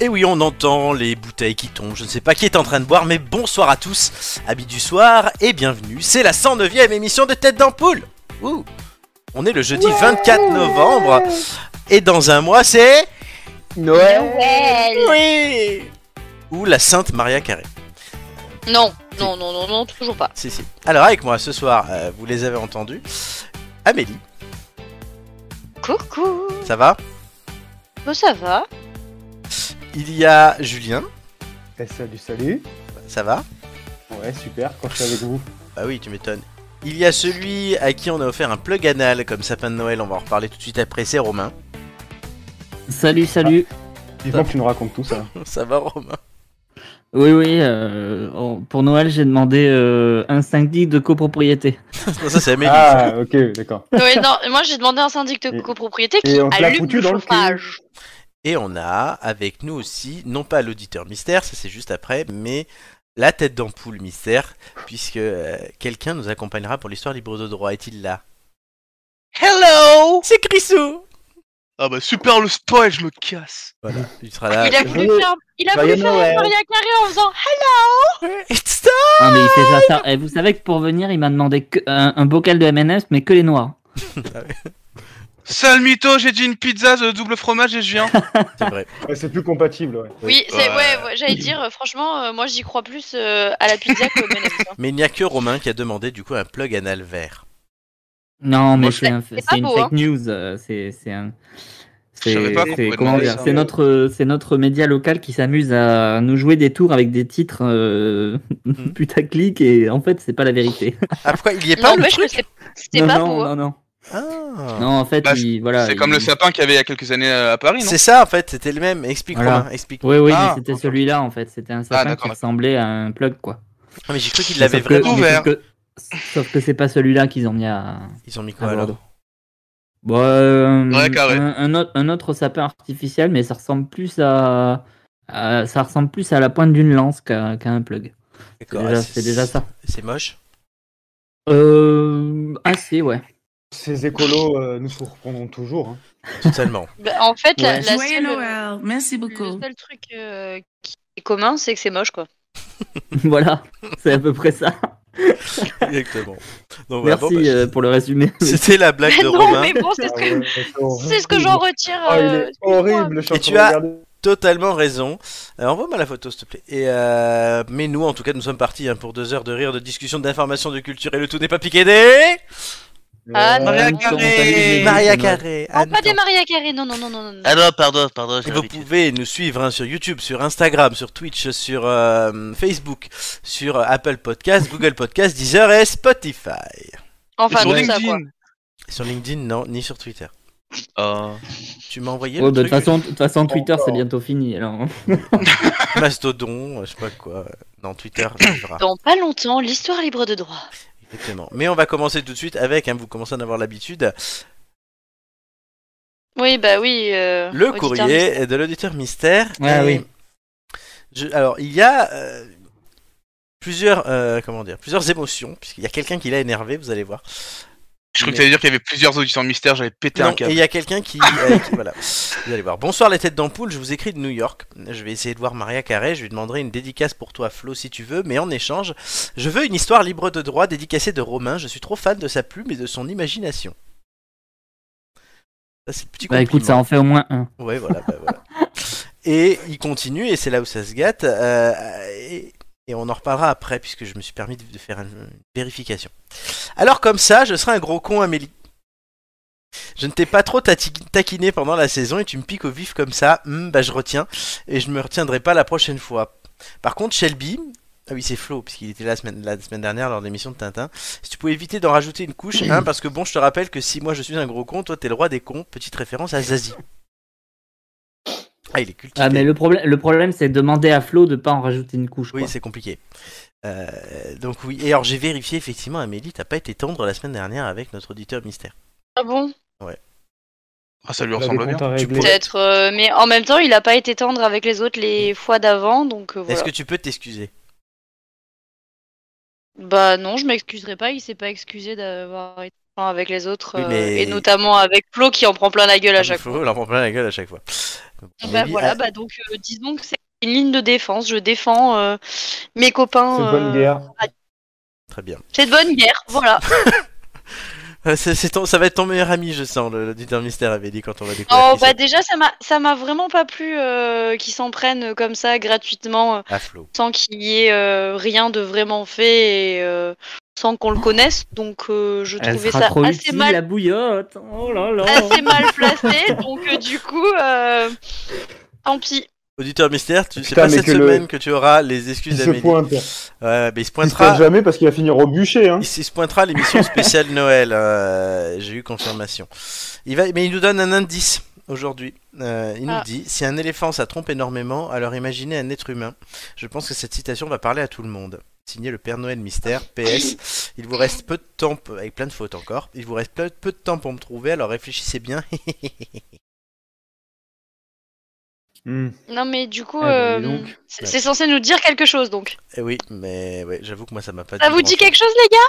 Et Eh oui, on entend les bouteilles qui tombent, je ne sais pas qui est en train de boire, mais bonsoir à tous, amis du soir, et bienvenue. C'est la 109e émission de Tête d'Ampoule. Ouh. On est le jeudi 24 novembre, et dans un mois, c'est... Noël Oui Ou la Sainte Maria Carré. Non, non, non, non, non, toujours pas. Si, si. Alors, avec moi ce soir, euh, vous les avez entendus, Amélie, Coucou ça va Bon, ça va Il y a Julien, Eh, Salut, salut ça va Ouais, super, quand je suis avec vous. Bah oui, tu m'étonnes. Il y a celui à qui on a offert un plug anal comme sapin de Noël, on va en reparler tout de suite après, c'est Romain. Salut, salut. Vivement que tu nous racontes tout ça. Ça va Romain Oui, oui. euh, on- pour Noël, j'ai demandé euh, un syndic de copropriété. Non, ça c'est Amélie. Ah, ok, d'accord. Ouais, non, moi j'ai demandé un syndic de Et- copropriété et qui on te l'a allume foutu le dans le cul. chauffage. Et on a avec nous aussi, non pas l'auditeur mystère, ça c'est juste après, mais la tête d'ampoule mystère, puisque euh, quelqu'un nous accompagnera pour l'histoire libre de droit. Est-il là Hello C'est Chrisou Ah bah super le spoil, je me casse. Voilà, il sera là. Il a voulu Joyeux- faire, il a Bah, Joyeux voulu faire Noël. une Maria Carré en faisant Hello It's time Ah, mais il fait ça. ça. Et vous savez que pour venir, il m'a demandé que- un, un bocal de M&M's, mais que les noirs. Sale mytho, j'ai dit une pizza de double fromage et je viens. C'est vrai. Ouais, c'est plus compatible, ouais. Oui, c'est Ouais. ouais, ouais, j'allais dire, euh, franchement, euh, moi j'y crois plus euh, à la pizza qu'au M&M's, hein. Mais il n'y a que Romain qui a demandé du coup un plug anal vert. Non, mais Moi, c'est un- c'est c'est une pas beau, fake hein. news. euh, C'est c'est un. Je savais C'est pas qu'on c'est- pouvait comment demander dire, ça. c'est notre c'est notre média local qui s'amuse à nous jouer des tours avec des titres euh, Mhm. putaclic et en fait c'est pas la vérité. Ah pourquoi il y est pas le N'empêche que truc c'est c'est non, pas non, beau. hein. non non Ah. non en fait Bah, il- voilà. c'est comme il- le sapin qu'il y avait il y a quelques années euh, à Paris, non C'est ça en fait, c'était le même. Explique Voilà. Romain, explique. Oui, oui, Ah, mais c'était d'accord. celui-là en fait. C'était un sapin d'accord, qui d'accord. ressemblait à un plug quoi. Ah, mais j'ai cru qu'il l'avait Sauf que- vraiment. mais Ouvert. Sauf que, sauf que c'est pas celui-là qu'ils ont mis à. Ils ont mis quoi à alors Bordeaux. Bon, euh, Ouais, carré. un, un autre, un autre sapin artificiel, mais ça ressemble plus à. à- ça ressemble plus à la pointe d'une lance qu'à qu'à un plug. C'est D'accord, déjà, ah, c'est déjà ça. C'est moche. Euh, assez, ouais. Ces écolos euh, nous surprendront toujours. hein. Totalement. Bah, en fait, la, Ouais. la Joyeux seule, euh, Noël, merci beaucoup. le seul truc euh, qui est commun, c'est que c'est moche, quoi. voilà, c'est à peu près ça. Exactement. Donc, voilà, Merci bon, bah, euh, pour le résumé. C'était la blague de non, Romain. mais bon, c'est ce Ah que, ouais, c'est horrible. c'est ce que j'en retire. Ah, il euh, est horrible, je suis en Et train tu de as- regarder. Totalement raison. Euh, Envoie-moi la photo, s'il te plaît. Et euh, mais nous, en tout cas, nous sommes partis hein, pour deux heures de rire, de discussion, d'information, de culture et le tout n'est pas piqué des. Ah, non. Maria Anne, Carré. on t'a vu les- Maria les- Carré. Non, Anne pas des Tan- Maria Carré, non, non, non, non, non. non. Ah non, pardon, pardon, Et j'ai vous l'habitude. pouvez nous suivre hein, sur YouTube, sur Instagram, sur Twitch, sur euh, Facebook, sur euh, Apple Podcast, Google Podcast, Deezer et Spotify. Et Enfin, sur tout ça, LinkedIn. quoi. Sur LinkedIn, non, ni sur Twitter. Oh. Tu m'as envoyé Ouais, le bah, de toute truc façon, de toute façon, Twitter Encore. c'est bientôt fini. Alors, Mastodon, euh, je sais pas quoi. Non, Twitter, ça arrivera. Dans pas longtemps, l'histoire libre de droit. Exactement. Mais on va commencer tout de suite avec, hein, vous commencez à en avoir l'habitude, Oui, bah oui. euh, le auditeur mystère. courrier de l'auditeur mystère. Ah Et oui. je- alors, il y a euh, plusieurs, euh, comment dire, plusieurs émotions, puisqu'il y a quelqu'un qui l'a énervé, vous allez voir. Je crois que t'allais dire qu'il y avait plusieurs auditeurs mystères, j'avais pété un Non, et il câble. y a quelqu'un qui, euh, qui- Voilà. Vous allez voir. Bonsoir les têtes d'ampoule, je vous écris de New York. Je vais essayer de voir Maria Carré, je lui demanderai une dédicace pour toi Flo si tu veux, mais en échange, je veux une histoire libre de droit dédicacée de Romain, je suis trop fan de sa plume et de son imagination. Ça c'est le petit bah écoute, ça compliment. en fait au moins un. Ouais, voilà, bah, voilà. Et il continue, et c'est là où ça se gâte. euh, et, et on en reparlera après, puisque je me suis permis de, de faire une, une vérification. Alors, comme ça, je serai un gros con, Amélie. Je ne t'ai pas trop tati- taquiné pendant la saison et tu me piques au vif comme ça. Hmm, bah, je retiens et je me retiendrai pas la prochaine fois. Par contre, Shelby. Ah oui, c'est Flo, puisqu'il était là la semaine, la semaine dernière lors de l'émission de Tintin. Si tu pouvais éviter d'en rajouter une couche, hein, parce que bon, je te rappelle que si moi je suis un gros con, toi t'es le roi des cons. Petite référence à Zazie. Ah, il est cultivé. Ah, mais le problème, le problème c'est demander à Flo de pas en rajouter une couche. Oui, quoi. c'est compliqué. Euh, donc oui, et alors j'ai vérifié effectivement, Amélie, t'as pas été tendre la semaine dernière avec notre auditeur mystère. Ah bon Ah, ça lui Il a des ressemble bien. comptes à régler. pourrais- Peut-être, euh, mais en même temps, il a pas été tendre avec les autres les fois d'avant, donc euh, voilà. Mm. Est-ce que tu peux t'excuser Bah non, je m'excuserai pas, il s'est pas excusé d'avoir été enfin, avec les autres, Oui, euh, mais- Ah, et notamment avec Flo qui en prend plein la gueule à chaque Il faut leur prendre plein la gueule à chaque fois. fois. Bon, Bah, Ellie, voilà, ah, bah, donc euh, disons que c'est une ligne de défense. Je défends euh, mes copains. C'est bonne euh, guerre. Très bien. C'est de bonne guerre, voilà. Euh, c'est- c'est ton- ça va être ton meilleur ami, je sens, le, le Dieter Mystère avait dit quand on va découvrir. Oh, qui bah c'est. déjà, ça m'a ça m'a vraiment pas plu euh, qu'ils s'en prennent comme ça gratuitement, euh, À flot. sans qu'il y ait euh, rien de vraiment fait et euh, sans qu'on le connaisse. Donc, euh, je Elle trouvais sera ça trop assez utile, mal, la bouillotte. Oh là là. assez mal placé. Donc, euh, du coup, euh, tant pis. Auditeur mystère, tu sais Putain, pas mais cette que le- semaine que tu auras les Il excuses se d'Amélie. pointe. Ouais, mais il se Il se pointe pointera. jamais parce qu'il va finir au bûcher. Hein. Il se il se pointera à l'émission spéciale Noël. euh, J'ai eu confirmation. Il va, mais il nous donne un indice aujourd'hui. Euh, il nous Ah. dit si un éléphant ça trompe énormément, alors imaginez un être humain. Je pense que cette citation va parler à tout le monde. Signé le Père Noël Mystère. PS. Il vous reste peu de temps p- avec plein de fautes encore. Il vous reste peu, peu de temps pour me trouver. Alors réfléchissez bien. Mm. Hmm. Non, mais du coup, Ah, bah, dis euh, donc. c'est c'est censé nous dire quelque chose. Donc, Eh oui, mais ouais, j'avoue que moi ça m'a pas. ça vous dit quelque chose, les gars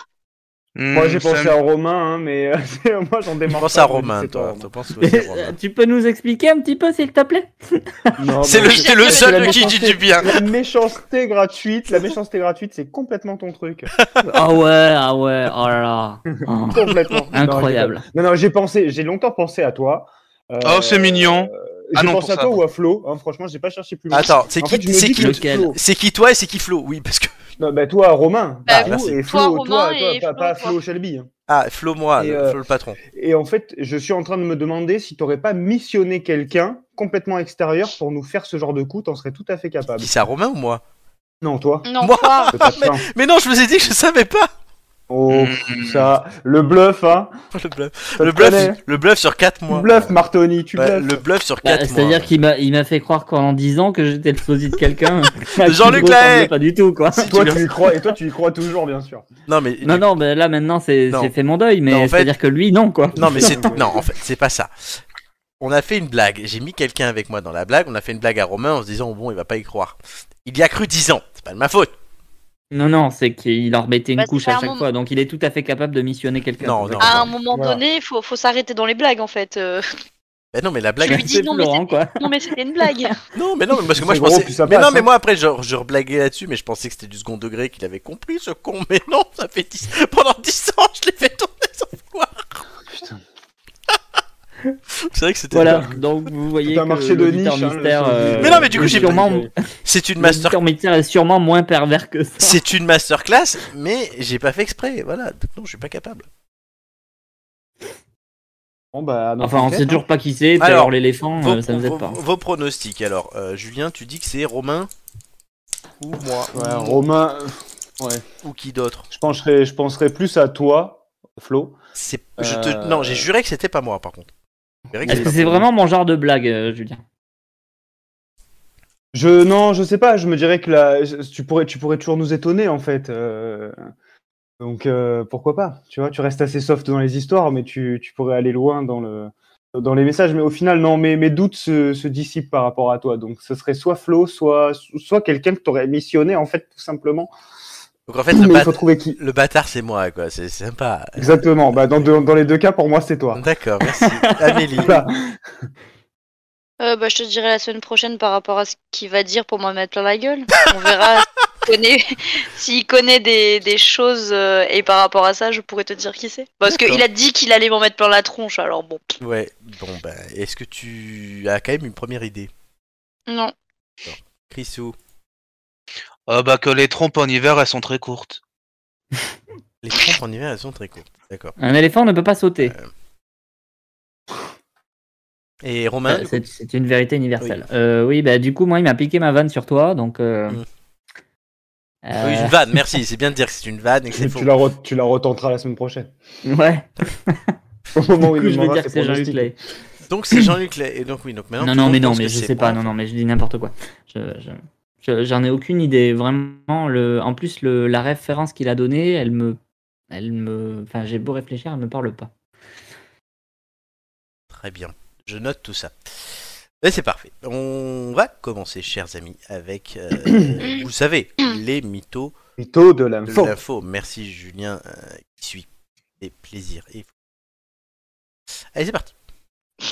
Hmm, Moi j'ai pensé à Romain, hein, mais euh, moi j'en Mm, Je démarre. pense pas, à je me dis, Romain, c'est toi. pas Tu penses que c'est Romain. Et- Euh, Tu peux nous expliquer un petit peu, s'il te plaît Romain. Non, C'est mais- le, c'est le seul qui dit du bien. La méchanceté gratuite, la méchanceté gratuite, c'est complètement ton truc. Ah ouais, ah ouais, oh là là. Oh, Complètement. Incroyable. Non, non, j'ai pensé, j'ai longtemps pensé à toi. Euh, Oh, c'est mignon. euh, Ah j'ai non, pensé pour à ça, toi non. ou à Flo. hein, franchement, j'ai pas cherché plus loin. Attends, c'est En fait, je me qui, c'est dis qui que lequel Flo. C'est qui toi et c'est qui Flo Oui, parce que. Non, bah, toi, Romain. Bah, Flo merci. et Flo, Toi, toi, Romain toi, et pas, Flo, pas toi. Flo Shelby. hein. Ah, Flo, moi, Et, le- euh, Flo le patron. Et en fait, je suis en train de me demander si t'aurais pas missionné quelqu'un complètement extérieur pour nous faire ce genre de coup, t'en serais tout à fait capable. Qui c'est à Romain ou moi Non, toi. Non, Moi quoi c'est pas ça. Mais non, je vous ai dit que je savais pas Oh, Mm, Hmm. ça, le bluff, hein. Le bluff, Ça le te bluff, connaît. le bluff sur 4 Tu mois. bluffes, Martoni, tu Ouais, bluffes. le bluff sur Bah, 4 mois. C'est-à-dire qu'il m'a, il m'a fait croire qu'en 10 ans que j'étais le sosie de quelqu'un. à qui Jean-Luc je ressemblais Lahaye. Pas du tout, quoi. Si Toi, tu le- tu y crois, et toi, tu y crois toujours, bien sûr. Non, mais. Non, non, bah, là maintenant, c'est, Non. j'ai fait mon deuil, mais Non, en fait- c'est-à-dire que lui, non, quoi. Non, mais c'est. Non, en fait, c'est pas ça. On a fait une blague. J'ai mis quelqu'un avec moi dans la blague. On a fait une blague à Romain en se disant, bon, il va pas y croire. Il y a cru 10 ans. C'est pas de ma faute. Non, non, c'est qu'il en remettait une Bah, c'est couche à pas un chaque moment. fois, donc il est tout à fait capable de missionner quelqu'un. Non, non. Ah, À un moment Voilà. donné, faut, faut s'arrêter dans les blagues, en fait. euh. Mais non, mais la Je blague. lui dis non, mais Laurent, c'était- quoi. non, mais c'était une blague. Non, mais non, mais parce que C'est moi je gros, pensais. puis ça mais non, passe, mais hein. moi après, genre, je reblaguais là-dessus, mais je pensais que c'était du second degré qu'il avait compris, ce con. Mais non, ça fait 10... pendant 10 ans, je l'ai fait tourner sans quoi. Oh, Putain. C'est vrai que c'était. Voilà, donc vous voyez. C'est un que marché de l'auditeur niche, hein, le mystère, sosie. euh, Mais non, mais du coup, est j'ai sûrement, C'est une master. l'auditeur mystère est sûrement moins pervers que ça. C'est une masterclass, mais j'ai pas fait exprès. Voilà, donc non, je suis pas capable. Bon, bah, non, Enfin, on peut-être, sait hein. toujours pas qui c'est, puis Alors, alors l'éléphant, euh, ça nous vos, aide pas. vos pronostics. Alors, euh, Julien, tu dis que c'est Romain ou moi Ouais, Romain, euh, ou qui d'autre je penserais, je penserais plus à toi, Flo. C'est. je te- Euh, Non, j'ai juré que c'était pas moi, par contre. J'ai juré que Est-ce que c'était c'est pas moi. vraiment mon genre de blague, euh, Julien Je, non, je sais pas, je me dirais que là, je- tu pourrais, tu pourrais toujours nous étonner, en fait. euh, donc, euh, pourquoi pas Tu vois, tu restes assez soft dans les histoires, mais tu, tu pourrais aller loin dans le. Dans les messages, mais au final, non, mes, mes doutes se, se dissipent par rapport à toi. Donc, ce serait soit Flo, soit, soit quelqu'un que t'aurais missionné, en fait, tout simplement. Donc en fait, Mais le, il bat- faut trouver qui. le bâtard, c'est moi, quoi. C'est c'est sympa. Exactement. Bah, dans, deux- dans les deux cas, pour moi, c'est toi. D'accord, merci. Amélie. Voilà. Euh, bah, je te dirai la semaine prochaine par rapport à ce qu'il va dire pour m'en mettre plein la gueule. On verra s'il connaît, s'il connaît des, des choses euh, et par rapport à ça, je pourrais te dire qui c'est. Parce D'accord. qu'il a dit qu'il allait m'en mettre plein la tronche, alors bon. Ouais, bon ben, est-ce que tu as quand même une première idée Non. Chrisou, Ah bah que les trompes en hiver, elles sont très courtes. les trompes en hiver elles sont très courtes, d'accord. Un éléphant ne peut pas sauter. Et Romain, Euh, du coup c'est, c'est une vérité universelle. Euh, Oui, bah du coup, moi, il m'a piqué ma vanne sur toi, donc. euh, Mm. euh, Oui, une vanne, merci, c'est bien de dire que c'est une vanne et que c'est Tu, faux. tu la re- tu la retenteras la semaine prochaine. Ouais, Au moment où du il nous coup, je vais demandera dire que ses c'est Jean-Luc pronostics. Lay. Donc c'est Jean-Luc Lay- et donc oui, donc maintenant Non, tout non, le mais monde non, pense mais que je c'est sais moi, pas, non, non, mais je dis n'importe quoi. Je, je- je- j'en ai aucune idée. Vraiment, le, en plus, le, la référence qu'il a donnée, elle me. Elle me. Enfin, j'ai beau réfléchir, elle me parle pas. Très bien, je note tout ça. Et c'est parfait. On va commencer, chers amis, avec, euh, vous savez, les mythos Mytho de de l'info. l'info. Merci Julien euh, qui suit. Et plaisir. Et Allez, c'est parti.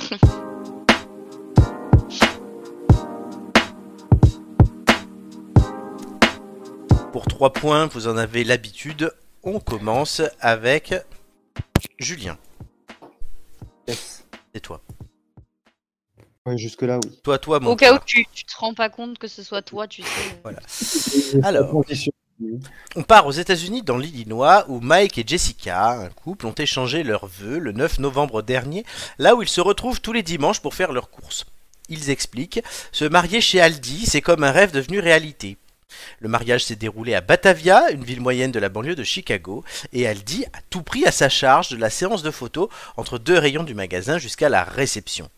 Pour 3 points, vous en avez l'habitude. On commence avec Julien. C'est toi. Ouais, jusque-là, oui. Toi, toi, mon. Au cas où tu, tu te rends pas compte que ce soit toi, tu sais. Ouais. Alors. Transition. On part aux États-Unis dans l'Illinois où Mike et Jessica, un couple, ont échangé leurs vœux le 9 novembre dernier, là où ils se retrouvent tous les dimanches pour faire leurs courses. Ils expliquent Se marier chez Aldi, c'est comme un rêve devenu réalité. Le mariage s'est déroulé à Batavia, une ville moyenne de la banlieue de Chicago, et Aldi a tout pris à sa charge de la séance de photos entre deux rayons du magasin jusqu'à la réception.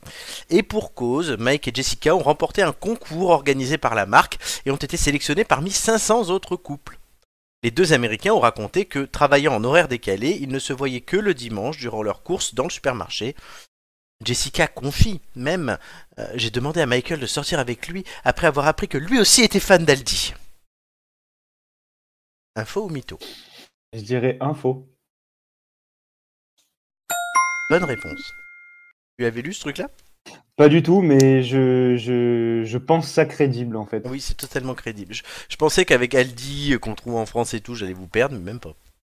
Et pour cause, Mike et Jessica ont remporté un concours organisé par la marque et ont été sélectionnés parmi 500 autres couples. Les deux Américains ont raconté que, travaillant en horaire décalé, ils ne se voyaient que le dimanche durant leurs courses dans le supermarché. Jessica confie même euh, J'ai demandé à Michael de sortir avec lui après avoir appris que lui aussi était fan d'Aldi. Info ou mytho Je dirais info. Bonne réponse. Tu avais lu ce truc-là Pas du tout, mais je, je, je pense ça crédible en fait. Oui, c'est totalement crédible. Je, je pensais qu'avec Aldi, euh, qu'on trouve en France et tout, j'allais vous perdre, mais même pas.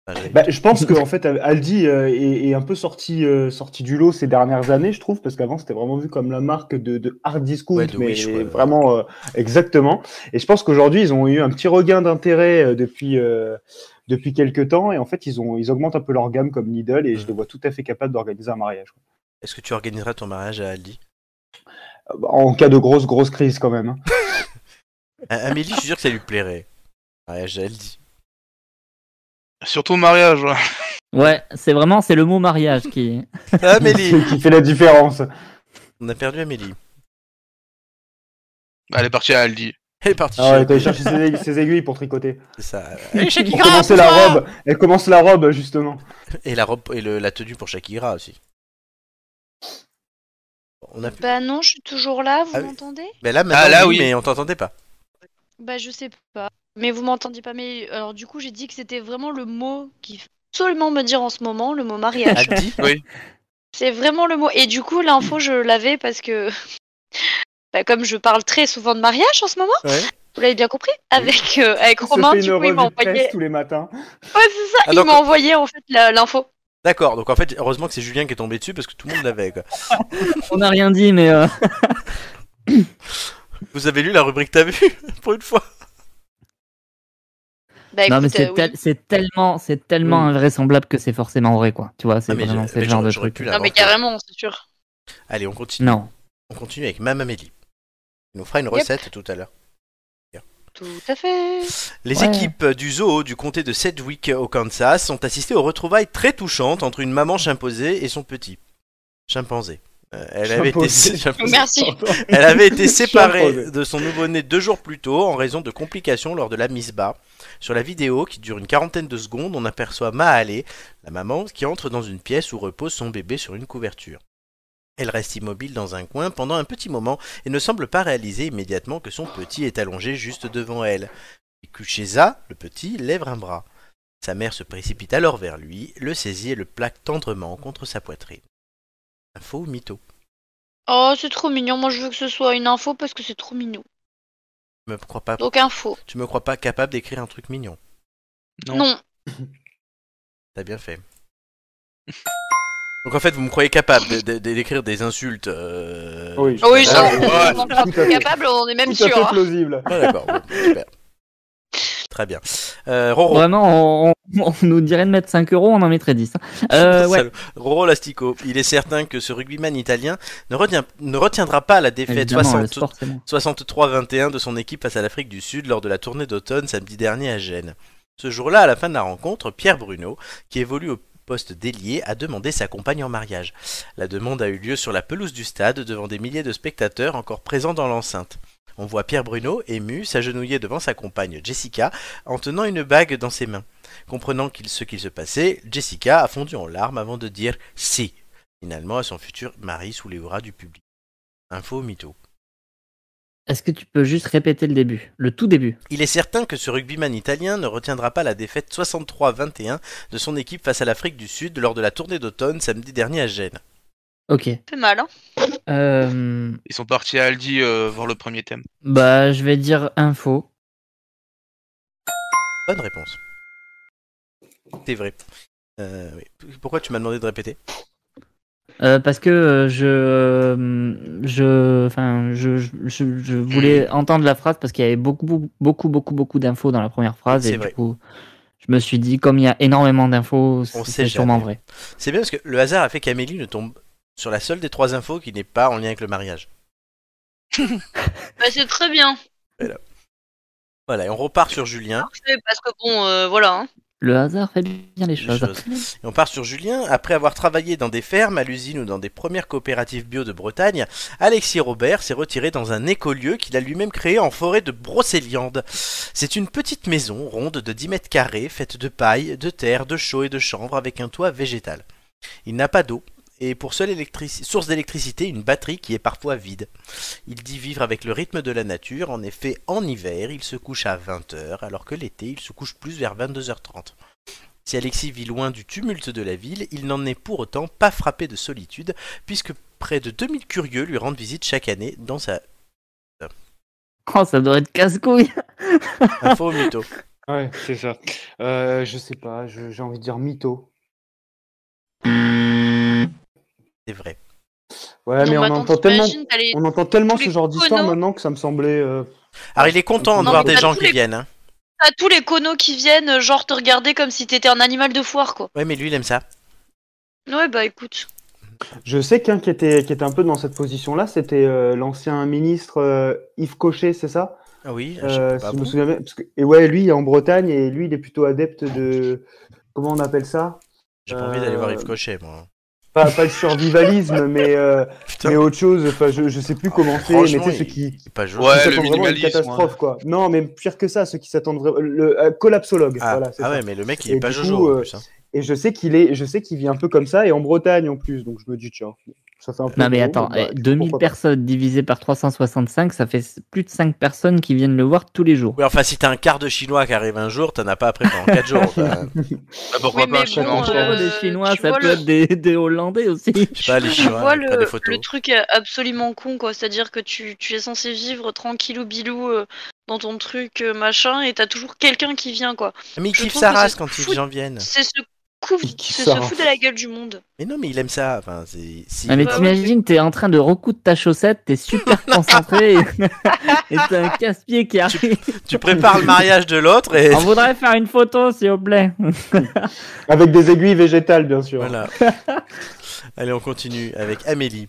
Enfin, j'avais- Bah, je pense qu'en en fait, Aldi euh, est, est un peu sorti, euh, sorti du lot ces dernières années, je trouve, parce qu'avant, c'était vraiment vu comme la marque de, de hard discount, Ouais, de mais Wish, ouais. vraiment, euh, exactement. Et je pense qu'aujourd'hui, ils ont eu un petit regain d'intérêt euh, depuis, euh, depuis quelques temps, et en fait, ils, ont, ils augmentent un peu leur gamme comme Lidl, et je Mhm. les vois tout à fait capables d'organiser un mariage. quoi. Est-ce que tu organiseras ton mariage à Aldi Euh, bah, En cas de grosse, grosse crise, quand même. hein. À- Euh, Amélie, je suis sûr que ça lui plairait. Mariage à Aldi. Surtout au mariage, ouais. Ouais, c'est vraiment c'est le mot mariage qui. Amélie qui fait la différence. On a perdu Amélie. Bah, Elle est partie à Aldi. Elle est partie. Ah ouais, chez- t'as cherché ses, aig- ses aiguilles pour tricoter. C'est ça. Pour commencer la robe. Elle commence la robe, justement. Et la robe et le- la tenue pour Shakira aussi. On a pu... Bah non, je suis toujours là, vous Ah oui. m'entendez Ben là, maintenant, Ah, là, oui, oui. mais on t'entendait pas. Bah je sais pas. Mais vous m'entendiez pas. Mais alors du coup, j'ai dit que c'était vraiment le mot qui faut absolument me dire en ce moment, le mot mariage. Aldi C'est vraiment le mot. Et du coup, l'info, je l'avais parce que. Bah, comme je parle très souvent de mariage en ce moment, Ouais. vous l'avez bien compris, avec, euh, avec Romain, se fait du une coup, il revue m'a de presse envoyé. tous les matins. Ouais, c'est ça, Ah, il donc- m'a envoyé en fait la- l'info. D'accord, donc en fait, heureusement que c'est Julien qui est tombé dessus parce que tout le monde l'avait. quoi. On n'a rien dit, mais euh, Vous avez lu la rubrique T'as vu Pour une fois. Bah, non mais écoute, c'est euh, oui. tel- c'est tellement c'est tellement Oui. invraisemblable que c'est forcément vrai quoi. Tu vois, c'est Mm. Ah, mais vraiment je- c'est mais le genre j'aurais- de j'aurais truc. pu Non, mais l'avoir. carrément, c'est sûr. Allez, on continue. Non. On continue avec Mme Amélie. Elle nous fera une Yep. recette tout à l'heure. Tout à fait. Les Ouais. équipes du zoo du comté de Sedgwick au Kansas sont assistées aux retrouvailles très touchantes entre une maman chimpanzé et son petit chimpanzé. Euh, elle, avait été... Chimpanzé. chimpanzé. Merci. elle avait été séparée Chimpanzé. de son nouveau-né deux jours plus tôt en raison de complications lors de la mise bas. Sur la vidéo, qui dure une quarantaine de secondes, on aperçoit Mahalé, la maman, qui entre dans une pièce où repose son bébé sur une couverture. Elle reste immobile dans un coin pendant un petit moment et ne semble pas réaliser immédiatement que son petit est allongé juste devant elle. Kucheza, le petit, lève un bras. Sa mère se précipite alors vers lui, le saisit et le plaque tendrement contre sa poitrine. Info ou mytho Oh, c'est trop mignon. Moi, je veux que ce soit une info parce que c'est trop mignon. Tu me crois pas, Donc, info. tu me crois pas capable d'écrire un truc mignon Non. Non. T'as bien fait. Donc en fait, vous me croyez capable de- de- de- d'écrire des insultes. euh, Oui, Ah oui, tout à ça, l'heure. ouais, on- ouais. on en parle Tout à fait. capable, on est même Tout à sûr. fait hein. plausible. Ah, d'accord. bon, super. Très bien. Euh, Roro. Vraiment, on, on- on nous dirait de mettre 5 euros, on en mettrait 10. hein. Euh, ouais. Salaud. Roro Lastico. Il est certain que ce rugbyman italien ne, retient- ne retiendra pas la défaite Évidemment, le 60, sport, c'est bon. 63-21 de son équipe face à l'Afrique du Sud lors de la tournée d'automne samedi dernier à Gênes. Ce jour-là, à la fin de la rencontre, Pierre Bruno, qui évolue au poste d'ailier, a demandé sa compagne en mariage. La demande a eu lieu sur la pelouse du stade devant des milliers de spectateurs encore présents dans l'enceinte. On voit Pierre Bruno, ému, s'agenouiller devant sa compagne Jessica en tenant une bague dans ses mains. Comprenant qu'il- ce qu'il se passait, Jessica a fondu en larmes avant de dire si, finalement à son futur mari sous les bras du public. Info ou mytho. Est-ce que tu peux juste répéter le début, le tout début Il est certain que ce rugbyman italien ne retiendra pas la défaite 63-21 de son équipe face à l'Afrique du Sud lors de la tournée d'automne samedi dernier à Gênes. Ok. fait mal, hein Euh, Ils sont partis à Aldi euh, voir le premier thème. bah, je vais dire info. Bonne réponse. C'est vrai. Euh, oui. Pourquoi tu m'as demandé de répéter Euh, parce que euh, je, euh, je, enfin, je, je, je- je voulais entendre la phrase parce qu'il y avait beaucoup, beaucoup, beaucoup, beaucoup, beaucoup d'infos dans la première phrase C'est et vrai. du coup, je me suis dit comme il y a énormément d'infos, On c'est sait c'est sûrement jamais. vrai. C'est bien parce que le hasard a fait qu'Amélie ne tombe sur la seule des trois infos qui n'est pas en lien avec le mariage. Bah, c'est très bien. Voilà, et on repart sur Julien. Parfait, parce que bon, euh, voilà. hein. Le hasard fait bien les choses. Et on part sur Julien. Après avoir travaillé dans des fermes, à l'usine ou dans des premières coopératives bio de Bretagne, Alexis Robert s'est retiré dans un écolieu qu'il a lui-même créé en forêt de Brocéliande. C'est une petite maison ronde de 10 mètres carrés, faite de paille, de terre, de chaux et de chanvre avec un toit végétal. Il n'a pas d'eau. Et pour seule électrici- source d'électricité, une batterie qui est parfois vide. Il dit vivre avec le rythme de la nature. En effet, en hiver, il se couche à 20h, alors que l'été, il se couche plus vers 22h30. Si Alexis vit loin du tumulte de la ville, il n'en est pour autant pas frappé de solitude, puisque près de 2000 curieux lui rendent visite chaque année dans sa Oh, ça doit être casse-couille. info au mytho. Ouais, c'est ça. Euh, je sais pas, je- j'ai envie de dire mytho. C'est vrai. Ouais, Non, Bah, mais mais on attends, entend tellement, t'imagines, t'as les- on entend tellement ce les genre d'histoire conos. maintenant que ça me semblait. euh, Alors il est content hein, de Non, voir mais des t'as gens tous qui les- viennent. Hein. t'as tous les conos qui viennent, euh, genre te regarder comme si t'étais un animal de foire, quoi. Ouais, mais lui il aime ça. Ouais, bah écoute. Je sais qu'un qui était, qui était un peu dans cette position-là, c'était euh, l'ancien ministre euh, Yves Cochet, c'est ça Ah oui, je Euh, sais pas. si je bon. me souviens bien. Parce que- et ouais, lui, il est en Bretagne et lui, il est plutôt adepte de. Comment on appelle ça J'ai pas envie d'aller voir euh, Yves Cochet, moi. pas, pas le survivalisme, mais, euh, Putain, mais autre chose. Enfin, je, je sais plus comment c'est, mais tu franchement, sais, ceux il- qui. c'est pas joli. Ah, Ouais, qui le s'attendent vraiment à une minimalisme, hein. catastrophe, quoi. Non, mais pire que ça, ceux qui s'attendent vraiment. Le euh, collapsologue, Ah, voilà, c'est ah ça. ouais, mais le mec il est Et pas du Jojo coup, en euh, plus. hein. Et je sais qu'il est, je sais qu'il vit un peu comme ça et en Bretagne en plus, donc je me dis tiens, ça fait un peu. Non mais Oh, gros, attends, bah, eh, 2000 pourquoi pas. personnes divisé par 365, ça fait s- plus de 5 personnes qui viennent le voir tous les jours. Oui, enfin, si t'as un quart de chinois qui arrive un jour, t'en as pas après pendant 4 jours. enfin. Bah, pourquoi Oui, pas mais un chinois bon, en Pour soi euh, des Chinois, tu ça vois peut le- être des, des Hollandais aussi. Je sais pas, les Tu chinois, vois t'as des le, photos. le truc est absolument con, quoi. C'est-à-dire que tu, tu es censé vivre tranquillou bilou euh, dans ton truc, euh, machin, et t'as toujours quelqu'un qui vient, quoi. Mais il je kiffe trouve sa que c'est race quand fou- les gens viennent. C'est ce coup, Il kiffe c'est ça, se hein. fout de la gueule du monde. Mais non, mais il aime ça. Enfin, c'est. si- Ah, mais Bah ouais, t'imagines, t'es en train de recoudre ta chaussette, t'es super concentré et et t'as un casse-pied qui arrive. Tu prépares le mariage de l'autre et. On voudrait faire une photo, s'il vous plaît. Avec des aiguilles végétales bien sûr. Voilà. Allez, on continue avec Amélie.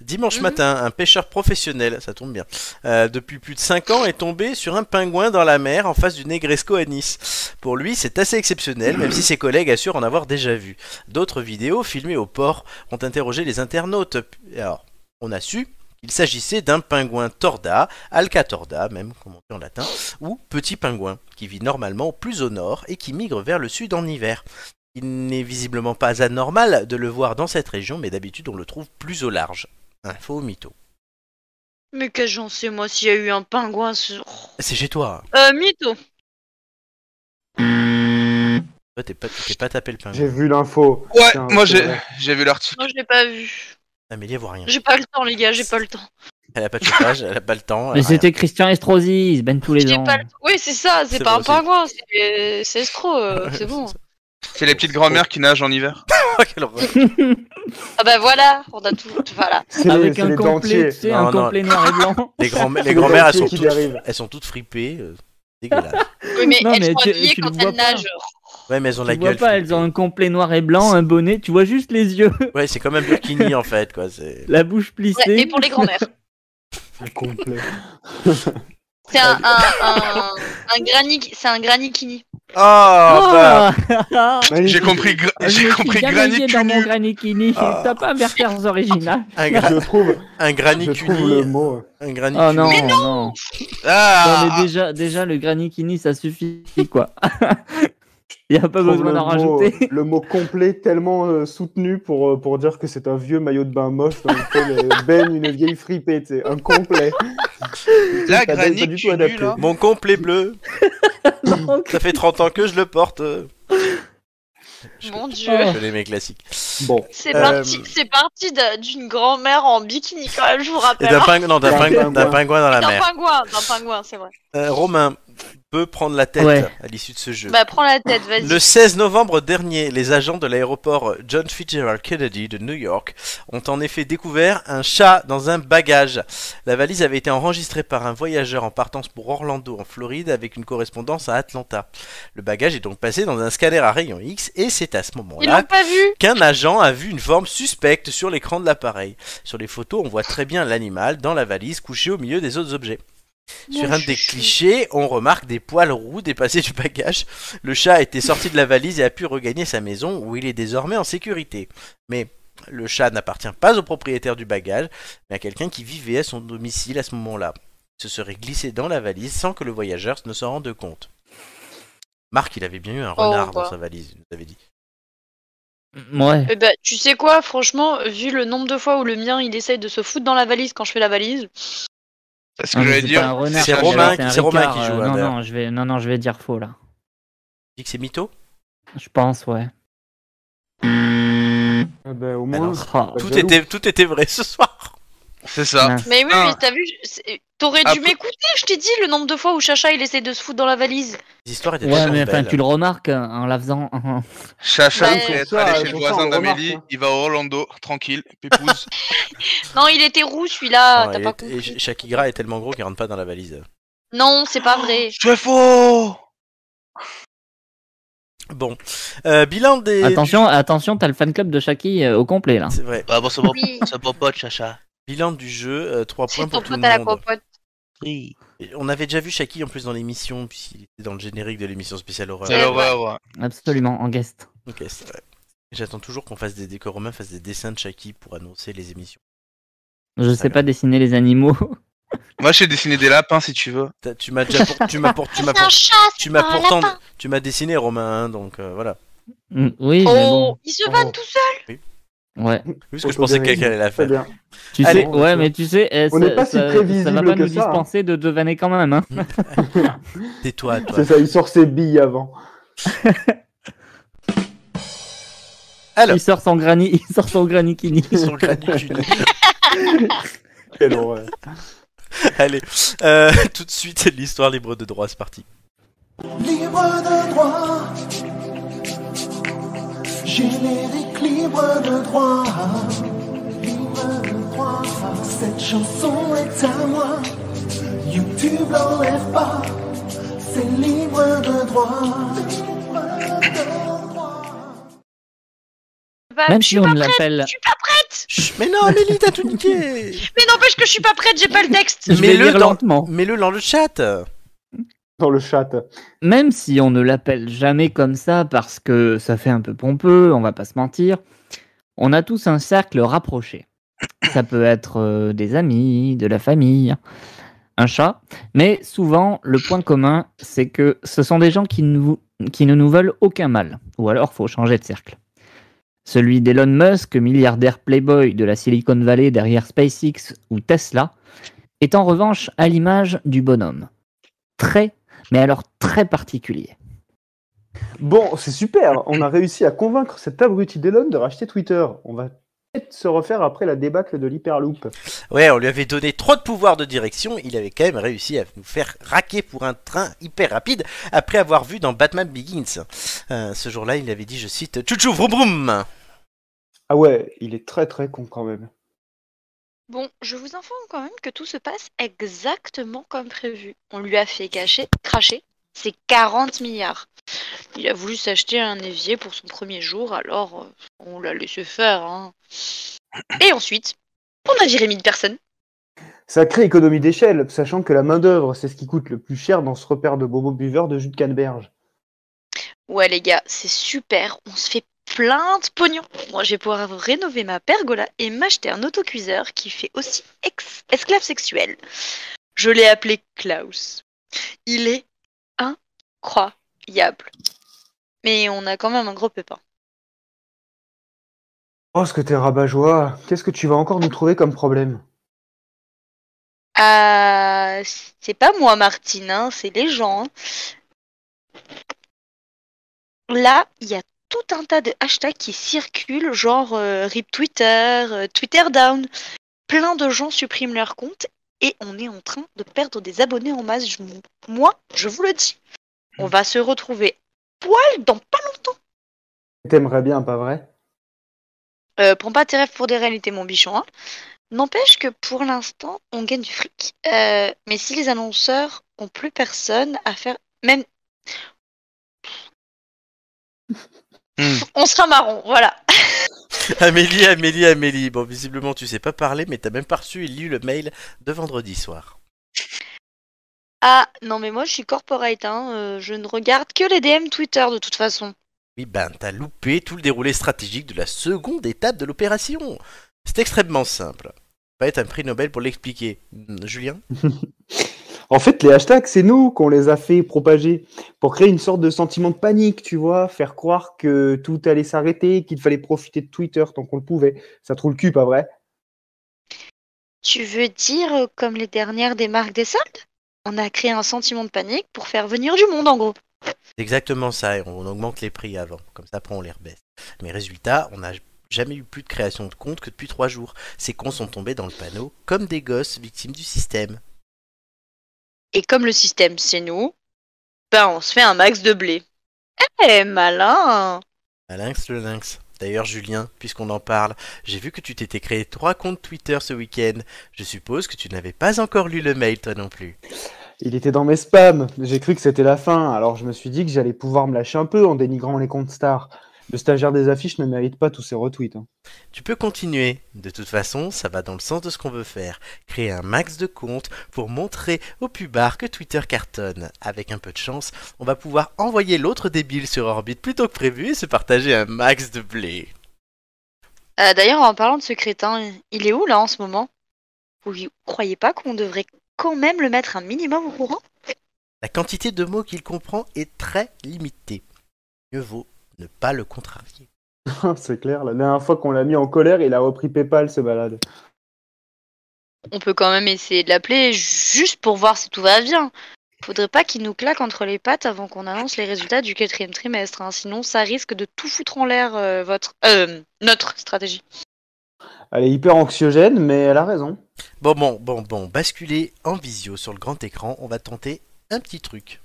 Dimanche Mhm. matin, un pêcheur professionnel, ça tombe bien, euh, depuis plus de 5 ans est tombé sur un pingouin dans la mer en face du Negresco à Nice. Pour lui, c'est assez exceptionnel, même si ses collègues assurent en avoir déjà vu. D'autres vidéos filmées au port ont interrogé les internautes. Alors, on a su qu'il s'agissait d'un pingouin torda, alcatorda même, comme on dit en latin, ou petit pingouin, qui vit normalement plus au nord et qui migre vers le sud en hiver. Il n'est visiblement pas anormal de le voir dans cette région, mais d'habitude on le trouve plus au large. Info mytho. Mais que j'en sais, moi, s'il y a eu un pingouin sur. C'est chez toi. hein. Euh, mytho Toi, t'es pas, t'es pas tapé le pain. J'ai vu l'info. Ouais, Tiens, moi c'est j'ai vrai. j'ai vu l'article. Moi, je l'ai pas vu. Amélie, elle voit rien. J'ai pas le temps, les gars, j'ai pas le temps. Elle a pas de chauffage, elle a pas le temps. elle Mais a rien. c'était Christian Estrosi, il se baigne tous les J'ai ans. pas le temps. Oui, c'est ça, C'est c'est pas bon un aussi. pingouin, c'est c'est escroc, euh, c'est bon. C'est les petites grand-mères qui nagent en hiver. Oh, quelle horreur. Ah bah voilà, on a tout. Voilà. C'est les, Avec c'est un les complet, dentiers. tu sais, Non, un non. complet noir et blanc. les grands- C'est les grand-mères, elles, dentiers sont qui toutes- dérivent. elles sont toutes fripées. euh, dégueulasses. Oui, mais Non, elles mais sont tu- habillées tu le quand vois elles pas. nagent. Ouais, mais elles ont la Tu vois gueule. pas, fripée. elles ont un complet noir et blanc, un bonnet, tu vois juste les yeux, Ouais, c'est comme un burkini en fait, quoi. c'est- la bouche plissée. Ouais, et pour les grand-mères. Un complet. C'est un, un, un, un granic- c'est un granikini. Oh, bah. Ah J'ai Magnifique. compris, gra- Je j'ai me compris suis gagné granit dans mon nu. granikini. Ah. T'as pas un Verter's original un, gra- Je trouve, un Ah je granit trouve le cuni. mot. Un granit Oh non, cuni. non. Ah Non, mais déjà, déjà le granikini, ça suffit quoi. Il y a pas je trouve besoin le d'en mot- euh, rajouter. Le mot complet tellement euh, soutenu pour, euh, pour dire que c'est un vieux maillot de bain moche dans lequel euh, baigne une vieille fripée, tu sais, un complet. La pas granit du tout cunu, adapté. là. Mon complet bleu. Non, Ça fait 30 ans que je le porte. euh. Je- Mon dieu. Oh. Je connais mes classiques. Bon. C'est Euh, parti, c'est parti d'un- d'une grand-mère en bikini quand même, je vous Et rappelle. d'un pingou- non, d'un D'un pingou- d'un pingouin. pingouin dans la D'un mer. pingouin, d'un pingouin, c'est vrai. Euh, Romain peut prendre la tête Ouais. à l'issue de ce jeu. Bah prends la tête, vas-y. Le 16 novembre dernier, les agents de l'aéroport John Fitzgerald Kennedy de New York ont en effet découvert un chat dans un bagage. La valise avait été enregistrée par un voyageur en partance pour Orlando en Floride avec une correspondance à Atlanta. Le bagage est donc passé dans un scanner à rayon X et c'est à ce Ils l'ont moment-là pas vu qu'un agent a vu une forme suspecte sur l'écran de l'appareil. Sur les photos, on voit très bien l'animal dans la valise couché au milieu des autres objets. Sur Mon un des chouchou. clichés, on remarque des poils roux dépassés du bagage. Le chat était sorti de la valise et a pu regagner sa maison où il est désormais en sécurité. Mais le chat n'appartient pas au propriétaire du bagage, mais à quelqu'un qui vivait à son domicile à ce moment-là. Il se serait glissé dans la valise sans que le voyageur ne s'en rende compte. Marc, il avait bien eu un renard dans bah. sa valise, il nous avait dit. mm, Ouais. Eh ben, tu sais quoi, franchement, vu le nombre de fois où le mien il essaye de se foutre dans la valise quand je fais la valise, C'est ce Non, que mais j'allais Ah, c'est dire. pas un renard, C'est un- Romain qui- un c'est Romain Ricard, qui joue, euh, hein, Non, d'ailleurs. non, je vais, non, non, je vais dire faux là. Il dit que c'est mytho Je pense, ouais. Eh ben, au Alors, moins. Oh. Pas tout jaloux. était, tout était vrai ce soir. C'est ça. Non. mais oui, Ah. mais t'as vu, c'est- t'aurais Ah, dû peu- m'écouter, je t'ai dit le nombre de fois où Chacha il essaye de se foutre dans la valise. Les histoires étaient Ouais, tellement mais enfin, belles. tu le remarques hein, en la faisant. hein. Chacha, Ouais. il est Bonsoir, allé chez le bonsoir, on voisin remarque, d'Amélie, hein. il va à Orlando, tranquille, pépouze. Non, il était roux celui-là, Non, Ah, t'as et- pas et compris. Sh- Shakira est tellement gros qu'il rentre pas dans la valise. Non, c'est pas vrai. Je fais faux Bon, Euh, bilan des. Attention, attention, t'as le fan club de Shaki euh, au complet là. C'est vrai. Bah, bon, c'est bon, Oui, c'est bon pote, Chacha. Bilan du jeu, 3 points c'est ton pour tout le pote à la monde. compote. Oui. Et On avait déjà vu Shaki en plus dans l'émission, puisqu'il était dans le générique de l'émission spéciale horreur. C'est Ouais. l'horreur. Absolument, en guest. Ok, c'est vrai. J'attends toujours qu'on fasse des décors romains, fasse des dessins de Shaki pour annoncer les émissions. Je sais pas dessiner les animaux. Moi, j'ai dessiné des lapins si tu veux. T'as- Tu m'as déjà pour- tu m'as pour- tu m'as Ah, C'est un pour- chat, tu c'est m'as pas un pourtant lapin. tu m'as dessiné Romain, hein, donc euh, voilà. Mm, oui, mais Oh, bon. il se vanne tout seul. Ouais. Juste que je pensais que quelqu'un allait la Très faire. bien. Tu Allez. sais, ouais, mais tu sais, eh, On ça, n'est pas si ça- prévisible ça va pas que nous ça, hein. dispenser de devaner quand même. Hein. Tais-toi, toi. C'est ça, il sort ses billes avant. Alors. Il sort son granny, il sort son granny kini. Sur le crâne du cul. Quelle horreur. Allez, euh, tout de suite, l'histoire libre de droit, c'est parti. Libre de droit. Générique libre de droit. Libre de droit. Cette chanson est à moi. YouTube l'enlève pas. C'est libre de droit. Libre de droit. Bah, Même je si suis on pas prête, l'appelle. je suis pas prête. Chut, mais non, Amélie, t'as tout niqué Mais n'empêche que je suis pas prête, j'ai pas le texte. Je Mais vais le lire dans- lentement. Mets-le dans le chat Dans le chat. Même si on ne l'appelle jamais comme ça parce que ça fait un peu pompeux, on va pas se mentir, on a tous un cercle rapproché. Ça peut être euh, des amis, de la famille, un chat, mais souvent le point commun, c'est que ce sont des gens qui, nous- qui ne nous veulent aucun mal, ou alors faut changer de cercle. Celui d'Elon Musk, milliardaire playboy de la Silicon Valley derrière SpaceX ou Tesla, est en revanche à l'image du bonhomme. Très mais alors très particulier. Bon, c'est super. On a réussi à convaincre cet abruti d'Elon de racheter Twitter. On va peut-être se refaire après la débâcle de l'Hyperloop. Ouais, on lui avait donné trop de pouvoir de direction, il avait quand même réussi à nous faire raquer pour un train hyper rapide après avoir vu dans Batman Begins. Euh, ce jour-là, il avait dit, je cite, Chouchou vroom vroom Ah ouais, il est très très con quand même. Bon, je vous informe quand même que tout se passe exactement comme prévu. On lui a fait cacher, cracher ses 40 milliards. Il a voulu s'acheter un évier pour son premier jour, alors euh, on l'a laissé faire. hein. Et ensuite, on a viré 1000 personnes. Sacrée économie d'échelle, sachant que la main-d'œuvre, c'est ce qui coûte le plus cher dans ce repère de bobo buveurs de jus de canneberge. Ouais les gars, c'est super, on se fait plein de pognon. Moi je vais pouvoir rénover ma pergola et m'acheter un autocuiseur qui fait aussi ex- esclave sexuel. Je l'ai appelé Klaus. Il est incroyable. Mais on a quand même un gros pépin. Oh, ce que t'es rabat-joie Qu'est-ce que tu vas encore nous trouver comme problème Ah, c'est pas moi Martine, hein, c'est les gens. hein. Là, il y a tout un tas de hashtags qui circulent, genre euh, RIP Twitter, euh, Twitter down. Plein de gens suppriment leur compte et on est en train de perdre des abonnés en masse. Je- moi, je vous le dis, on va se retrouver poil dans pas longtemps. T'aimerais bien, pas vrai Euh, prends pas tes rêves pour des réalités, mon bichon. hein. N'empêche que pour l'instant, on gagne du fric. Euh, mais si les annonceurs ont plus personne à faire, même. Hmm. On sera marron, voilà. Amélie, Amélie, Amélie. Bon, visiblement, tu sais pas parler, mais t'as même pas reçu et lu le mail de vendredi soir. Ah non mais moi je suis corporate, hein. euh, je ne regarde que les DM Twitter de toute façon. Oui, ben, t'as loupé tout le déroulé stratégique de la seconde étape de l'opération. C'est extrêmement simple. Va être un prix Nobel pour l'expliquer. Hmm, Julien En fait, les hashtags, c'est nous qu'on les a fait propager pour créer une sorte de sentiment de panique, tu vois, faire croire que tout allait s'arrêter, qu'il fallait profiter de Twitter tant qu'on le pouvait. Ça trouve le cul, pas vrai Tu veux dire euh, comme les dernières des marques des soldes On a créé un sentiment de panique pour faire venir du monde en gros. C'est exactement ça, et on augmente les prix avant, comme ça après on les rebaisse. Mais résultat, on n'a jamais eu plus de création de compte que depuis trois jours. Ces cons sont tombés dans le panneau comme des gosses victimes du système. Et comme le système c'est nous, ben on se fait un max de blé. Eh malin Un lynx le lynx. D'ailleurs Julien, puisqu'on en parle, j'ai vu que tu t'étais créé trois comptes Twitter ce week-end. Je suppose que tu n'avais pas encore lu le mail toi non plus. Il était dans mes spams. J'ai cru que c'était la fin, alors je me suis dit que j'allais pouvoir me lâcher un peu en dénigrant les comptes stars. Le stagiaire des affiches ne mérite pas tous ces retweets. hein. Tu peux continuer. De toute façon, ça va dans le sens de ce qu'on veut faire. Créer un max de comptes pour montrer au pubard que Twitter cartonne. Avec un peu de chance, on va pouvoir envoyer l'autre débile sur orbite plus tôt que prévu et se partager un max de blé. Euh, D'ailleurs en parlant de ce crétin, il est où là en ce moment Vous y croyez pas qu'on devrait quand même le mettre un minimum au courant La quantité de mots qu'il comprend est très limitée. Mieux vaut ne pas le contrarier. c'est clair, la dernière fois qu'on l'a mis en colère, il a repris PayPal, ce balade. on peut quand même essayer de l'appeler juste pour voir si tout va bien. Faudrait pas qu'il nous claque entre les pattes avant qu'on annonce les résultats du quatrième trimestre, hein, sinon ça risque de tout foutre en l'air euh, votre euh, notre stratégie. Elle est hyper anxiogène, mais elle a raison. Bon, bon, bon, bon, basculer en visio sur le grand écran, on va tenter un petit truc.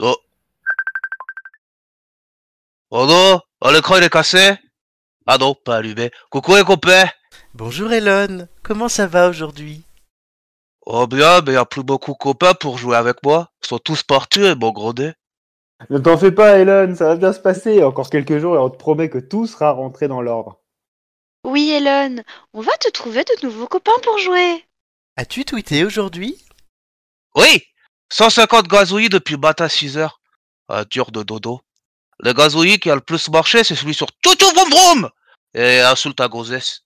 Oh. Oh non Oh, l'écran il est cassé Ah non, pas allumé. Coucou les copains Bonjour Elon, comment ça va aujourd'hui Oh bien, mais y a plus beaucoup de copains pour jouer avec moi. Ils sont tous partis, mon gros nez. Ne t'en fais pas, Elon, ça va bien se passer. Encore quelques jours et on te promet que tout sera rentré dans l'ordre. Oui, Elon, on va te trouver de nouveaux copains pour jouer. As-tu tweeté aujourd'hui Oui 150 gazouillis depuis le matin 6 heures. Un dur de dodo. Le gazouillis qui a le plus marché, c'est celui sur Toto Vroom Vroom Et insulte à Gozès.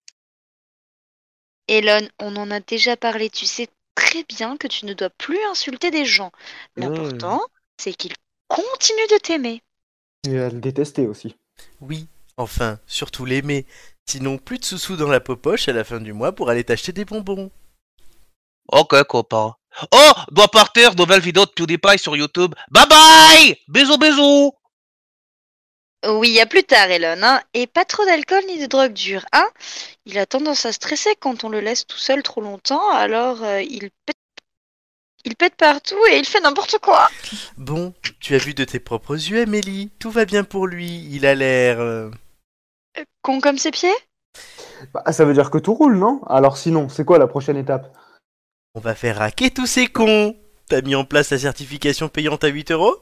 Elon, on en a déjà parlé, tu sais très bien que tu ne dois plus insulter des gens. L'important, c'est qu'ils continuent de t'aimer. Et à le détester aussi. Oui, enfin, surtout l'aimer. Sinon, plus de sous-sous dans la popoche à la fin du mois pour aller t'acheter des bonbons. Ok, copain. Oh Doit partir, nouvelle vidéo de PewDiePie sur YouTube. Bye bye Bisous, bisous Oui, à plus tard, Elon, hein. Et pas trop d'alcool ni de drogue dure, hein. Il a tendance à stresser quand on le laisse tout seul trop longtemps, alors euh, il pète... il pète partout et il fait n'importe quoi. Bon, tu as vu de tes propres yeux, Amélie. Tout va bien pour lui. Il a l'air. euh, Euh, Con comme ses pieds Bah, ça veut dire que tout roule, non Alors sinon, c'est quoi la prochaine étape On va faire raquer tous ces cons. T'as mis en place la certification payante à 8 euros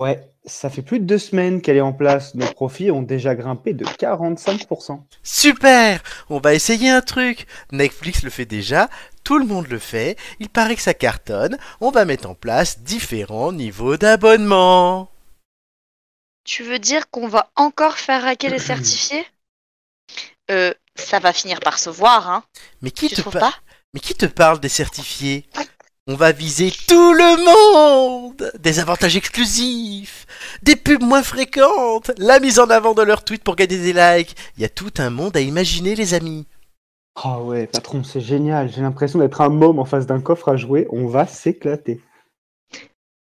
Ouais, ça fait plus de deux semaines qu'elle est en place. Nos profits ont déjà grimpé de 45%. Super On va essayer un truc. Netflix le fait déjà. Tout le monde le fait. Il paraît que ça cartonne. On va mettre en place différents niveaux d'abonnement. Tu veux dire qu'on va encore faire raquer les certifiés Euh, ça va finir par se voir, hein. Mais qui Tu te trouves pa- pas Mais qui te parle des certifiés On va viser tout le monde Des avantages exclusifs, des pubs moins fréquentes, la mise en avant de leurs tweets pour gagner des likes. Il y a tout un monde à imaginer, les amis. Ah ouais, patron, c'est génial. J'ai l'impression d'être un môme en face d'un coffre à jouer. On va s'éclater.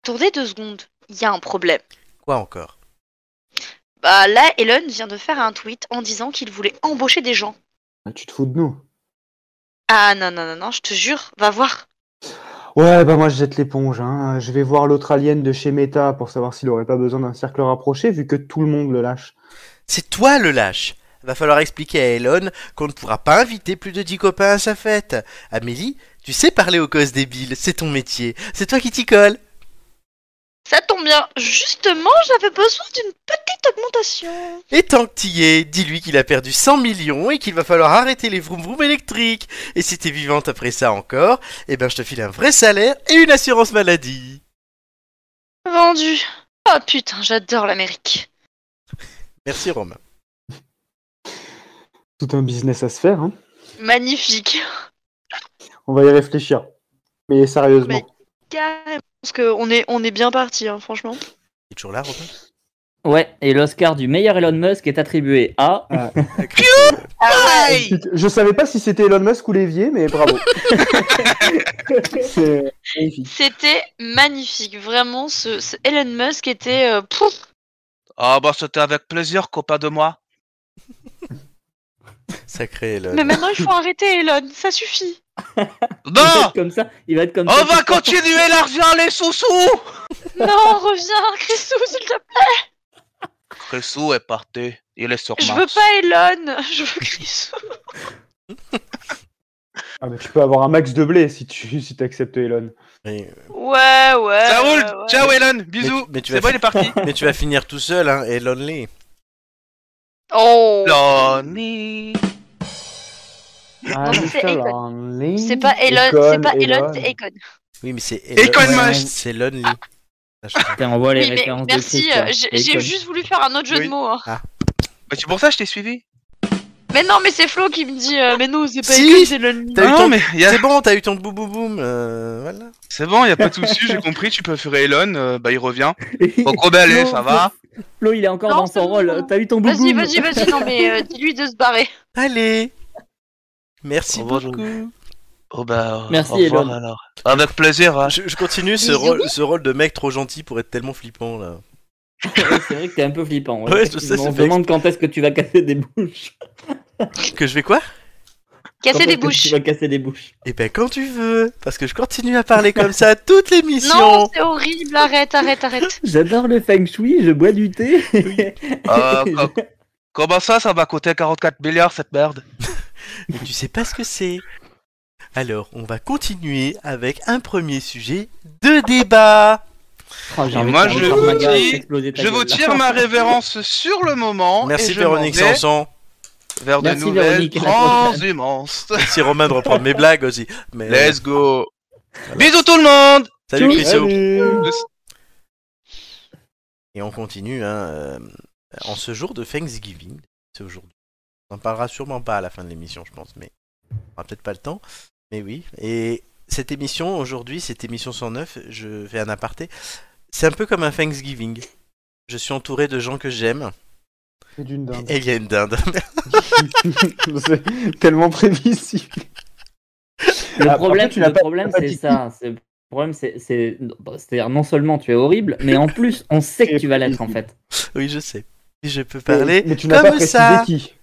Attendez deux secondes, il y a un problème. Quoi encore Bah là, Elon vient de faire un tweet en disant qu'il voulait embaucher des gens. Ah, tu te fous de nous Ah non, non, non, non, je te jure, va voir. Ouais, bah moi je jette l'éponge. hein. Je vais voir l'autre alien de chez Meta pour savoir s'il aurait pas besoin d'un cercle rapproché vu que tout le monde le lâche. C'est toi le lâche Va falloir expliquer à Elon qu'on ne pourra pas inviter plus de 10 copains à sa fête. Amélie, tu sais parler aux causes débiles, c'est ton métier, c'est toi qui t'y colle. Ça tombe bien, justement, j'avais besoin d'une petite augmentation. Et tant que t'y es, dis-lui qu'il a perdu 100 millions et qu'il va falloir arrêter les vroom vroom électriques. Et si t'es vivante après ça encore, eh ben je te file un vrai salaire et une assurance maladie. Vendu. Oh putain, j'adore l'Amérique. Merci Romain. Tout un business à se faire. Hein. Magnifique. On va y réfléchir. Mais sérieusement. Mais- Carrément. Parce qu'on est, on est bien parti, hein, franchement. T'es toujours là Romain Ouais, et l'Oscar du meilleur Elon Musk est attribué à. Aïe Putain, Je savais pas si c'était Elon Musk ou l'évier, mais bravo. C'est magnifique. C'était magnifique, vraiment. Ce, ce Elon Musk était. euh, pouf. Ah bah c'était avec plaisir, copain de moi. Sacré Elon. Mais maintenant, il faut arrêter Elon, ça suffit. Il va Non être comme ça. Il va être comme ça. Ah On tout le va temps. continuer l'argent, les sous-sous Non, reviens, Chrisou, s'il te plaît. Cressou est parti, il est sur Je veux Mars. pas Elon, je veux Chrisou. Ah, mais tu peux avoir un max de blé si tu si acceptes Elon. Oui. Ouais, ouais. Ça roule euh, ouais, ouais. Ciao Elon, bisous mais tu vas C'est bon, il est parti Mais tu vas finir tout seul, hein, et lonely. Oh. Lonely Ah, mais c'est Elon. Lonely. C'est pas Elon, c'est pas Elon, c'est Econ. Oui, mais c'est Elon Ouais, Musk. C'est lonely. Putain, on voit les Oui, mais références de hein. merci, Christ, euh, là. j'ai Et j'ai comme- juste voulu faire un autre jeu Oui. de mots. hein. Mais c'est pour ça que je t'ai suivi. Mais non, mais c'est Flo qui me dit, euh, mais non, c'est pas Si. Econ, c'est Elon. T'as eu Non, ton- mais y a- C'est bon, t'as eu ton boum boum boum. euh, voilà. c'est bon, y a pas de souci, j'ai compris, tu peux faire Elon, euh, bah il revient. Donc Robert, Non, ça va Oh, Flo, il est encore Non, dans c'est son rôle. bon. T'as eu ton boubou. Vas-y, vas-y, vas-y, non, mais euh, dis-lui de se barrer. Allez. Merci Au revoir, beaucoup. Oh bah, euh, Merci, au revoir, Elon. alors. Avec plaisir, hein. Ah, Je, je continue ce Bisous. rôle, ce rôle de mec trop gentil pour être tellement flippant là. c'est vrai que t'es un peu flippant. Ouais, je sais, c'est on se fait demande quand est-ce que tu vas casser des bouches. Que je vais quoi Quand Casser est-ce des que Tu bouches. vas casser des bouches. Eh ben quand tu veux, parce que je continue à parler comme ça toute l'émission. Non, c'est horrible, arrête, arrête, arrête. J'adore le feng shui, je bois du thé. Euh, co- Comment ça, ça va coûter 44 milliards cette merde Mais tu sais pas ce que c'est. Alors, on va continuer avec un premier sujet de débat. Oh, j'ai envie Moi, de faire je une vous Armaga et dis- exploser ta Je vous gueule, là. tire ma révérence sur le moment. Merci et je m'en Véronique vais Sanson. Vers de Merci, nouvelles Véronique, à la prochaine. transhumances. Merci Romain de reprendre mes blagues aussi. Mais euh, Let's go Bisous tout le monde salut Chriso. Salut. Et on continue hein, euh, en ce jour de Thanksgiving. C'est aujourd'hui. On en parlera sûrement pas à la fin de l'émission, je pense, mais on aura peut-être pas le temps. Mais oui. Et cette émission aujourd'hui, cette émission 109, je fais un aparté. C'est un peu comme un Thanksgiving. Je suis entouré de gens que j'aime. C'est d'une dinde. Et il y a une dinde. c'est tellement prévisible. Le Ah, par problème, contre, tu l'as le pas- problème, tu l'as pas c'est dit. ça. c'est- Le problème, c'est, c'est, bah, c'est-à-dire non seulement tu es horrible, mais en plus, on sait que tu vas l'être en fait. oui, je sais. Et je peux parler mais tu n'as pas comme précisé ça. qui.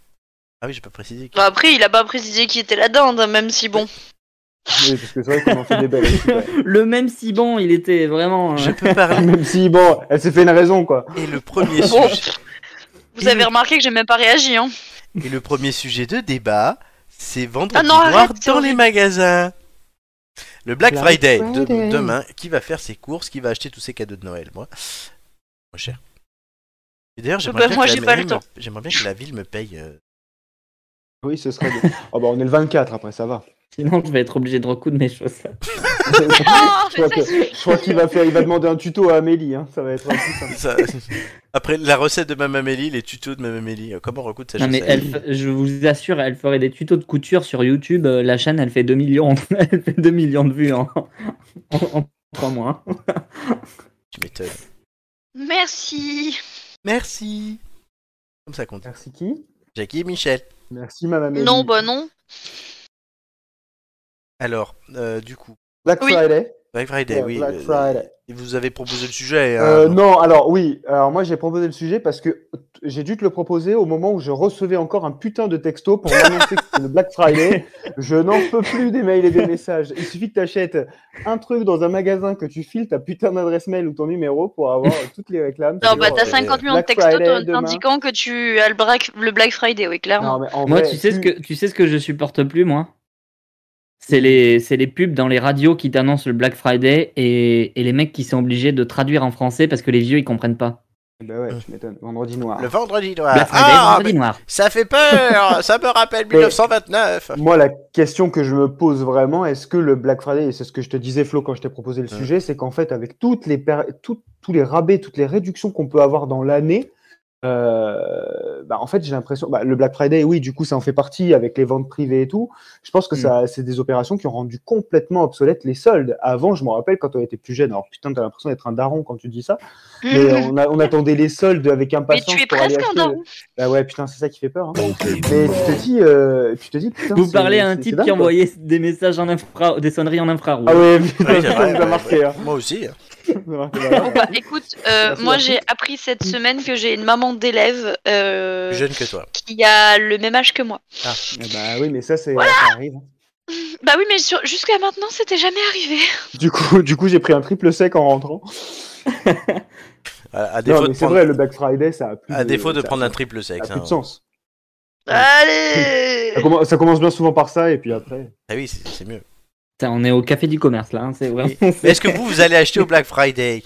Ah oui, j'ai pas précisé. Bah après, il a pas précisé qui était la dinde, hein, même si bon. Oui, parce que c'est vrai qu'on en fait des belles. aussi, ouais. Le même Siban, il était vraiment. Je euh, peux parler. Même si, bon, elle s'est fait une raison, quoi. Et le premier Bon. sujet. Vous avez remarqué que j'ai même pas réagi, hein. Et le premier sujet de débat, c'est vendredi Ah non, noir arrête, c'est dans les horrible. magasins. Le Black, Black Friday, de- Friday. demain, qui va faire ses courses, qui va acheter tous ses cadeaux de Noël, moi. Moi cher. Et D'ailleurs, j'aimerais Bah, bien, moi, que la j'ai pas le mairie me- temps. j'aimerais bien que la ville me paye. euh, Oui, ce serait. bien. Oh, bah, on est le 24 après, ça va. Sinon, je vais être obligé de recoudre mes chaussettes. Ah, Je crois, mais ça que- suffit. je crois qu'il va faire, il va demander un tuto à Amélie, hein. ça va être un peu simple. ça- Après, la recette de Mme Amélie, les tutos de Mme Amélie, euh, comment on recoute sa Non, mais chaussette elle, fe- je vous assure, elle ferait des tutos de couture sur YouTube. euh, La chaîne, elle fait 2 millions, elle fait 2 millions de vues en, en, en 3 mois. Tu m'étonnes. Merci. Merci Comme ça qu'on dit. Merci qui Jackie et Michel. Merci Madame Amélie. Non, bah non. Alors, euh, du coup. Black Oui. Friday. Black Friday, Ouais, oui. Black euh, Friday. et Vous avez proposé le sujet. hein, Euh, donc- non, alors oui. Alors moi j'ai proposé le sujet parce que t- j'ai dû te le proposer au moment où je recevais encore un putain de texto pour m'annoncer que c'était le Black Friday. Je n'en peux plus des mails et des messages. Il suffit que tu achètes un truc dans un magasin que tu files ta putain d'adresse mail ou ton numéro pour avoir euh, toutes les réclames. Non, sur, bah t'as euh, 50 millions de Black textos Friday t'en- demain. t'indiquant que tu as le Black, le Black Friday, oui, clairement. Non, mais en Moi, vrai, tu sais, ce plus- que, tu sais ce que je supporte plus, moi C'est les, c'est les pubs dans les radios qui t'annoncent le Black Friday et, et les mecs qui sont obligés de traduire en français parce que les vieux ils comprennent pas. Bah ouais, tu m'étonnes. Vendredi noir. Le vendredi noir. Black Friday, Ah, vendredi mais noir. ça fait peur Ça me rappelle 1929 Moi, la question que je me pose vraiment, est-ce que le Black Friday, et c'est ce que je te disais, Flo, quand je t'ai proposé le Ouais. sujet, c'est qu'en fait, avec toutes les per- tout- tous les rabais, toutes les réductions qu'on peut avoir dans l'année, euh, bah, en fait, j'ai l'impression, bah, le Black Friday, oui, du coup, ça en fait partie avec les ventes privées et tout. Je pense que Mm. ça, c'est des opérations qui ont rendu complètement obsolètes les soldes. Avant, je me rappelle quand on était plus jeune. Alors, putain, t'as l'impression d'être un daron quand tu dis ça. Mm, Mais euh, on, a- on attendait les soldes avec Mais impatience. tu es pour aller presque un acheter. daron. Bah ouais, putain, c'est ça qui fait peur. hein. Mais tu bah. te dis, euh, tu te dis, putain, Vous c'est- parlez à un c'est- type c'est qui dingue, quoi. envoyait des messages en infra, des sonneries en infrarouge. Ah ouais, putain, Oui, c'est ça vrai, nous a marqué. hein. Moi aussi. Ça nous a marqué, voilà. Bah, écoute, euh, Merci, moi merci. j'ai appris cette semaine que j'ai une maman d'élève euh, Plus jeune que toi. qui a le même âge que moi. Eh bah oui, mais ça, c'est ça arrive. hein. Bah oui, mais sur- jusqu'à maintenant, c'était jamais arrivé. Du coup, du coup, j'ai pris un triple sec en rentrant. À, à Non, défaut, mais de, c'est prendre, vrai, le Black Friday, ça a plus à défaut de ça a- prendre un triple ça sexe. a plus de hein. sens. Allez Ça commence, ça commence bien souvent par ça, et puis après. Ah oui, c'est c'est mieux. Putain, on est au café du commerce là, hein, c'est vraiment. Mais est-ce que vous, vous allez acheter au Black Friday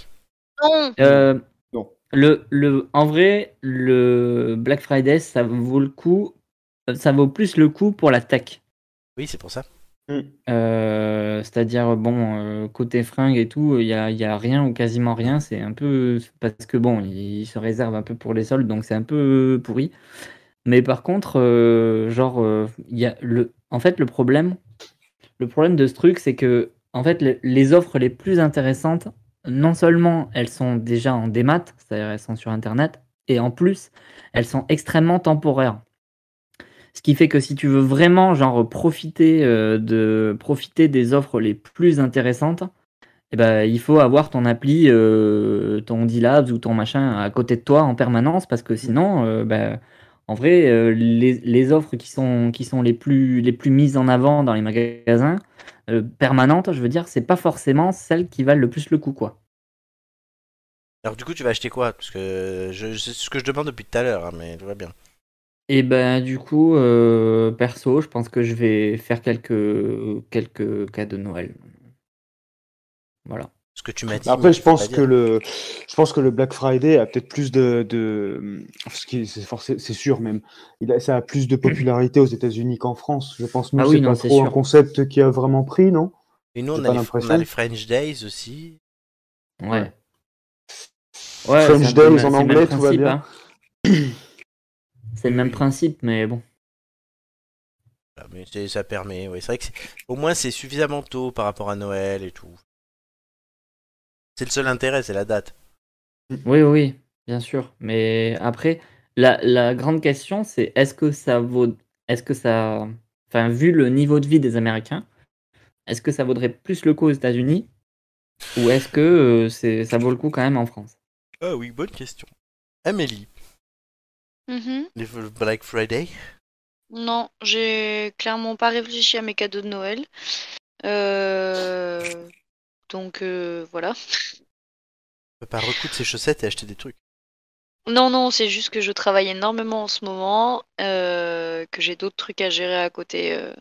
Non Euh, Non. le, le, en vrai, le Black Friday, ça vaut le coup. euh, Ça vaut plus le coup pour la tech. Oui, c'est pour ça. Euh, c'est-à-dire, bon, euh, côté fringues et tout, il n'y a, y a rien ou quasiment rien. C'est un peu. Parce que, bon, ils se réservent un peu pour les soldes, donc c'est un peu euh, pourri. Mais par contre, euh, genre, euh, il y a le... en fait, le problème, le problème de ce truc, c'est que, en fait, le- les offres les plus intéressantes, non seulement elles sont déjà en démat, c'est-à-dire elles sont sur Internet, et en plus, elles sont extrêmement temporaires. Ce qui fait que si tu veux vraiment genre profiter euh, de profiter des offres les plus intéressantes, eh ben, il faut avoir ton appli, euh, ton D-Labs ou ton machin à côté de toi en permanence parce que sinon, euh, ben, en vrai, euh, les, les offres qui sont, qui sont les, plus, les plus mises en avant dans les magasins euh, permanentes, je veux dire, c'est pas forcément celles qui valent le plus le coup, quoi. Alors du coup, tu vas acheter quoi Parce que je, c'est ce que je demande depuis tout à l'heure, hein, mais tout va bien. Et ben du coup, euh, perso, je pense que je vais faire quelques, quelques cas de Noël. Voilà. Ce que tu m'as dit. mais Bah, Après, je tu peux pense pas dire. que le, je pense que le Black Friday a peut-être plus de, de ce qui, c'est forcé- c'est sûr même, il a, ça a plus de popularité aux États-Unis qu'en France. Je pense même Ah que oui, c'est non, pas c'est trop un sûr. concept qui a vraiment pris, non Et nous, on j'ai a, pas les, on l'impression. a les French Days aussi. Ouais. Ouais, French c'est un peu le Days même- en c'est le même anglais, tout va principe, bien. hein. C'est le même principe, mais bon. Voilà, mais c'est- ça permet. Ouais, c'est vrai que c'est- au moins c'est suffisamment tôt par rapport à Noël et tout. C'est le seul intérêt, c'est la date. Oui, oui, bien sûr. Mais après, la, la grande question, c'est est-ce que ça vaut. Est-ce que ça. Enfin, vu le niveau de vie des Américains, est-ce que ça vaudrait plus le coup aux États-Unis Ou est-ce que euh, c'est, ça vaut le coup quand même en France Ah oui, bonne question. Amélie, Mhm. les- le Black Friday. Non, j'ai clairement pas réfléchi à mes cadeaux de Noël. Euh, Donc euh, voilà. On peut pas recoudre ses chaussettes et acheter des trucs. Non, non, c'est juste que je travaille énormément en ce moment, euh, que j'ai d'autres trucs à gérer à côté. euh.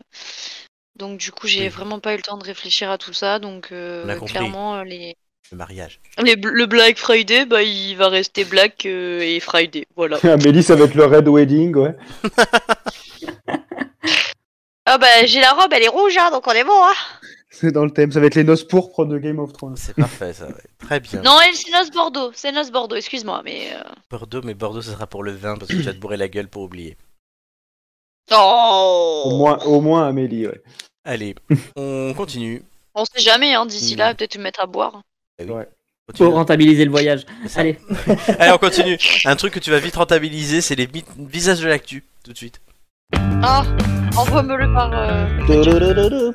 Donc du coup, j'ai Oui. vraiment pas eu le temps de réfléchir à tout ça. Donc euh, On a compris. clairement, euh, les... Le mariage. les bl- le Black Friday, bah, il va rester Black euh, et Friday. Voilà. Amélis avec le Red Wedding, ouais. Ah bah j'ai la robe, elle est rouge, hein, donc on est bon. Hein. C'est dans le thème. Ça va être les noces pourpres de Game of Thrones. C'est parfait, ça. ouais. Très bien. Non, elle, c'est Noce Bordeaux, c'est Noce Bordeaux, excuse-moi, mais... euh, Bordeaux, mais Bordeaux, ça sera pour le vin parce que tu vas te bourrer la gueule pour oublier. Oh Au moins, au moins Amélie, ouais. Allez, on continue. On sait jamais, hein, d'ici Mm. là, peut-être me mettre à boire. Continue. Pour rentabiliser le voyage. C'est ça. Allez. Allez, on continue. Un truc que tu vas vite rentabiliser, c'est les mi- visages de l'actu. Tout de suite. Ah, envoie-me-le par... euh,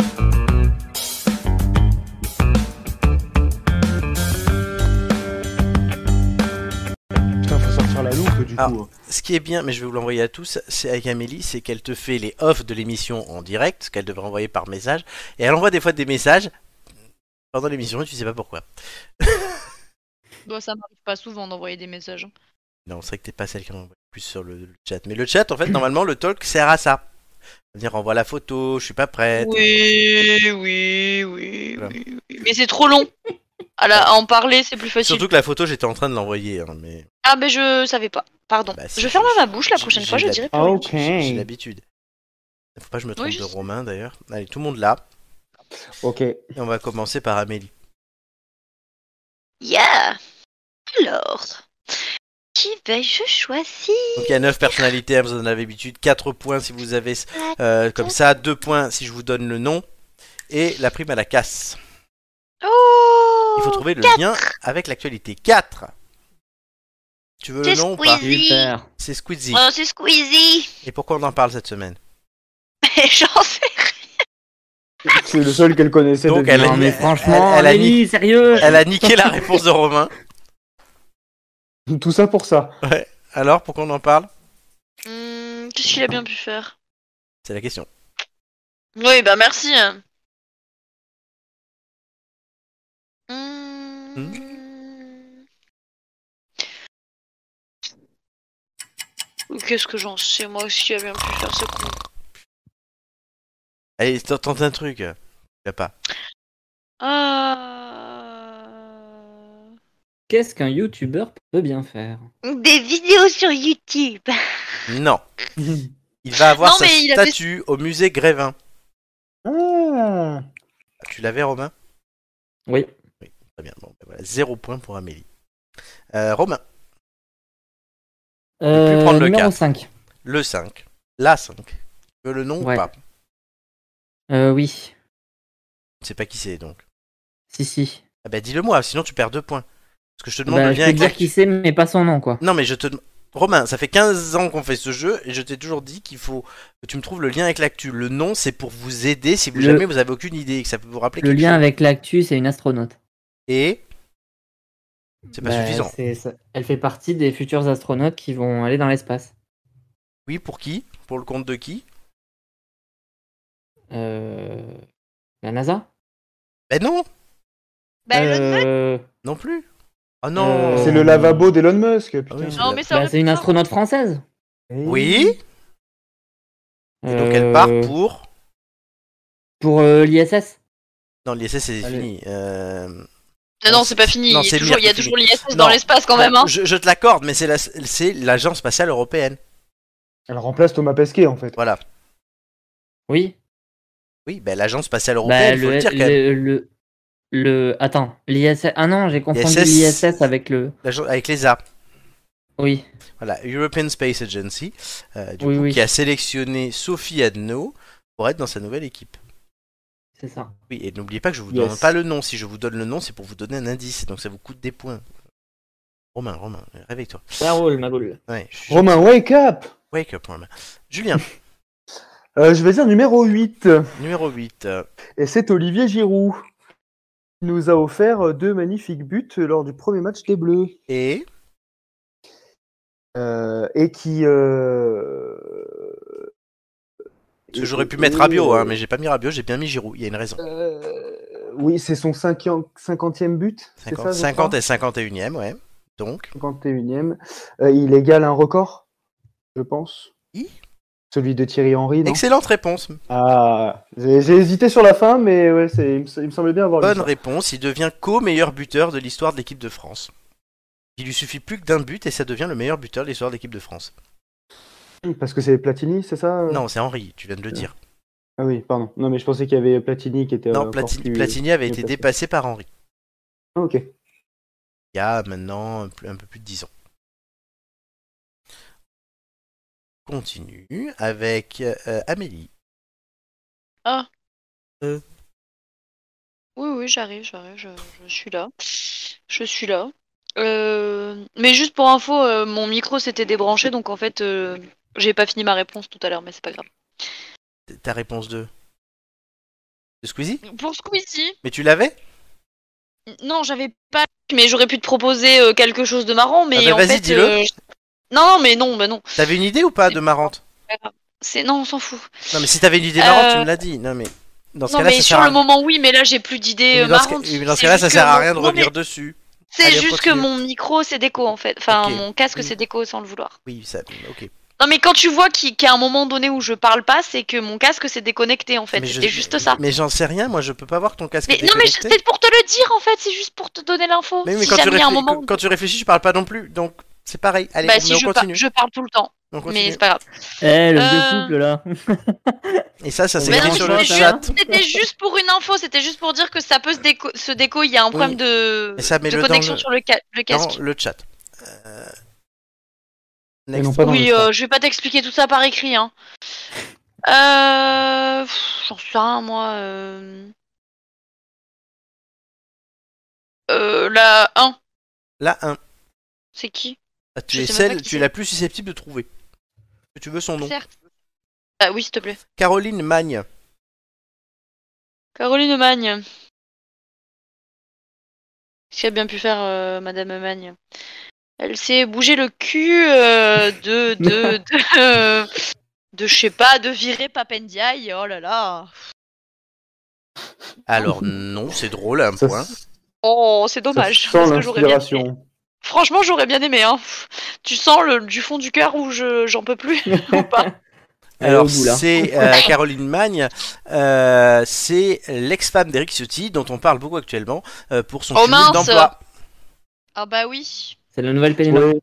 du Ah. coup. Ce qui est bien, mais je vais vous l'envoyer à tous, c'est avec Amélie, c'est qu'elle te fait les offs de l'émission en direct, ce qu'elle devrait envoyer par message, et elle envoie des fois des messages pendant l'émission et tu sais pas pourquoi. Bon, ça m'arrive pas souvent d'envoyer des messages. Non, c'est vrai que t'es pas celle qui envoie le plus sur le, le chat. Mais le chat, en fait, normalement, le talk sert à ça. C'est-à-dire, envoie la photo, je suis pas prête. Oui, oui, oui, Voilà. oui, oui. Mais c'est trop long. À, la- à en parler, c'est plus facile. Surtout que la photo, j'étais en train de l'envoyer, hein, mais Ah, mais je savais pas. Pardon. Bah, si, je ferme je- ma bouche la je- prochaine j'ai fois, je la- dirais plus. Ah, ok. j'ai j'ai l'habitude. Faut pas que je me trompe je de sais. Romain, d'ailleurs. Allez, tout le monde là. Ok. Et on va commencer par Amélie. Yeah Alors, qui vais-je choisir Donc il y a 9 personnalités, hein, vous en avez l'habitude. 4 points si vous avez euh, comme ça, 2 points si je vous donne le nom. Et la prime à la casse. Oh Il faut trouver le quatre. lien avec l'actualité. 4 Tu veux le C'est nom ou pas Squeezie. Super. C'est Squeezie. Oh, c'est Squeezie Et pourquoi on en parle cette semaine J'en sais C'est le seul qu'elle connaissait. Donc, de elle a- Non vivre. mais franchement, elle a Amélie, sérieux Elle a niqué la réponse de Romain. Tout ça pour ça. Alors pourquoi on en parle Hmm, Qu'est-ce qu'il a bien pu faire C'est la question. Oui, bah merci. Hmm. Qu'est-ce que j'en sais moi Qu'est-ce qu'il a bien pu faire ce con Allez, t- tente un truc. Tu l'as pas. Ah. Qu'est-ce qu'un youtubeur peut bien faire Des vidéos sur YouTube. Non. Euh, Il va avoir Non, sa mais il a fait- statue au musée Grévin. Ah. Tu l'avais Romain Oui. Très bien. Bon, ben voilà. Zéro point pour Amélie. Euh, Romain, Euh, prendre le numéro quatre. 5. le 5. La 5. Tu veux le nom Ouais. ou pas Euh, oui. Je sais pas qui c'est donc. Si, si. Ah bah dis-le moi, sinon tu perds deux points. Parce que je te demande Bah, le je lien peux avec dire la- qui c'est, mais pas son nom, quoi. Non mais je te dem- Romain, ça fait 15 ans qu'on fait ce jeu et je t'ai toujours dit qu'il faut que tu me trouves le lien avec l'actu. Le nom c'est pour vous aider si vous Le- jamais vous avez aucune idée et que ça peut vous rappeler Le quelque lien chose. avec l'actu, c'est une astronaute. Et c'est pas Bah, suffisant. c'est- ça- Elle fait partie des futurs astronautes qui vont aller dans l'espace. Oui, pour qui Pour le compte de qui Euh... La NASA Ben non, Bah, le- Euh, non plus. Oh non. Euh, C'est le lavabo d'Elon Musk. Putain. oui, c'est Non, la- mais ça bah, aurait C'est pu une faire. astronaute française. Oui. Et donc Euh, elle part pour. Pour euh, l'ISS. Non, l'ISS c'est Allez. fini. Euh, Non, non, c'est pas fini. Non, il, y c'est a toujours, Mir il y a qui toujours l'ISS dans Non. l'espace quand même. Hein. je, je te l'accorde, mais c'est la- c'est l'agence spatiale européenne. Elle remplace Thomas Pesquet en fait. Voilà. Oui. Oui, ben l'agence spatiale Bah, européenne, faut le, le dire quand même. le, le- le- Attends, l'ISS. Ah non, j'ai confondu ISS. l'ISS avec le. L'agence- Avec les A. Oui. Voilà, European Space Agency, euh, du Oui, coup, oui. qui a sélectionné Sophie Adno pour être dans sa nouvelle équipe. C'est ça. Oui, et n'oubliez pas que je vous Yes. donne pas le nom. Si je vous donne le nom, c'est pour vous donner un indice, donc ça vous coûte des points. Romain, Romain, euh, réveille-toi. Ça roule, ma boule. Ouais, je suis- Romain, wake up Wake up, Romain. Julien, Euh, Je vais dire numéro 8. numéro 8. euh, Et c'est Olivier Giroud. Il nous a offert euh, deux magnifiques buts lors du premier match des Bleus. et Euh, et qui. euh, parce que j'aurais pu mettre Rabiot, hein, mais j'ai pas mis Rabiot, j'ai bien mis Giroud. Il y a une raison. Euh, oui, c'est son 50, 50e but. c'est 50, ça, je 50 crois et 51e, ouais. Donc, 51e. Euh, il égale un record, je pense. Oui. Celui de Thierry Henry. non excellente réponse. Ah, j'ai j'ai hésité sur la fin, mais ouais, c'est- il, me, il me semblait bien avoir lu Bonne ça. réponse, il devient co-meilleur buteur de l'histoire de l'équipe de France. Il lui suffit plus que d'un but et ça devient le meilleur buteur de l'histoire de l'équipe de France. Parce que c'est Platini, c'est ça euh Non, c'est Henri, tu viens de le dire. Ah oui, pardon. Non, mais je pensais qu'il y avait Platini qui était. euh, non, encore Platini, plus- Platini avait plus été placé. dépassé par Henri Ah, ok. il y a maintenant un peu un peu plus de 10 ans. Continue avec euh, Amélie. Oui, oui, j'arrive, j'arrive, je, je suis là. Je suis là. Euh, Mais juste pour info, euh, mon micro s'était débranché, donc en fait, euh, j'ai pas fini ma réponse tout à l'heure, mais c'est pas grave. Ta réponse de, de Squeezie Pour Squeezie, Mais tu l'avais non, j'avais pas, mais j'aurais pu te proposer euh, quelque chose de marrant, mais Ah bah en vas-y, fait, dis-le. euh, Non, mais non, mais non. T'avais une idée ou pas de marrante C'est non, on s'en fout. Non, mais si t'avais une idée marrante, tu Euh, me l'as dit. Non, mais dans ce non, cas-là, mais ça sur sert à le moment, oui, mais là, j'ai plus d'idées Mais euh, dans ce cas- marrantes. mais dans ce C'est cas-là, juste ça que sert à mon- rien de non, mais revenir dessus. C'est Allez, on juste que continue. mon micro, c'est déco en fait. Enfin, Ok. Mm. mon casque, Oui. c'est déco sans le vouloir. Oui, ça. Ok. Non, mais quand tu vois qu'il- qu'à un moment donné où je parle pas, c'est que mon casque s'est déconnecté en fait. Mais je- C'était juste ça. Mais j'en sais rien, moi, je peux pas voir que ton casque. Mais, est non, mais je- déconnecté. c'est pour te le dire en fait, c'est juste pour te donner l'info. Mais, oui, mais si quand, tu jamais à un réfléchis- moment. quand tu réfléchis, je parle pas non plus. Donc, c'est pareil. Allez, bah, on, si on je, par- continue. je parle tout le temps, On mais continue. c'est pas grave. Bah, Eh, le Euh, vieux couple là. Et ça, ça Mais Mais s'écrit non, sur mais le c'était je- chat. juste- C'était juste pour une info, c'était juste pour dire que ça peut se déco. Se déco il y a un problème de, Mais ça, met de le dans connexion le- sur le, ca- le Dans casque. le chat. Euh, Mais next. non, pas dans oui, le euh, je vais pas t'expliquer tout ça par écrit. Hein. Euh, pff, J'en sais rien, moi. Euh... Euh, la 1, Là, un. c'est qui Ah, tu Je es sais même pas celle, qui tu es c'est. la plus susceptible de trouver. Que Tu veux son nom Certes. Ah oui, s'il te plaît. Caroline Magne. Caroline Magne. Ce qu'a bien pu faire euh, Madame Magne. Elle s'est bougé le cul euh, de de de euh, de je sais pas de virer Papendiaï. Oh là là. Alors non, c'est drôle à un Ça, point. ça Oh, c'est dommage. sent parce que j'aurais bien aimé. l'inspiration. Franchement, j'aurais bien aimé. Hein. Tu sens le du fond du cœur où je j'en peux plus ou pas Alors au bout, là. c'est euh, Caroline Magne, euh, c'est l'ex-femme d'Eric Ciotti dont on parle beaucoup actuellement euh, pour son Oh, cumul mince. d'emploi. Ah bah oui. C'est la nouvelle Pénélope. Ouais.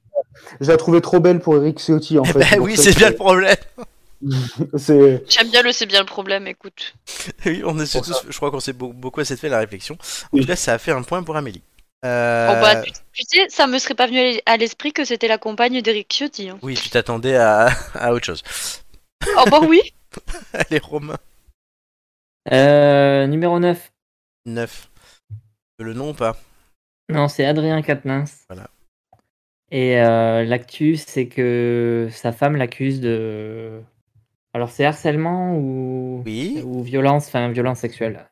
Je la trouvais trop belle pour Eric Ciotti en fait. Bah C'est pour oui, ça c'est que- bien le problème. C'est J'aime bien le c'est bien le problème. Écoute. Oui, on s'est Pour tous- je crois qu'on s'est beau- beaucoup assez fait la réflexion. En Oui. tout cas, ça a fait un point pour Amélie. Oh bah, Euh, tu, tu sais, ça me serait pas venu à l'es- à l'esprit que c'était la compagne d'Eric Ciotti. hein. Oui, tu t'attendais à, à autre chose. Oh bah oui. Allez, Romain. Euh, numéro 9. 9. Euh, Le nom ou pas Non, c'est Adrien Quatennens. Voilà. Et euh, l'actu, c'est que sa femme l'accuse de. Alors, c'est harcèlement ou. Oui, Ou violence, enfin, violence sexuelle.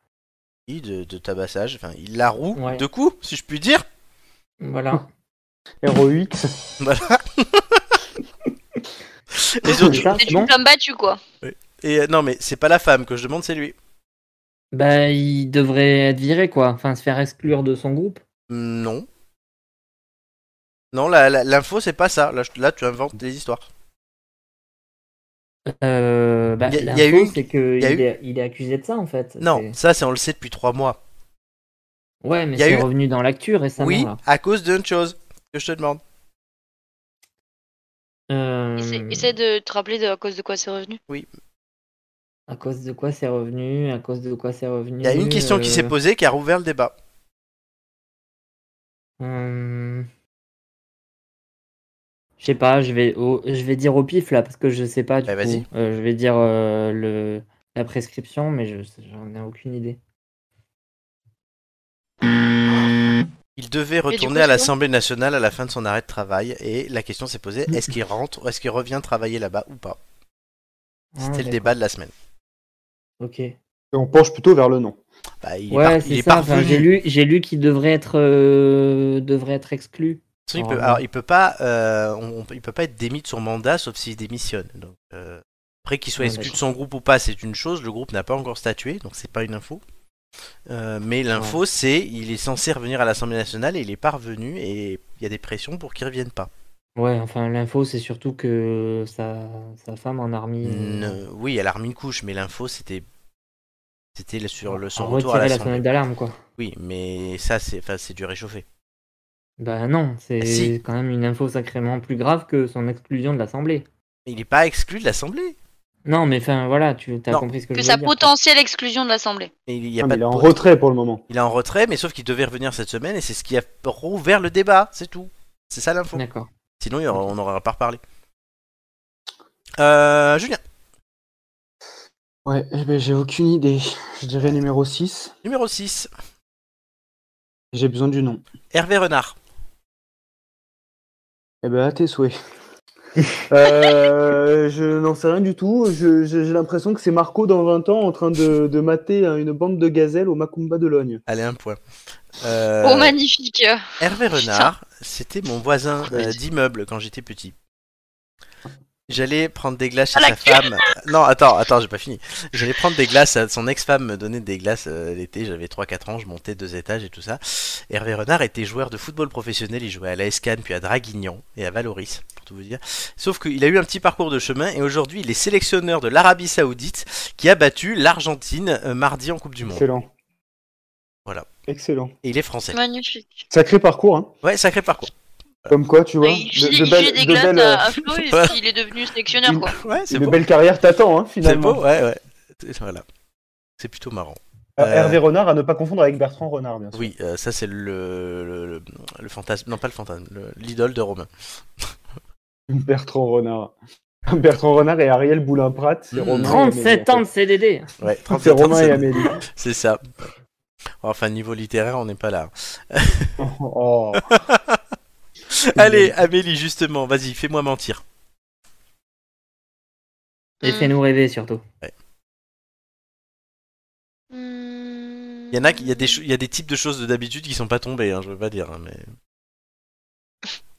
oui, de, de tabassage. Enfin, il la roue Ouais. de coups, si je puis dire. Voilà. héroïque. Voilà. Les C'est autres, ça, C'est c'est Ah bon une femme battue, quoi. Et euh, non, mais c'est pas la femme que je demande, c'est lui. Bah, il devrait être viré, quoi. Enfin, se faire exclure de son groupe. Hmm, Non. Non, la- la- l'info, c'est pas ça. Là, je- là, tu inventes des histoires. Euh, bah, Y a- y a l'info, eu- c'est que y a il, eu- est, il est accusé de ça, en fait. Non, ça, c'est on le sait depuis trois mois. C'est- Ouais, mais y a c'est eu- revenu dans l'actu récemment. oui, là. à cause d'une chose que je te demande. Euh, Essaie, essaie de te rappeler de, à cause de quoi c'est revenu. À cause de quoi c'est revenu À cause de quoi c'est revenu Il y a une question qui s'est euh, posée qui a rouvert le débat. Hum. Je sais pas, je vais, au- je vais dire au pif là, parce que je sais pas du Bah, coup. vas-y. Euh, je vais dire euh, le, la prescription, mais je- j'en ai aucune idée. Il devait coup, retourner c'est à bon l'Assemblée nationale à la fin de son arrêt de travail et la question s'est posée est-ce qu'il rentre, est-ce qu'il revient travailler là-bas ou pas Ah, C'était le d'accord, débat de la semaine. Ok. Et on penche plutôt vers le nom. Bah, il est, par- Ouais, il c'est est ça. enfin, parvenu. J'ai lu, j'ai lu qu'il devrait être, euh, devrait être De exclu. toute façon, il peut, Normalement. alors, il peut pas, euh, on- on peut- il peut pas être démis de son mandat sauf s'il démissionne. Donc, euh, après qu'il soit Ouais, exclu de d'accord. son groupe ou pas, c'est une chose. Le groupe n'a pas encore statué, donc c'est pas une info. Euh, mais l'info, c'est il est censé revenir à l'Assemblée nationale et il est pas revenu et il y a des pressions pour qu'il revienne pas. Ouais, enfin, l'info, c'est surtout que sa, sa femme en Mmh. armée. euh, Ne- oui, elle a remis une couche, mais l'info, c'était, c'était le- sur le son a retour à retiré la l'Assemblée. sonnette d'alarme, quoi. Oui, mais ça, c'est, enfin, c'est du réchauffé. Bah non, c'est Si. quand même une info sacrément plus grave que son exclusion de l'Assemblée. Il n'est pas exclu de l'Assemblée. Non, mais enfin, voilà, tu as Non. compris ce que, Que je sa veux dire. potentielle exclusion de l'Assemblée. Et Il y a Ah, pas mais il de est en pause. retrait pour le moment. Il est en retrait, mais sauf qu'il devait revenir cette semaine, et c'est ce qui a rouvert le débat, c'est tout. C'est ça l'info. D'accord. Sinon, il y aura- on n'aura pas reparlé. Euh, Julien, Ouais, eh ben, j'ai aucune idée. Je dirais numéro 6. numéro 6, J'ai besoin du nom. Hervé Renard. Eh ben, à tes souhaits. Euh, je n'en sais rien du tout. Je- je- J'ai l'impression que c'est Marco dans 20 ans en train de, de mater hein, une bande de gazelles au Macumba de Logne. Allez, un point. Euh, Oh, magnifique. Oh, Hervé Renard, c'était mon voisin euh, d'immeuble quand j'étais petit. J'allais prendre des glaces chez Ah, sa la gueule femme. Non, attends, attends, j'ai pas fini. J'allais prendre des glaces. à- Son ex-femme me donnait des glaces euh, l'été. J'avais 3-4 ans, je montais deux étages et tout ça. Hervé Renard était joueur de football professionnel. Il jouait à la Escanne, puis à Draguignan et à Valoris, pour tout vous dire. Sauf qu'il a eu un petit parcours de chemin et aujourd'hui, il est sélectionneur de l'Arabie Saoudite qui a battu l'Argentine euh, mardi en Coupe du Monde. Excellent. Voilà. Excellent. Et il est français. Magnifique. Sacré parcours, hein. Ouais, sacré parcours. Comme quoi, tu vois. Il de- file- de il belles- file des de glaces belles, à, euh, à Flo et Voilà. il est devenu sélectionneur, quoi. Ouais, c'est de beau. belles carrières t'attend, hein, C'est finalement. beau, ouais, ouais. Voilà. C'est plutôt marrant. Euh, Euh, Hervé Renard à ne pas confondre avec Bertrand Renard, bien sûr. Oui, euh, ça c'est le, le, le- le fantasme, non pas le fantasme, le- l'idole de Romain. Bertrand Renard. Bertrand Renard et Ariel Boulin-Prat. c'est Mmh. Romain et Amélie, 37 en ans de CDD. Ouais, fait. C'est Romain et Amélie. C'est ça. Enfin, niveau littéraire, on n'est pas là. Oh. Allez, Amélie, justement, vas-y, fais-moi mentir. Hmm. Et fais-nous rêver surtout. Euh, Hmm. Il y en a, qui- il y a des, cho- il y a des types de choses de d'habitude qui sont pas tombées, hein, je veux pas dire, hein, mais.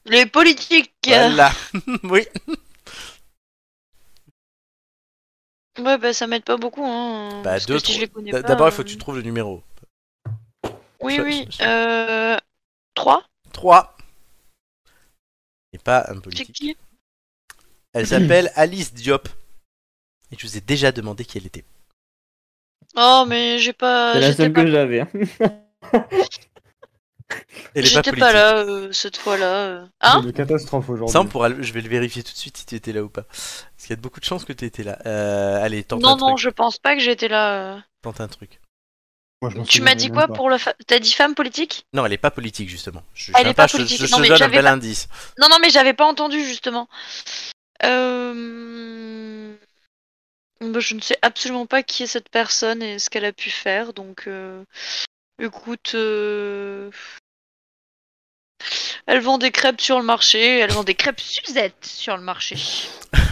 Les politiques. euh, Voilà. oui. Ouais, bah ça m'aide pas beaucoup. Hein, Bah, parce que deux, si je les connais D- pas, D'abord, il faut que euh, tu trouves le numéro. Oui, ça- oui. ça- Euh... 3 3 Et pas un C'est politique. qui Elle s'appelle Alice Diop. Et je vous ai déjà demandé qui elle était. Oh, mais j'ai pas. C'est la J'étais seule pas... que j'avais. hein. Elle est pas j'étais politique. pas, là euh, cette fois-là. euh. Hein C'est une catastrophe aujourd'hui. Ça, on pourra le- je vais le vérifier tout de suite si tu étais là ou pas. Parce qu'il y a de beaucoup de chances que tu étais là. Euh, allez, tente, un Non, non, truc. je pense pas que j'étais là. euh. tente un truc. Moi, je m'en Tu souviens m'as dit même quoi pas. pour le. fa- T'as dit femme politique Non, elle est pas politique, justement. Je, Elle je viens est pas je- politique. je- je Non, te mais donne un j'avais bel pas- indice. Non, non, mais j'avais pas entendu justement. Euh... bah, je ne sais absolument pas qui est cette personne et ce qu'elle a pu faire, donc euh, écoute, euh, elle vend des crêpes sur le marché, elle vend des crêpes Suzette sur le marché.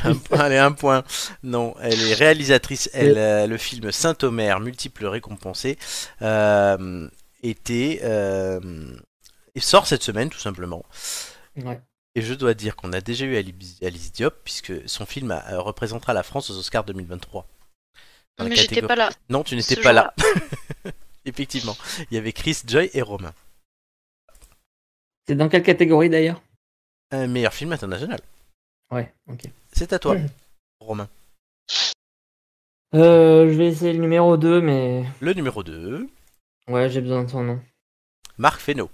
Un point, allez, un point. Non, elle est réalisatrice. Elle, euh, le film Saint-Omer, multiple récompensé, euh, était. euh, et sort cette semaine, tout simplement. Ouais. Et je dois dire qu'on a déjà eu Ali- Alice Diop, puisque son film a- euh, représentera la France aux Oscars 2023. Dans la Mais j'étais catégorie- pas là. Non, tu n'étais ce pas là. jour-là. Effectivement. Il y avait Chris, Joy et Romain. C'est dans quelle catégorie d'ailleurs Un meilleur film international. Ouais, ok. C'est à toi, Ouais. Romain. Euh, je vais essayer le numéro 2, mais. Le numéro 2, Ouais, j'ai besoin de son nom. Marc Fesneau.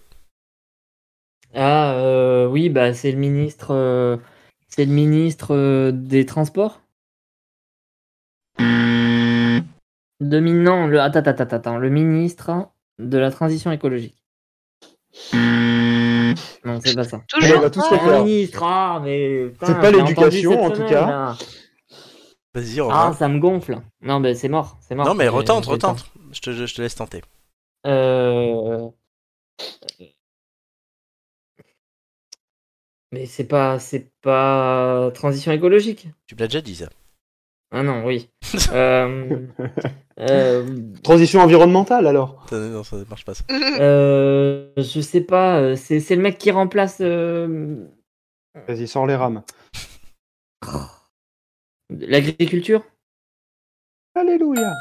Ah, euh, oui, bah c'est le ministre. euh, C'est le ministre euh, des Transports Dominant, le. Attends, attends, attends, attends. Le ministre de la Transition écologique. Non, c'est pas ça. Allez, on Toujours. va tous pas. le faire. Ah, ministre, ah, mais. putain, C'est pas je l'ai l'éducation, entendu cette en tout semaine, cas. là. Vas-y, Ah, Romain. ça me gonfle. Non, mais c'est mort, c'est mort. Euh, non, mais J'ai- retente, j'ai le temps. retente. Je te, je te laisse tenter. Euh... Mais c'est pas, c'est pas transition écologique. Tu me l'as déjà dit, ça. Ah non, oui. Euh, euh, Transition environnementale Ah. alors. Ça- Non, ça ne marche pas, ça. euh, je sais pas. euh, C'est, c'est le mec qui remplace. euh, Vas-y, sors les rames. L'agriculture Alléluia.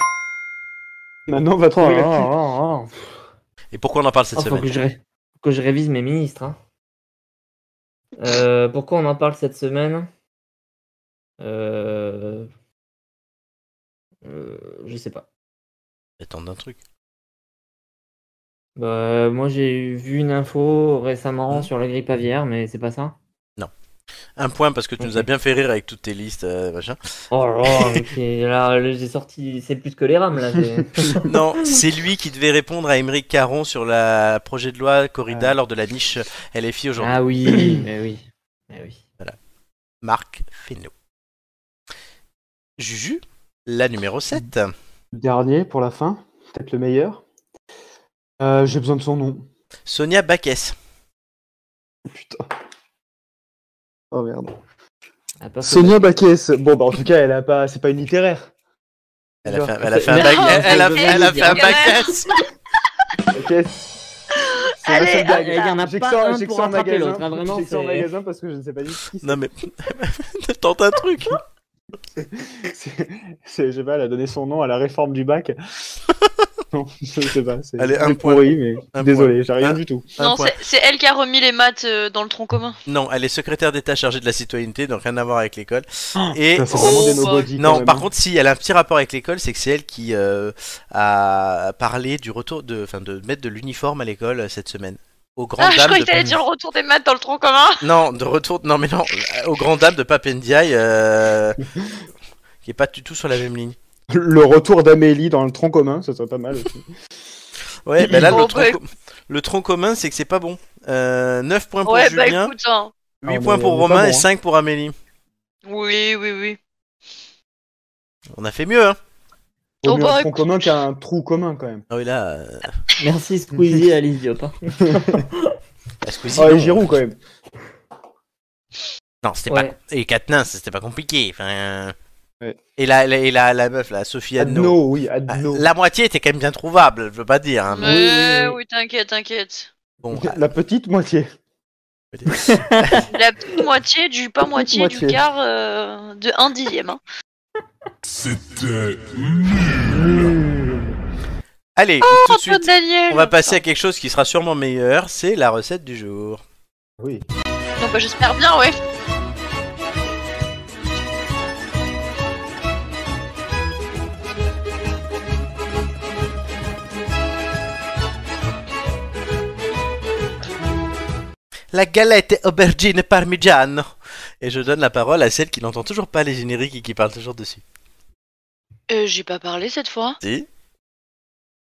Maintenant, on va trouver la petite- oh, oh, oh. Et pourquoi on en parle cette Oh, faut que semaine je, ré- que je révise mes ministres. hein. Euh, pourquoi on en parle cette semaine Euh, euh, Je sais pas. Attends d'un truc. Bah, moi j'ai vu une info récemment Mhm. sur la grippe aviaire, mais c'est pas ça. Un point parce que tu nous as Ok. bien fait rire avec toutes tes listes, euh, machin. Oh là là, ok, là, là, j'ai sorti, c'est plus que les rames là. j'ai- Non, c'est lui qui devait répondre à Émeric Caron sur la projet de loi Corrida Ah. lors de la niche LFI aujourd'hui. ah oui, mais oui, mais oui. Ah. Marc Fesneau. Juju, la numéro 7. Le Dernier pour la fin, peut-être le meilleur. Euh, J'ai besoin de son nom. Sonia Baquès. Putain. Oh merde. Ah, parce que- Sonia Baquès. Bon bah en tout cas, elle a pas, c'est pas une littéraire. Elle a fait, Genre, elle a fait un Non, bac, elle, elle a, c'est elle a fait un Baguette. bac S. Baquès. Allez, seule blague. Il y en a J'ai que pas ça- un j'ai que pour ça en attraper magasin. l'autre, hein, vraiment, J'ai que ça en c'est- magasin parce que je ne sais pas du tout. Non mais tente un truc. C'est- c'est- Je sais pas, elle a donné son nom à la réforme du bac. non, je sais pas. C'est Allez, un c'est point. pourri, mais Un désolé, j'ai rien Un- du tout. Un Non, point. c'est- c'est elle qui a remis les maths euh, dans le tronc commun. Non, elle est secrétaire d'État chargée de la citoyenneté, donc rien à voir avec l'école. Et Ah, Ça, c'est vraiment oh, des nobody, quand non, même. hein. par contre, si elle a un petit rapport avec l'école, c'est que c'est elle qui euh, a parlé du retour de, enfin, de mettre de l'uniforme à l'école euh, cette semaine. Aux grandes Ah, je dames croyais de que t'allais Papendiaï. dire le retour des maths dans le tronc commun. Non, de retour, non mais non, euh, aux grandes dames de Papendiaï, euh, qui est pas du tout sur la même ligne. Le retour d'Amélie dans le tronc commun, ça serait pas mal aussi. Ouais, bah là, le Bon, tronc, bah, co- le tronc commun, c'est que c'est pas bon. Euh, 9 points pour Ouais, bah Julien, écoute, hein. 8 Ah, on points est- pour on est pas Romain bon, et hein. 5 pour Amélie. Oui, oui, oui. On a fait mieux, hein Vaut Oh, mieux bah, un tronc écoute. commun qu'un trou commun quand même. Ah oui, là, euh, Merci Squeezie à hein. l'idiot. bah, Squeezie, Ah, non. et Giroud quand même. Non, c'était Ouais. pas. Et Katnins, c'était pas compliqué. Enfin... Ouais. Et, la, la- et la, la meuf, là, Sophie Adno. Adno, oui, Ah, Adno. La moitié était quand même bien trouvable, je veux pas dire. hein, mais Mais oui, oui. oui, t'inquiète, t'inquiète. bon, ah, La petite moitié. La petite moitié du pas moitié, Moitié. du quart euh, de 1 dixième. Hein. C'était allez, tout de Antoine suite, Ah, Daniel. on va passer à quelque chose qui sera sûrement meilleur c'est la recette du jour. Oui. Donc bah, j'espère bien, ouais. La galette aubergine parmigiano. Et je donne la parole à celle qui n'entend toujours pas les génériques et qui parle toujours dessus. Euh, j'ai pas parlé cette fois. Si tu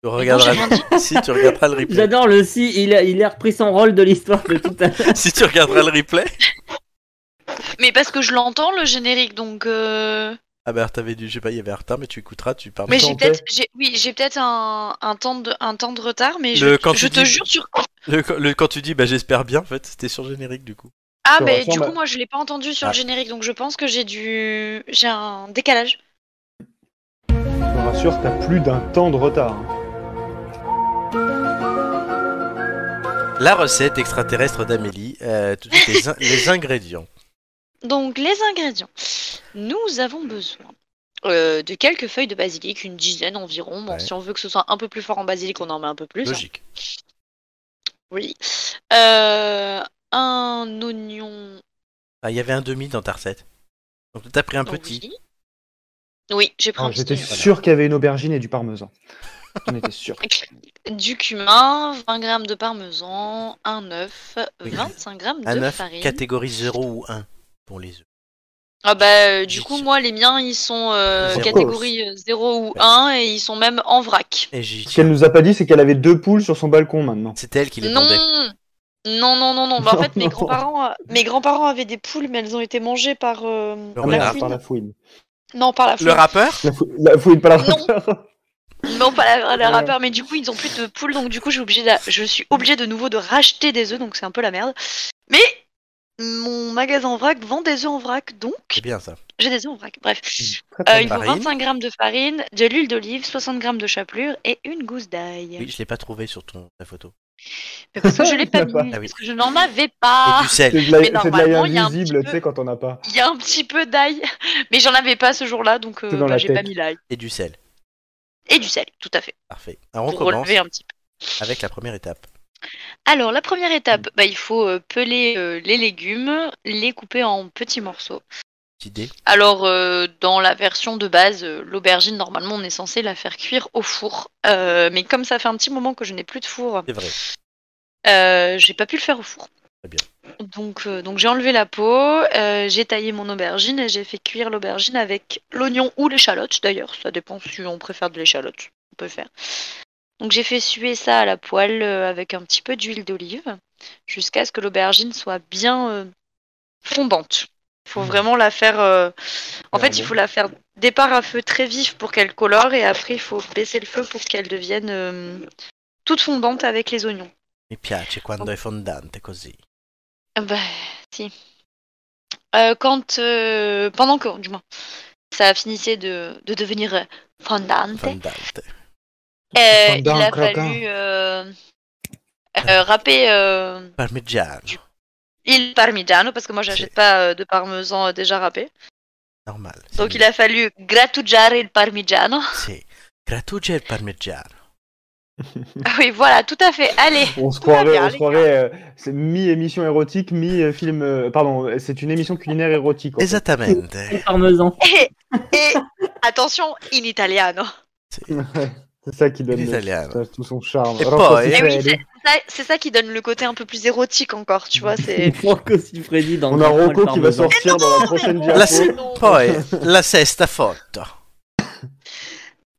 j'ai regarderas, si tu regarderas le replay. J'adore le si, il a, il a repris son rôle de l'histoire de tout à l'heure. Si tu regarderas le replay. Mais parce que je l'entends le générique, donc. Euh... Ah bah, t'avais dû, je sais pas, il y avait un retard, mais tu écouteras, tu parles. Mais Attends, j'ai ok. peut-être, j'ai- oui, j'ai peut-être un, un temps de, un temps de retard, mais je, Le- quand je tu te dis- jure sur. Le, le- quand tu dis, bah j'espère bien, en fait, c'était sur générique du coup. Ah, Sur- mais sur du ma- coup, moi, je l'ai pas entendu sur Ah. le générique, donc je pense que j'ai du, j'ai un décalage. Je te rassure, t'as plus d'un temps de retard. hein. La recette extraterrestre d'Amélie, euh, tout de suite les, in- les ingrédients. Donc les ingrédients. Nous avons besoin euh, de quelques feuilles de basilic, une dizaine environ. Bon, Ouais. si on veut que ce soit un peu plus fort en basilic, on en met un peu plus. hein. Logique. Oui. Euh, un oignon. Ah, Il y avait un demi dans ta recette. Donc t'as pris un petit. Oh, Oui, Oui, j'ai pris Ah, un J'étais petit. sûr qu'il y avait une aubergine et du parmesan. On était sûr. Du cumin, 20 g de parmesan, un œuf, Oui. 25 g Un de œuf farine. catégorie 0 ou 1 pour les œufs. Ah bah euh, du Dix. coup moi les miens ils sont euh, Zéro. catégorie euh, 0 ou 1 et ils sont même en vrac. Et j'y Ce tiens. qu'elle nous a pas dit, c'est qu'elle avait deux poules sur son balcon maintenant. C'est elle qui les Non. vendait. Non non non non, bah en fait mes Non. grands-parents euh, mes grands-parents avaient des poules mais elles ont été mangées par euh, Le renard. la fouine. Ah, par la fouine. Non par la Le fouine. rappeur La, fou- la fouine, pas la Non. rappeur. Non pas la, la Ouais. rappeur mais du coup ils ont plus de poules donc du coup j'ai obligé d'a- je suis obligée de nouveau de racheter des œufs donc c'est un peu la merde. Mais mon magasin en vrac vend des œufs en vrac donc C'est bien ça. j'ai des œufs en vrac. Bref. Très, Euh, très il bien. faut farine. 25 g de farine, de l'huile d'olive, 60 g de chapelure et une gousse d'ail. Oui, je l'ai pas trouvé sur ton, ta photo. Mais Parce que je l'ai pas D'accord. mis, Ah oui. parce que je n'en avais Et pas. du sel. C'est de l'ail mais c'est de l'ail normalement, il y a un invisible, petit tu sais, quand on n'a pas. Il y a un petit peu d'ail, mais j'en avais pas ce jour-là, donc euh, C'est dans bah, la j'ai pas tête. mis l'ail. Et du sel. Et du sel, tout à fait, Parfait. Alors on pour commence relever un petit peu. avec la première étape. Alors, la première étape, bah, il faut euh, peler euh, les légumes, les couper en petits morceaux. Petite idée. Alors, euh, dans la version de base, euh, l'aubergine, normalement, on est censé la faire cuire au four. Euh, mais comme ça fait un petit moment que je n'ai plus de four, C'est vrai. Euh, j'ai pas pu le faire au four. Très bien. Donc, euh, donc j'ai enlevé la peau, euh, j'ai taillé mon aubergine et j'ai fait cuire l'aubergine avec l'oignon ou l'échalote d'ailleurs, ça dépend si on préfère de l'échalote, on peut le faire. Donc j'ai fait suer ça à la poêle euh, avec un petit peu d'huile d'olive jusqu'à ce que l'aubergine soit bien euh, fondante. Il Hmm. faut Mhm. vraiment la faire. euh, En Faire fait, il bon. faut la faire départ à feu très vif pour qu'elle colore et après il faut baisser le feu pour qu'elle devienne euh, toute fondante avec les oignons. Mi piace Oh. quando è fondante così. Ah Bah, si. Euh, quand, euh, pendant que, du moins, ça finissait de, de devenir euh, fondante, euh, Fondante. il a Fondant, croquant. fallu euh, Euh, râpé, euh, Parmigiano. il parmigiano, parce que moi j'achète pas euh, de parmesan euh, déjà râpé. Normal. Donc il a fallu grattugiare il parmigiano. C'est Grattugia et Parmigiano. Ah oui, voilà, tout à fait. Allez, On se Tout va croirait, bien, on se les croirait, euh, c'est mi-émission érotique, mi-film. euh, pardon, euh, c'est une émission culinaire érotique. en fait. Exactement. Parmesan. et, et attention, in italiano. c'est ça qui donne Il est le- italien. tout- tout son charme. Et Rocco poi, Eh Siffredi. oui, c'est ça- c'est ça qui donne le côté un peu plus érotique encore, tu vois. C'est Rocco Siffredi dans on le a Grand Rocco Poil qui va Parmesan. Eh sortir dans la prochaine La diapo. se- poi la sesta foto.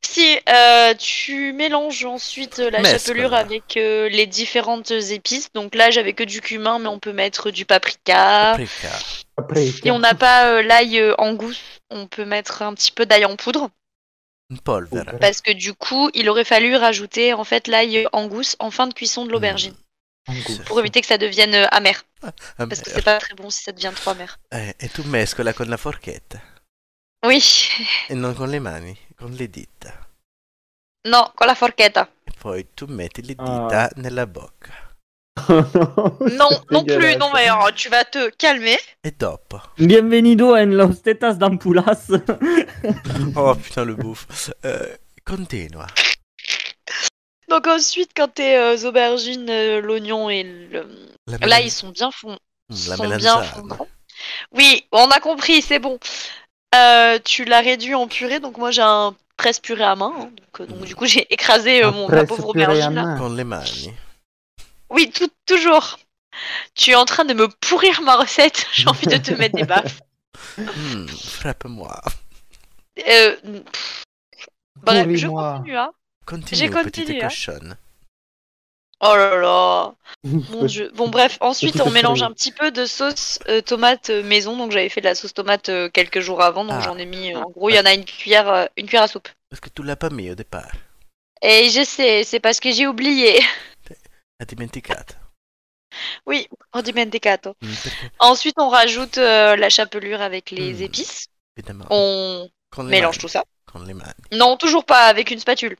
Si euh, tu mélanges ensuite euh, la Mais c'est chapelure pas mal. avec euh, les différentes euh, épices, donc là j'avais que du cumin, mais on peut mettre du paprika. Paprika. Après, Si on n'a pas euh, l'ail euh, en gousse, on peut mettre un petit peu d'ail en poudre, In polvere. parce que du coup il aurait fallu rajouter en fait l'ail en gousse en fin de cuisson de l'aubergine pour éviter que ça devienne euh, amer, Ah, parce que merde. c'est pas très bon si ça devient trop amer. Eh, E tu mescola con la forchetta. Oui, E non con le mani, con le dita. non, con la forchetta. E poi tu metti le Ah. dita nella bocca. Non, non plus, non mais oh, tu vas te calmer. E dopo. Bienvenido en los tetas d'Ampulas. Oh putain, le bouffe. Euh, continua. Donc ensuite, quand tes euh, aubergines, euh, l'oignon et le... La Là, melan- ils sont bien fond... Mm, La sont bien melanzane. fondants. Oui, on a compris, c'est bon. Euh, tu l'as réduit en purée, donc moi j'ai un presse purée à main. hein, donc, euh, donc, du coup, j'ai écrasé euh, mon ma pauvre aubergine. Ah. là. Con le mani. Oui, tout, toujours. Tu es en train de me pourrir ma recette. J'ai envie de te mettre des baffes. Mm, frappe-moi. Euh, pff. Bref, je continue. hein. Continue, J'ai petite continué, hein. cochonne. Oh là là. Mon dieu. Bon bref, ensuite on mélange un petit peu de sauce euh, tomate euh, maison. Donc j'avais fait de la sauce tomate euh, quelques jours avant, donc Ah. j'en ai mis. euh, en gros, il y en a une cuillère, euh, une cuillère à soupe. Parce que tu l'as pas mis au départ. Et je sais, c'est parce que j'ai oublié. Ha dimenticato. On dit mentecato. Mm, perché, Ensuite, on rajoute euh, la chapelure avec les Hmm. épices. évidemment, On con le mélange mani. tout ça. Con le mani. Non, toujours pas avec une spatule.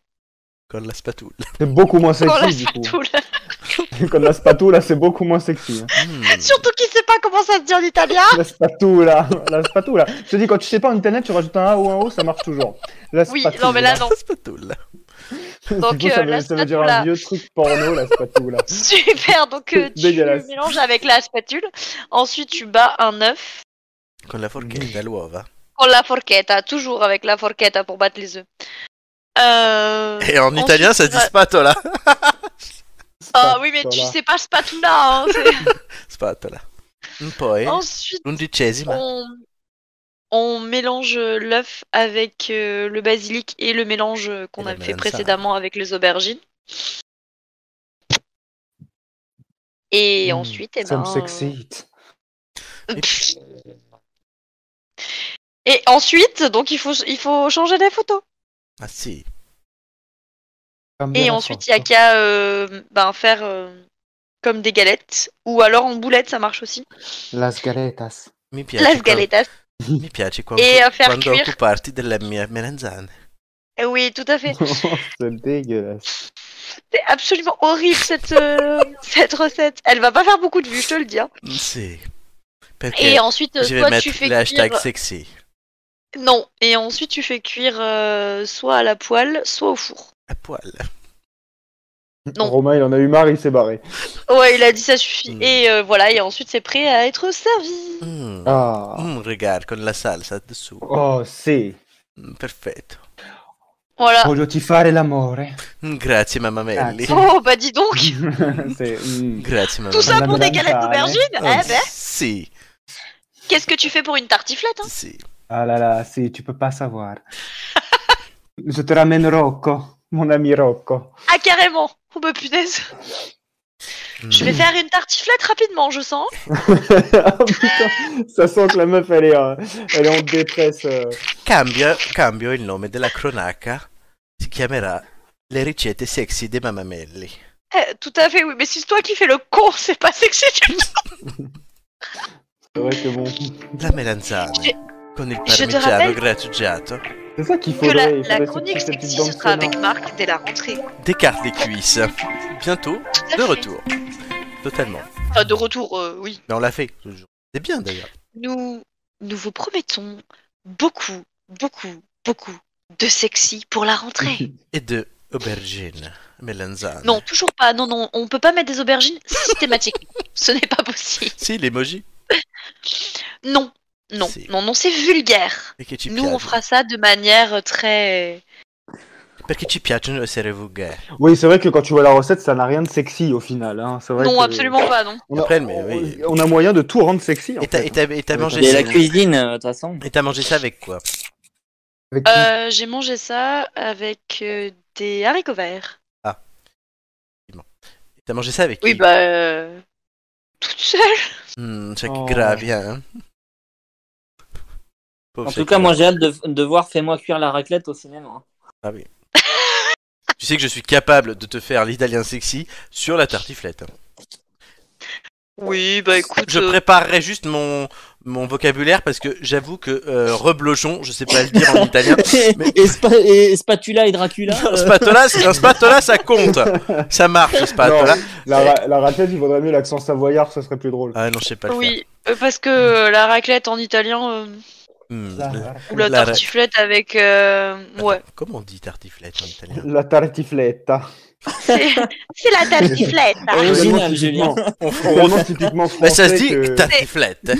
Con la spatula. C'est beaucoup moins Quand la sexy du Oh. coup. spatule. Comme la spatoula, c'est beaucoup moins sexy. hein. Mm. Surtout qu'il sait pas comment ça se dit en italien. La spatoula, la spatoula. Je te dis, quand tu sais pas en internet, tu rajoutes un A ou un O, ça marche toujours. La Oui, spatoula. non mais là non. La spatula. Donc, Du coup, ça, euh, veut, la ça veut dire un spatula. vieux truc porno, la spatoula. Super. Donc euh, tu Dégueulasse. mélanges avec la spatule. Ensuite, tu bats un œuf. Con la forchetta, l'uova. Con la forchetta, toujours avec la forchetta pour battre les œufs. Euh... Et en ensuite, italien, ça tu dit vas- spatola. Ah oui, mais tu Spatola. sais pas spatula. hein, c'est- Spatola. Mm, Poi, Ensuite, l'undicesima. on... on mélange l'œuf avec euh, le basilic et le mélange Et qu'on la avait fait melanzane. précédemment avec les aubergines. Et Hmm, ensuite, eh Ça ben, me sexy. euh, Et ensuite, donc il faut, il faut changer les photos. Ah si. Et ensuite, il y a qu'à euh, ben, faire euh, comme des galettes. Ou alors en boulettes, ça marche aussi. Las galetas. Mi piace, Las quand- galetas. mi piace quando, Et à faire quando cuire. tu parti della mia melanzane. Eh oui, tout à fait. c'est dégueulasse. C'est absolument horrible cette, euh, cette recette. Elle va pas faire beaucoup de vues, je te le dis. hein. Mm, Sì. Perché Et ensuite, euh, je vais soit tu mettre fais le hashtag cuire. euh, sexy. Non. Et ensuite, tu fais cuire euh, soit à la poêle, soit au four. À poil. Non. Romain, il en a eu marre, il s'est barré. Ouais, il a dit ça suffit. Mm. Et euh, voilà, et ensuite, c'est prêt à être servi. Mm. Ah. Mm, regarde, con la salsa dessous. Oh, c'est. Mm, Perfetto. Voilà. Voglio ti fare l'amore. Mm, Grazie, mamma Melli. Grazie. Oh, bah dis donc. c'est. hmm. Grazie, mamma Tout ça La pour des madame galettes Farah, d'aubergine Eh Melli. ben, Sì, qu'est-ce que tu fais pour une tartiflette hein sì. Ah là là, si, tu peux pas savoir. Je te ramène Rocco, mon ami Rocco. Ah, carrément Oh bah punaise Je vais Mm. faire une tartiflette rapidement, je sens. Ah, putain, ça sent que la meuf, elle est, euh, elle est en détresse. euh. Cambio, cambio il nome della cronaca. Si chiamerà Le ricette sexy dei mamamelli. Eh, tout à fait, oui. Mais si c'est toi qui fais le con, c'est pas sexy du tout. C'est vrai que bon. La melanzane. Con il Je te parmigiano rappelle- grattugiato. C'est ça qu'il Que faudrait. la, il faudrait la se chronique faire cette petite sexy, bande ce sera avec sonore. Marc dès la rentrée. D'écarte les cuisses. Bientôt, Tout à de fait. retour. Totalement. Enfin, de retour, euh, oui. Mais on l'a fait. C'est bien d'ailleurs. Nous, nous vous promettons beaucoup, beaucoup, beaucoup de sexy pour la hein. rentrée. Et de aubergine. Melanzane. Non, toujours pas. Non, non, on peut pas mettre des aubergines systématiquement. Ce n'est pas possible. Si, l'emoji. Non, non, Si. non, non, c'est vulgaire. Perché ci Nous, on piace. fera ça de manière très. Perché ci piacciono essere vulgaire. Oui, c'est vrai que quand tu vois la recette, ça n'a rien de sexy au final. hein. C'est vrai non, que- absolument pas, non. On a, Après, mais oui. on a moyen de tout rendre sexy. En Et t'as- fait. hein. et t'as et t'as Ouais, mangé Et la ça cuisine, euh, de toute façon. Et t'as mangé ça avec quoi Avec- Euh, J'ai mangé ça avec euh, des haricots verts. Et T'as mangé ça avec Oui, qui bah. euh, Toute seule. Hmm, c'est Oh. gravia, hein. Pauvre En tout Jacques cas, moi Gravia. j'ai hâte de, de voir Fais-moi cuire la raclette au cinéma. hein. Ah oui. tu sais que je suis capable de te faire l'italien sexy sur la tartiflette. Oui, bah écoute. Je euh, préparerai juste mon, mon vocabulaire parce que j'avoue que euh, reblochon, je sais pas le dire en italien. Mais- et, spa- et Spatula et Dracula. Un euh, spatola, c'est- un spatola, ça compte. Ça marche, un spatola. La, ra- la raclette, il vaudrait mieux l'accent savoyard, ça serait plus drôle. Ah non, je sais pas le faire. Oui, euh, parce que euh, la raclette en italien euh, Hmm. La, ou la, La ra- tartiflette avec. euh, ouais. Comment on dit tartiflette en italien la tartifletta. C'est c'est la tartiflette. hein. Original, Tellement Julien. typiquement- tellement typiquement français. Bah, ça se dit que- tartiflette. Ouais.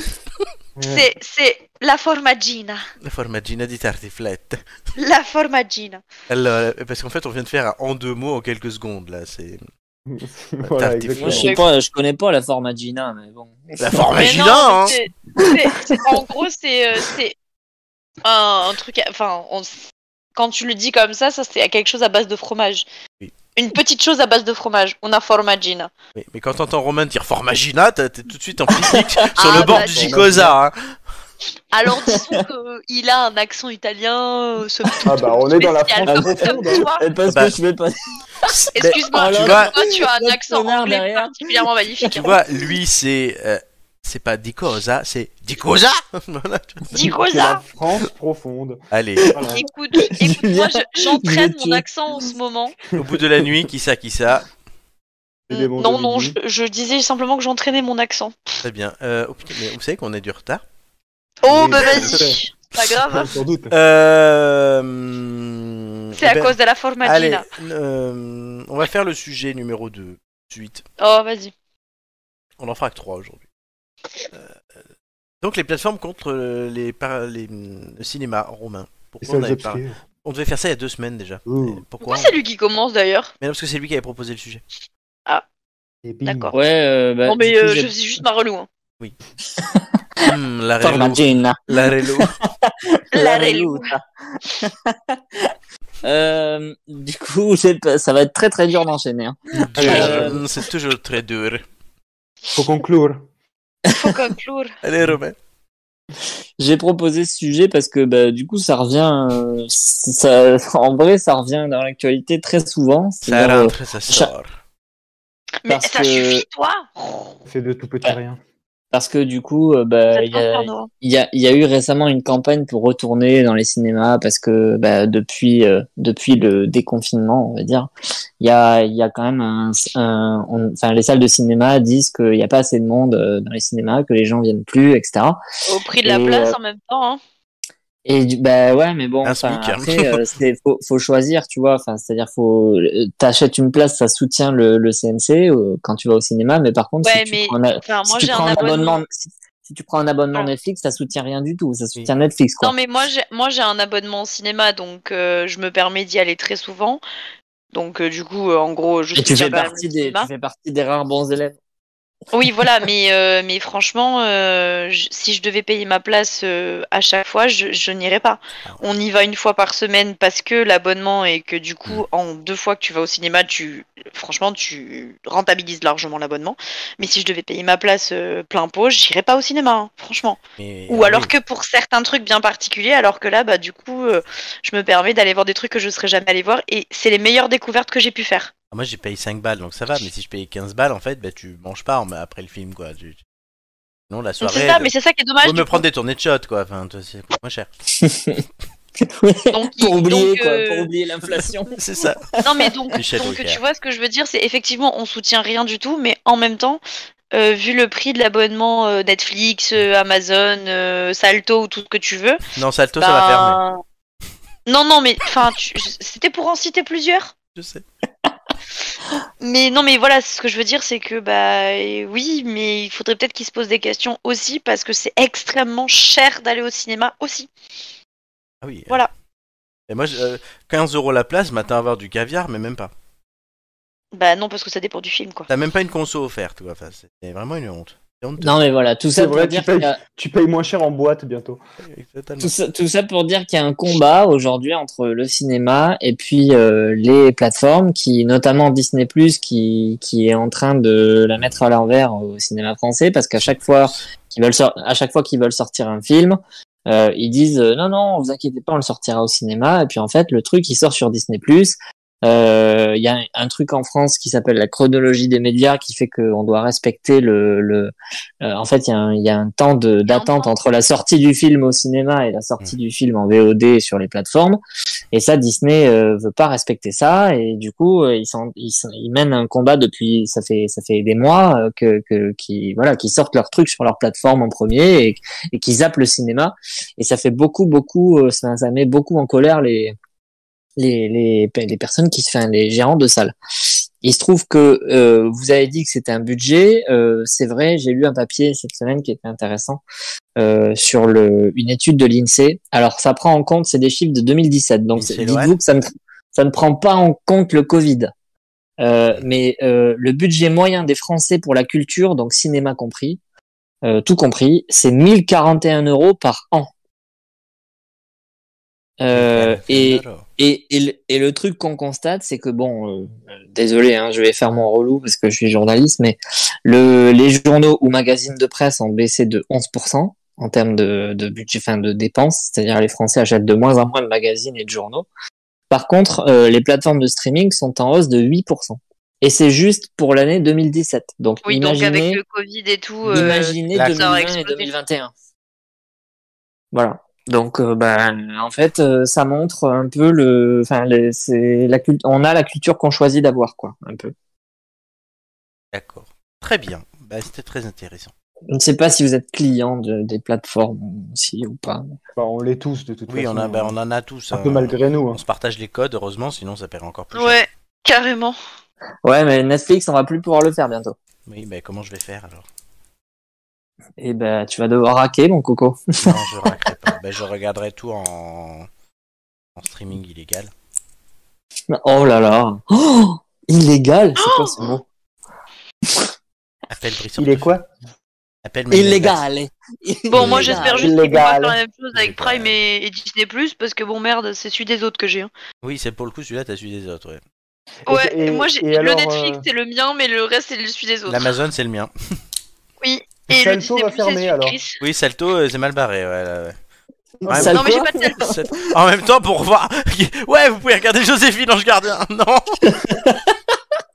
C'est- C'est la formaggina. La formaggina di tartiflette. La formaggina. Alors, euh, parce qu'en fait, on vient de faire un en deux mots en quelques secondes là. C'est voilà, Tartiflette. Moi, je exactement. sais pas, je connais pas la Formagina, mais bon. la Mais non, formagina. Hein. c'est- c'est- c'est- En gros, c'est euh, c'est un, un truc. à- Enfin, on s- quand tu le dis comme ça, ça c'est quelque chose à base de fromage. Oui. Une petite chose à base de fromage. On a formaggina. Mais, mais quand t'entends Romain dire formagina, t'as- t'es tout de suite en physique sur le Ah, bord bah, du c'est- Gicosa. hein. Alors disons qu'il a un accent italien. euh, ce- Ah bah on est dans la spécial, France Ah, comme- profonde. comme toi. Eh, parce Bah, que je vais pas. hein. Excuse-moi, Oh là tu là. vois, toi, tu as un Notre accent connard anglais derrière. particulièrement magnifique. Tu vois, lui, c'est. euh, c'est pas di cosa, c'est di cosa. Voilà, tu vois. Dis C'est la cosa France profonde. Allez, Voilà. Écoute, écoute, moi je- j'entraîne mon Dieu. accent en ce moment. au bout de la nuit, qui ça, qui ça. C'est des bons Non, non, je, oliviers. je disais simplement que j'entraînais mon accent. Très bien. Euh, oh putain, mais vous savez qu'on est du retard. Oh Oui, bah tout à fait. vas-y, pas grave. hein. Ouais, Sans doute. Euh, hum, C'est à eh ben, cause de la Allez, formaggina. euh, on va faire le sujet numéro 2 suite. Oh vas-y. On en fera que 3 aujourd'hui. Euh, donc les plateformes contre euh, les, par- les, hum, le cinéma romain. Les Pourquoi on, salles avait parlé- obscures. on devait faire ça il y a deux semaines déjà. Ouh. Mais Pourquoi Pourquoi c'est lui qui commence d'ailleurs Mais non, parce que c'est lui qui avait proposé le sujet. Et bing. D'accord. Ouais, euh, bah. Non mais du coup, euh, j'ai- je suis juste ma relou. hein. Ah. Hum, la relo. Formagina. La relo. La relou. relouta. Euh, du coup, j'ai pas- ça va être très très dur d'enchaîner. hein. Dur. Hum, C'est toujours très dur. Faut conclure. Faut conclure. Allez Romain. J'ai proposé ce sujet parce que bah, du coup, ça revient. euh, ça- en vrai, ça revient dans l'actualité très souvent. Ça C'est-à-dire, euh, rentre, ça sort. Mais Parce ça que- suffit toi. C'est de tout petit rien. parce que du coup, euh, bah, il y a, hein. Il y, a, il y a eu récemment une campagne pour retourner dans les cinémas parce que bah, depuis euh, depuis le déconfinement, on va dire, il y a il y a quand même un, un- on- enfin les salles de cinéma disent qu'il n'y a pas assez de monde euh, dans les cinémas, que les gens viennent plus, etc. Au prix de la Et, place euh, en même temps. hein. Et du- bah ouais, mais bon, Un enfin, smic. après, euh, c'est- faut, faut choisir, tu vois. Enfin, c'est-à-dire, faut euh, t'achètes une place, ça soutient le, le CNC euh, quand tu vas au cinéma, mais par contre, Ouais si tu mais prends un, a- enfin si moi tu j'ai prends un abonnement. si, si tu prends un abonnement Voilà. Netflix, ça soutient rien du tout, ça soutient Netflix quoi. Non mais moi j'ai moi j'ai un abonnement au cinéma donc euh, je me permets d'y aller très souvent. Donc euh, du coup euh, en gros je Et soutiens tu fais, quand même partie le des, cinéma. tu fais partie des rares bons élèves. Oui, voilà, mais, euh, mais franchement, euh, je- si je devais payer ma place euh, à chaque fois, je, je n'irais pas. Ah. On y va une fois par semaine parce que l'abonnement et que du Mm. coup, en deux fois que tu vas au cinéma, tu franchement, tu rentabilises largement l'abonnement. Mais si je devais payer ma place euh, plein pot, j'irais pas au cinéma, hein, franchement. Mais- Ou ah alors oui. que pour certains trucs bien particuliers, alors que là, bah du coup, euh, je me permets d'aller voir des trucs que je serais jamais allé voir et c'est les meilleures découvertes que j'ai pu faire. Ah, Moi j'ai payé 5 balles donc ça va, mais si je payais 15 balles en fait, bah, tu manges pas en- après le film quoi. Tu- tu- Sinon la Donc soirée. c'est ça, elle- mais c'est ça qui est dommage. Faut du me coup. prendre des tournées de shot quoi, enfin toi, c'est moins cher. Donc, pour il- oublier, donc, quoi, euh, pour oublier l'inflation. C'est ça. Non, mais donc, Michel donc Drucker. tu vois ce que je veux dire, c'est effectivement, on soutient rien du tout, mais en même temps, euh, vu le prix de l'abonnement euh, Netflix, Mm. euh, Amazon, euh, Salto ou tout ce que tu veux. Non, Salto, ça va fermer. ben- Non, non, mais enfin, tu- c'était pour en citer plusieurs. Je sais. Mais non, mais voilà, ce que je veux dire, c'est que bah et oui, mais il faudrait peut-être qu'ils se posent des questions aussi parce que c'est extrêmement cher d'aller au cinéma aussi. Ah oui. euh. Voilà. Et moi, je- euh, 15 euros la place, m'attends à avoir du caviar, mais même pas. Bah non, parce que ça dépend du film, quoi. T'as même pas une conso offerte, tu vois. Enfin, c'est vraiment une honte. C'est honteux. Non, mais voilà, tout C'est ça pour vrai, tu dire payes, qu'il y a- tu payes moins cher en boîte bientôt. Totalement. Tout ça, tout ça pour dire qu'il y a un combat aujourd'hui entre le cinéma et puis euh, les plateformes, qui notamment Disney qui qui est en train de la mettre à l'envers au cinéma français, parce qu'à chaque fois qu'ils veulent sor- à chaque fois qu'ils veulent sortir un film, euh, ils disent euh, non non, vous inquiétez pas, on le sortira au cinéma. Et puis en fait, le truc il sort sur Disney Euh, Il y a un, un truc en France qui s'appelle la chronologie des médias qui fait qu'on doit respecter le, le... euh, en fait il y, a un- il y a un temps de- y a un d'attente temps. entre la sortie du film au cinéma et la sortie du film en VOD sur les plateformes et ça Disney euh, veut pas respecter ça et du coup euh, ils, sont, ils, sont- ils mènent un combat depuis ça fait ça fait des mois euh, que, que qui voilà qui sortent leurs trucs sur leur plateforme en premier et, et qui zappent le cinéma et ça fait beaucoup beaucoup euh, ça, ça met beaucoup en colère les les, les, pe- les personnes qui se font les gérants de salles. Il se trouve que euh, vous avez dit que c'était un budget. euh, c'est vrai, j'ai lu un papier cette semaine qui était intéressant euh, sur le, une étude de l'INSEE. Alors, ça prend en compte, c'est des chiffres de 2017. Donc, INSEE, c'est- Lorraine. dites-vous que ça ne, ça ne prend pas en compte le Covid. Euh, mais euh, le budget moyen des Français pour la culture, donc cinéma compris, euh, tout compris, c'est 1041 euros par an. Euh, et, Alors. et, et, le, et le truc qu'on constate, c'est que bon, euh, désolé, hein, je vais faire mon relou parce que je suis journaliste, mais le, les journaux ou magazines de presse ont baissé de 11% en termes de, de budget, enfin de dépenses, c'est-à-dire les Français achètent de moins en moins de magazines et de journaux. Par contre, euh, les plateformes de streaming sont en hausse de 8%. Et c'est juste pour l'année 2017. Donc, Oui, donc imaginez, avec le Covid et tout. euh, imaginez la- 2020 ça aurait et explosé. 2021. Voilà. Donc, euh, ben, en fait, euh, ça montre un peu le, enfin, les- c'est la cul- on a la culture qu'on choisit d'avoir, quoi, un peu. D'accord. Très bien. Bah, c'était très intéressant. Je ne sais pas si vous êtes client de- des plateformes aussi ou pas. Bah, on l'est tous de toute Oui, façon. on, a, bah, on en a tous. un hein. peu malgré nous. hein. On se partage les codes, heureusement, sinon ça paierait encore plus. cher. Ouais, carrément. Ouais, mais Netflix, on va plus pouvoir le faire bientôt. Oui, mais comment je vais faire alors Et ben, tu vas devoir hacker, mon coco. Non, je raquerai pas. Bah, je regarderai tout en... en streaming illégal. Oh là là. Oh illégal, c'est quoi ce mot Appelle Brisson. Il est quoi Appelle Manuel Illégal. Bon, moi Illégal. j'espère juste qu'on va faire bah, Illégal. la même chose avec Illégal. Prime et, et Disney Plus parce que bon merde, c'est celui des autres que j'ai. hein. Bass. Oui, c'est pour le coup, celui-là, t'as celui des autres. ouais. Et- Ouais, et- et moi j'ai et le alors, Netflix euh, c'est le mien, mais le reste c'est celui des autres. L'Amazon, c'est le mien. Oui. Et Salto le Disney va Plus c'est fermer, celui de alors. Chris. Oui, Salto, euh, c'est mal barré. ouais, là, ouais. Ouais, Salto. Non mais j'ai pas de Salto. Salto. En même temps, pour voir. Ouais, vous pouvez regarder Joséphine Ange Gardien. Non,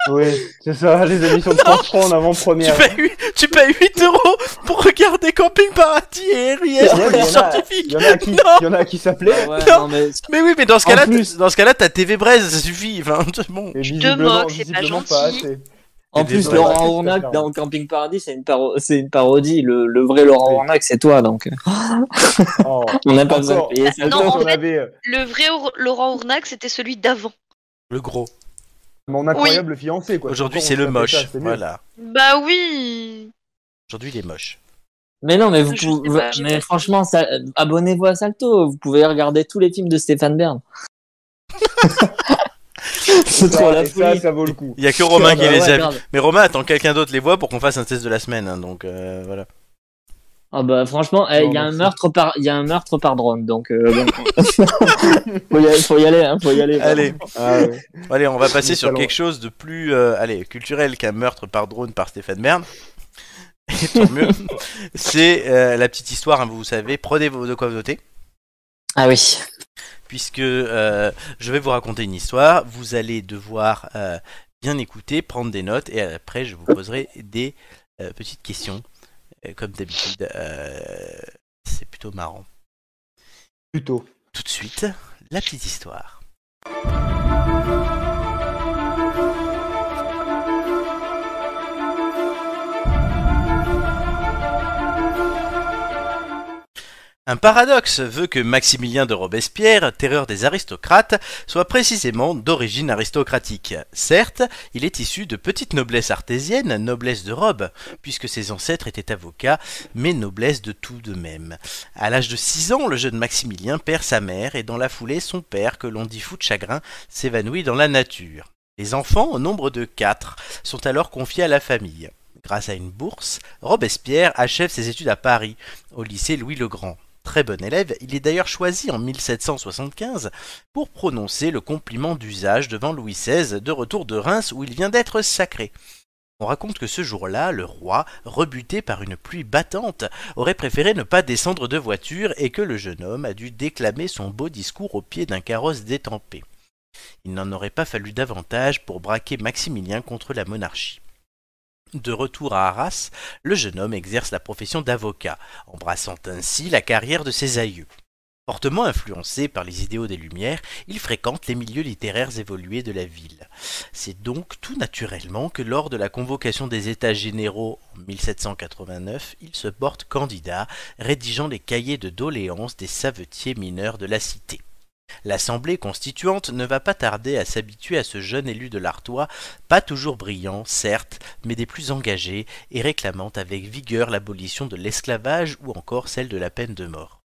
Oui, c'est ça, les émissions de France 3 en tu avant-première. payes, huit- tu payes 8 euros pour regarder Camping Paradis et RIS Ouais, mais il y en a- Il scientifique. y en a à qui, Non. il y en a à qui s'appelait. Ouais, Non. non, mais Mais oui, mais dans ce En cas-là, plus. t- dans ce cas-là, t'as TV Braise, ça suffit. Enfin, bon. Et moques, visiblement, c'est pas visiblement pas, gentil. assez. En Et plus, désolé. Laurent Ouais, c'est Ournac ça. dans Camping Paradis, c'est une, paro- c'est une parodie. Le, le vrai Laurent Oui. Ournac, c'est toi, donc euh, Oh. on n'a pas besoin de Encore. payer ça. Non, en on, fait- avait, euh, Le vrai Or- Laurent Ournac c'était celui d'avant. Le gros. mon incroyable fiancé. quoi. Aujourd'hui, Encore, c'est on le s'appelait moche. ça, c'est mieux. voilà. Bah oui. Aujourd'hui, il est moche. Mais non, mais, vous Je sais pouvez, pas, j'ai mais pas franchement, ça- abonnez-vous à Salto. Vous pouvez regarder tous les films de Stéphane Bern. c'est trop la Et Ah, ça, folie. ça vaut le coup. Il y a que Romain qui Ah bah les ouais, aime. regarde. Mais Romain attend que quelqu'un d'autre les voit pour qu'on fasse un test de la semaine. hein, donc euh, voilà. Ah bah franchement, eh, il y a un merci. meurtre par, il y a un meurtre par drone, donc euh, bon. faut, y aller, faut y aller, hein, faut y aller. Allez, Ah, ouais. allez, on va passer Mais sur pas quelque chose de plus euh, allez, culturel qu'un meurtre par drone par Stéphane Bern. Et tant mieux. C'est euh, la petite histoire, hein, vous savez. Prenez vos- de quoi vous noter. Ah oui. puisque euh, je vais vous raconter une histoire. Vous allez devoir euh, bien écouter, prendre des notes, et après je vous poserai des euh, petites questions, euh, comme d'habitude. Euh, c'est plutôt marrant. Plutôt. tout de suite la petite histoire. Un paradoxe veut que Maximilien de Robespierre, terreur des aristocrates, soit précisément d'origine aristocratique. Certes, il est issu de petite noblesse artésienne, noblesse de robe, puisque ses ancêtres étaient avocats, mais noblesse de tout de même. À l'âge de 6 ans, le jeune Maximilien perd sa mère et dans la foulée son père, que l'on dit fou de chagrin, s'évanouit dans la nature. Les enfants, au nombre de quatre, sont alors confiés à la famille. Grâce à une bourse, Robespierre achève ses études à Paris, au lycée Louis le Grand très bon élève, il est d'ailleurs choisi en 1775 pour prononcer le compliment d'usage devant Louis XVI de retour de Reims où il vient d'être sacré. On raconte que ce jour-là, le roi, rebuté par une pluie battante, aurait préféré ne pas descendre de voiture et que le jeune homme a dû déclamer son beau discours au pied d'un carrosse détempé. Il n'en aurait pas fallu davantage pour braquer Maximilien contre la monarchie. De retour à Arras, le jeune homme exerce la profession d'avocat, embrassant ainsi la carrière de ses aïeux. Fortement influencé par les idéaux des Lumières, il fréquente les milieux littéraires évolués de la ville. C'est donc tout naturellement que lors de la convocation des États généraux en 1789, il se porte candidat, rédigeant les cahiers de doléances des savetiers mineurs de la cité. L'Assemblée constituante ne va pas tarder à s'habituer à ce jeune élu de l'Artois, pas toujours brillant, certes, mais des plus engagés, et réclamant avec vigueur l'abolition de l'esclavage ou encore celle de la peine de mort.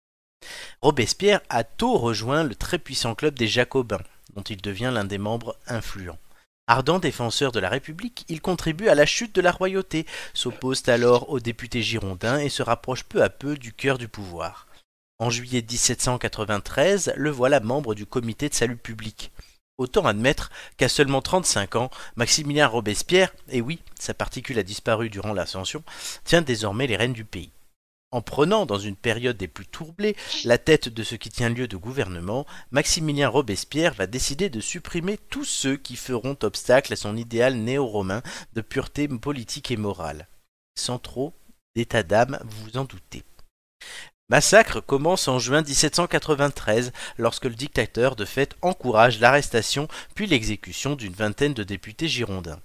Robespierre a tôt rejoint le très puissant club des Jacobins, dont il devient l'un des membres influents. Ardent défenseur de la République, il contribue à la chute de la royauté, s'oppose alors aux députés girondins et se rapproche peu à peu du cœur du pouvoir. En juillet 1793, le voilà membre du comité de salut public. Autant admettre qu'à seulement 35 ans, Maximilien Robespierre, et oui, sa particule a disparu durant l'ascension, tient désormais les rênes du pays. En prenant, dans une période des plus troublées, la tête de ce qui tient lieu de gouvernement, Maximilien Robespierre va décider de supprimer tous ceux qui feront obstacle à son idéal néo-romain de pureté politique et morale. Sans trop d'état d'âme, vous vous en doutez. Massacre commence en juin 1793 lorsque le dictateur de fait encourage l'arrestation puis l'exécution d'une vingtaine de députés girondins.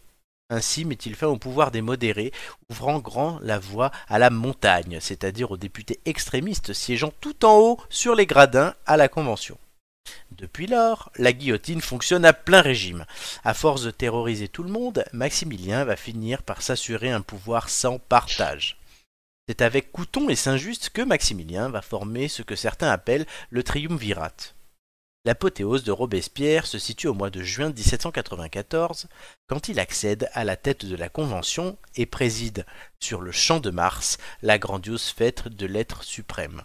Ainsi met-il fin au pouvoir des modérés, ouvrant grand la voie à la montagne, c'est-à-dire aux députés extrémistes siégeant tout en haut sur les gradins à la Convention. Depuis lors, la guillotine fonctionne à plein régime. À force de terroriser tout le monde, Maximilien va finir par s'assurer un pouvoir sans partage. C'est avec Couton et Saint-Just que Maximilien va former ce que certains appellent le triumvirat. L'apothéose de Robespierre se situe au mois de juin 1794, quand il accède à la tête de la Convention et préside, sur le champ de Mars, la grandiose fête de l'être suprême.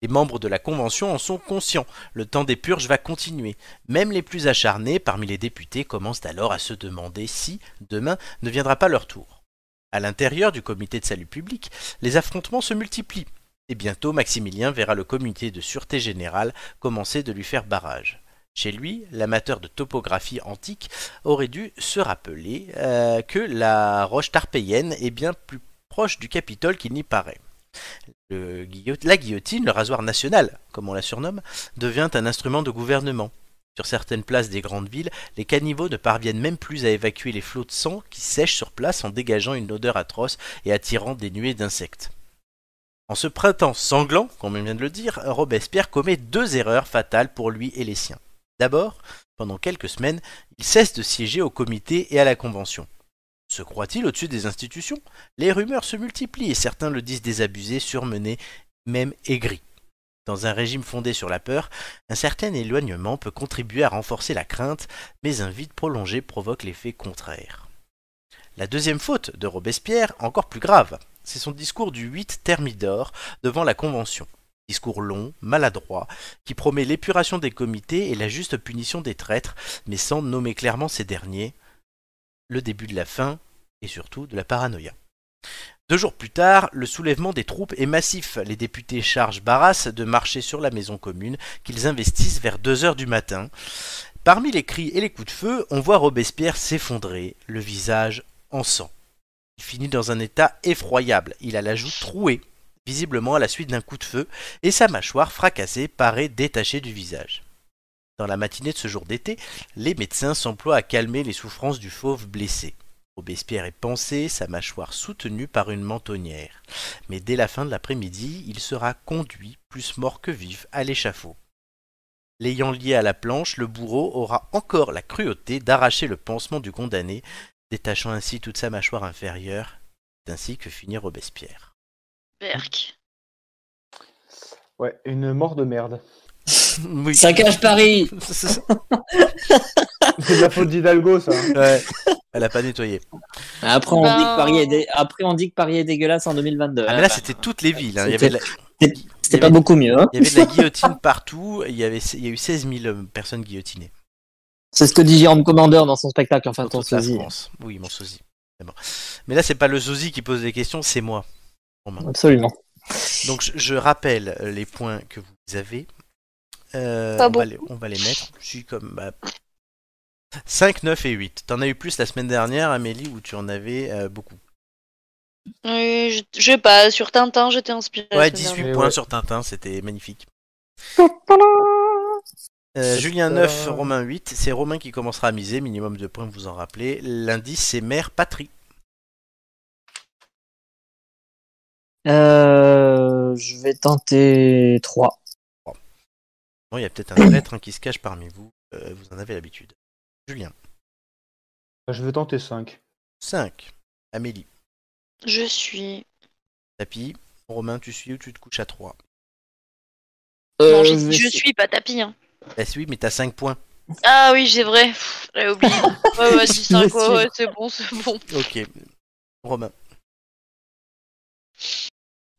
Les membres de la Convention en sont conscients, le temps des purges va continuer. Même les plus acharnés parmi les députés commencent alors à se demander si, demain, ne viendra pas leur tour. À l'intérieur du comité de salut public, les affrontements se multiplient, et bientôt Maximilien verra le comité de sûreté générale commencer de lui faire barrage. Chez lui, l'amateur de topographie antique aurait dû se rappeler euh, que la roche tarpéienne est bien plus proche du Capitole qu'il n'y paraît. Le guillot la guillotine, le rasoir national, comme on la surnomme, devient un instrument de gouvernement. Sur certaines places des grandes villes, les caniveaux ne parviennent même plus à évacuer les flots de sang qui sèchent sur place en dégageant une odeur atroce et attirant des nuées d'insectes. En ce printemps sanglant, comme on vient de le dire, Robespierre commet deux erreurs fatales pour lui et les siens. D'abord, pendant quelques semaines, il cesse de siéger au comité et à la convention. Se croit-il au-dessus des institutions Les rumeurs se multiplient et certains le disent désabusé, surmené, même aigri. Dans un régime fondé sur la peur, un certain éloignement peut contribuer à renforcer la crainte, mais un vide prolongé provoque l'effet contraire. La deuxième faute de Robespierre, encore plus grave, c'est son discours du 8 Thermidor devant la Convention. Discours long, maladroit, qui promet l'épuration des comités et la juste punition des traîtres, mais sans nommer clairement ces derniers, le début de la fin et surtout de la paranoïa. Deux jours plus tard, le soulèvement des troupes est massif. Les députés chargent Barras de marcher sur la maison commune qu'ils investissent vers 2 heures du matin. Parmi les cris et les coups de feu, on voit Robespierre s'effondrer, le visage en sang. Il finit dans un état effroyable. Il a la joue trouée, visiblement à la suite d'un coup de feu, et sa mâchoire fracassée paraît détachée du visage. Dans la matinée de ce jour d'été, les médecins s'emploient à calmer les souffrances du fauve blessé. Robespierre est pansé, sa mâchoire soutenue par une mentonnière. Mais dès la fin de l'après-midi, il sera conduit, plus mort que vif, à l'échafaud. L'ayant lié à la planche, le bourreau aura encore la cruauté d'arracher le pansement du condamné, détachant ainsi toute sa mâchoire inférieure. C'est ainsi que finit Robespierre. Berk. Ouais, une mort de merde. Oui. Ça cache Paris C'est de la faute d'Hidalgo, ça. Ouais. Elle a pas nettoyé. Après, on, Ben- dit que Paris est dé- Après on dit que Paris est dégueulasse en 2022. Ah, mais là, c'était toutes les villes. hein. Il, y avait de la... C'était pas beaucoup mieux. hein. il y avait de la guillotine partout. Il y, avait... il y a eu 16 000 personnes guillotinées. C'est ce que dit Jérôme Commandeur dans son spectacle, enfin dans ton toute la sosie. France. Oui, mon sosie. C'est bon. Mais là, c'est pas le sosie qui pose des questions, c'est moi. Absolument. Donc je, je rappelle euh, les points que vous avez. Euh, Pas on, va les, on va les mettre. Je suis comme bah, 5, 9 et 8. T'en as eu plus la semaine dernière, Amélie, où tu en avais euh, beaucoup. Oui, Euh, je, je sais pas, sur Tintin, j'étais inspirée. la Ouais, semaine dernière. 18 dernière. points Ouais. sur Tintin, c'était magnifique. Euh, Julien 9, Romain 8. C'est Romain qui commencera à miser, minimum de points, vous en rappelez. L'indice, c'est mère patrie. Euh, je vais tenter 3. Bon, il y a peut-être un traître hein, qui se cache parmi vous. Euh, vous en avez l'habitude. Julien Bah, Je veux tenter 5. 5. Amélie, Je suis. tapis. Romain, tu suis ou tu te couches à 3 Euh, Euh, non, j'ai dit je suis, pas tapis. Hein. Bah oui, mais t'as 5 points. Ah oui, j'ai vrai. Pff, J'avais oublié. Ouais, ouais, dis ça, Je quoi. suis. Ouais, c'est bon, c'est bon. Ok. Romain.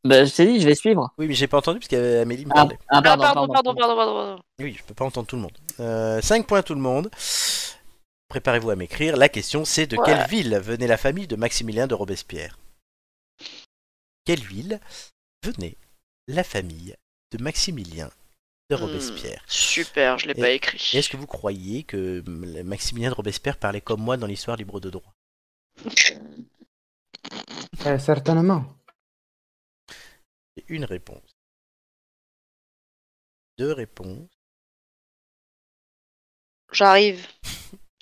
Bah, je t'ai dit, je vais suivre. Oui, mais j'ai pas entendu parce qu'Amélie me Ah, parlait. ah, Ah, pardon, pardon, pardon, pardon, pardon. pardon. Oui, je peux pas entendre tout le monde. 5 points tout le monde. Préparez-vous à m'écrire. La question c'est de quelle ville venait la famille de Maximilien de Robespierre Quelle ville venait la famille de Maximilien de Hmm. Robespierre Super, je l'ai Et- pas écrit. Et Est-ce que vous croyez que mm, Maximilien de Robespierre parlait comme moi dans l'histoire libre de droit Eh, certainement. J'ai Une réponse. Deux réponses. J'arrive.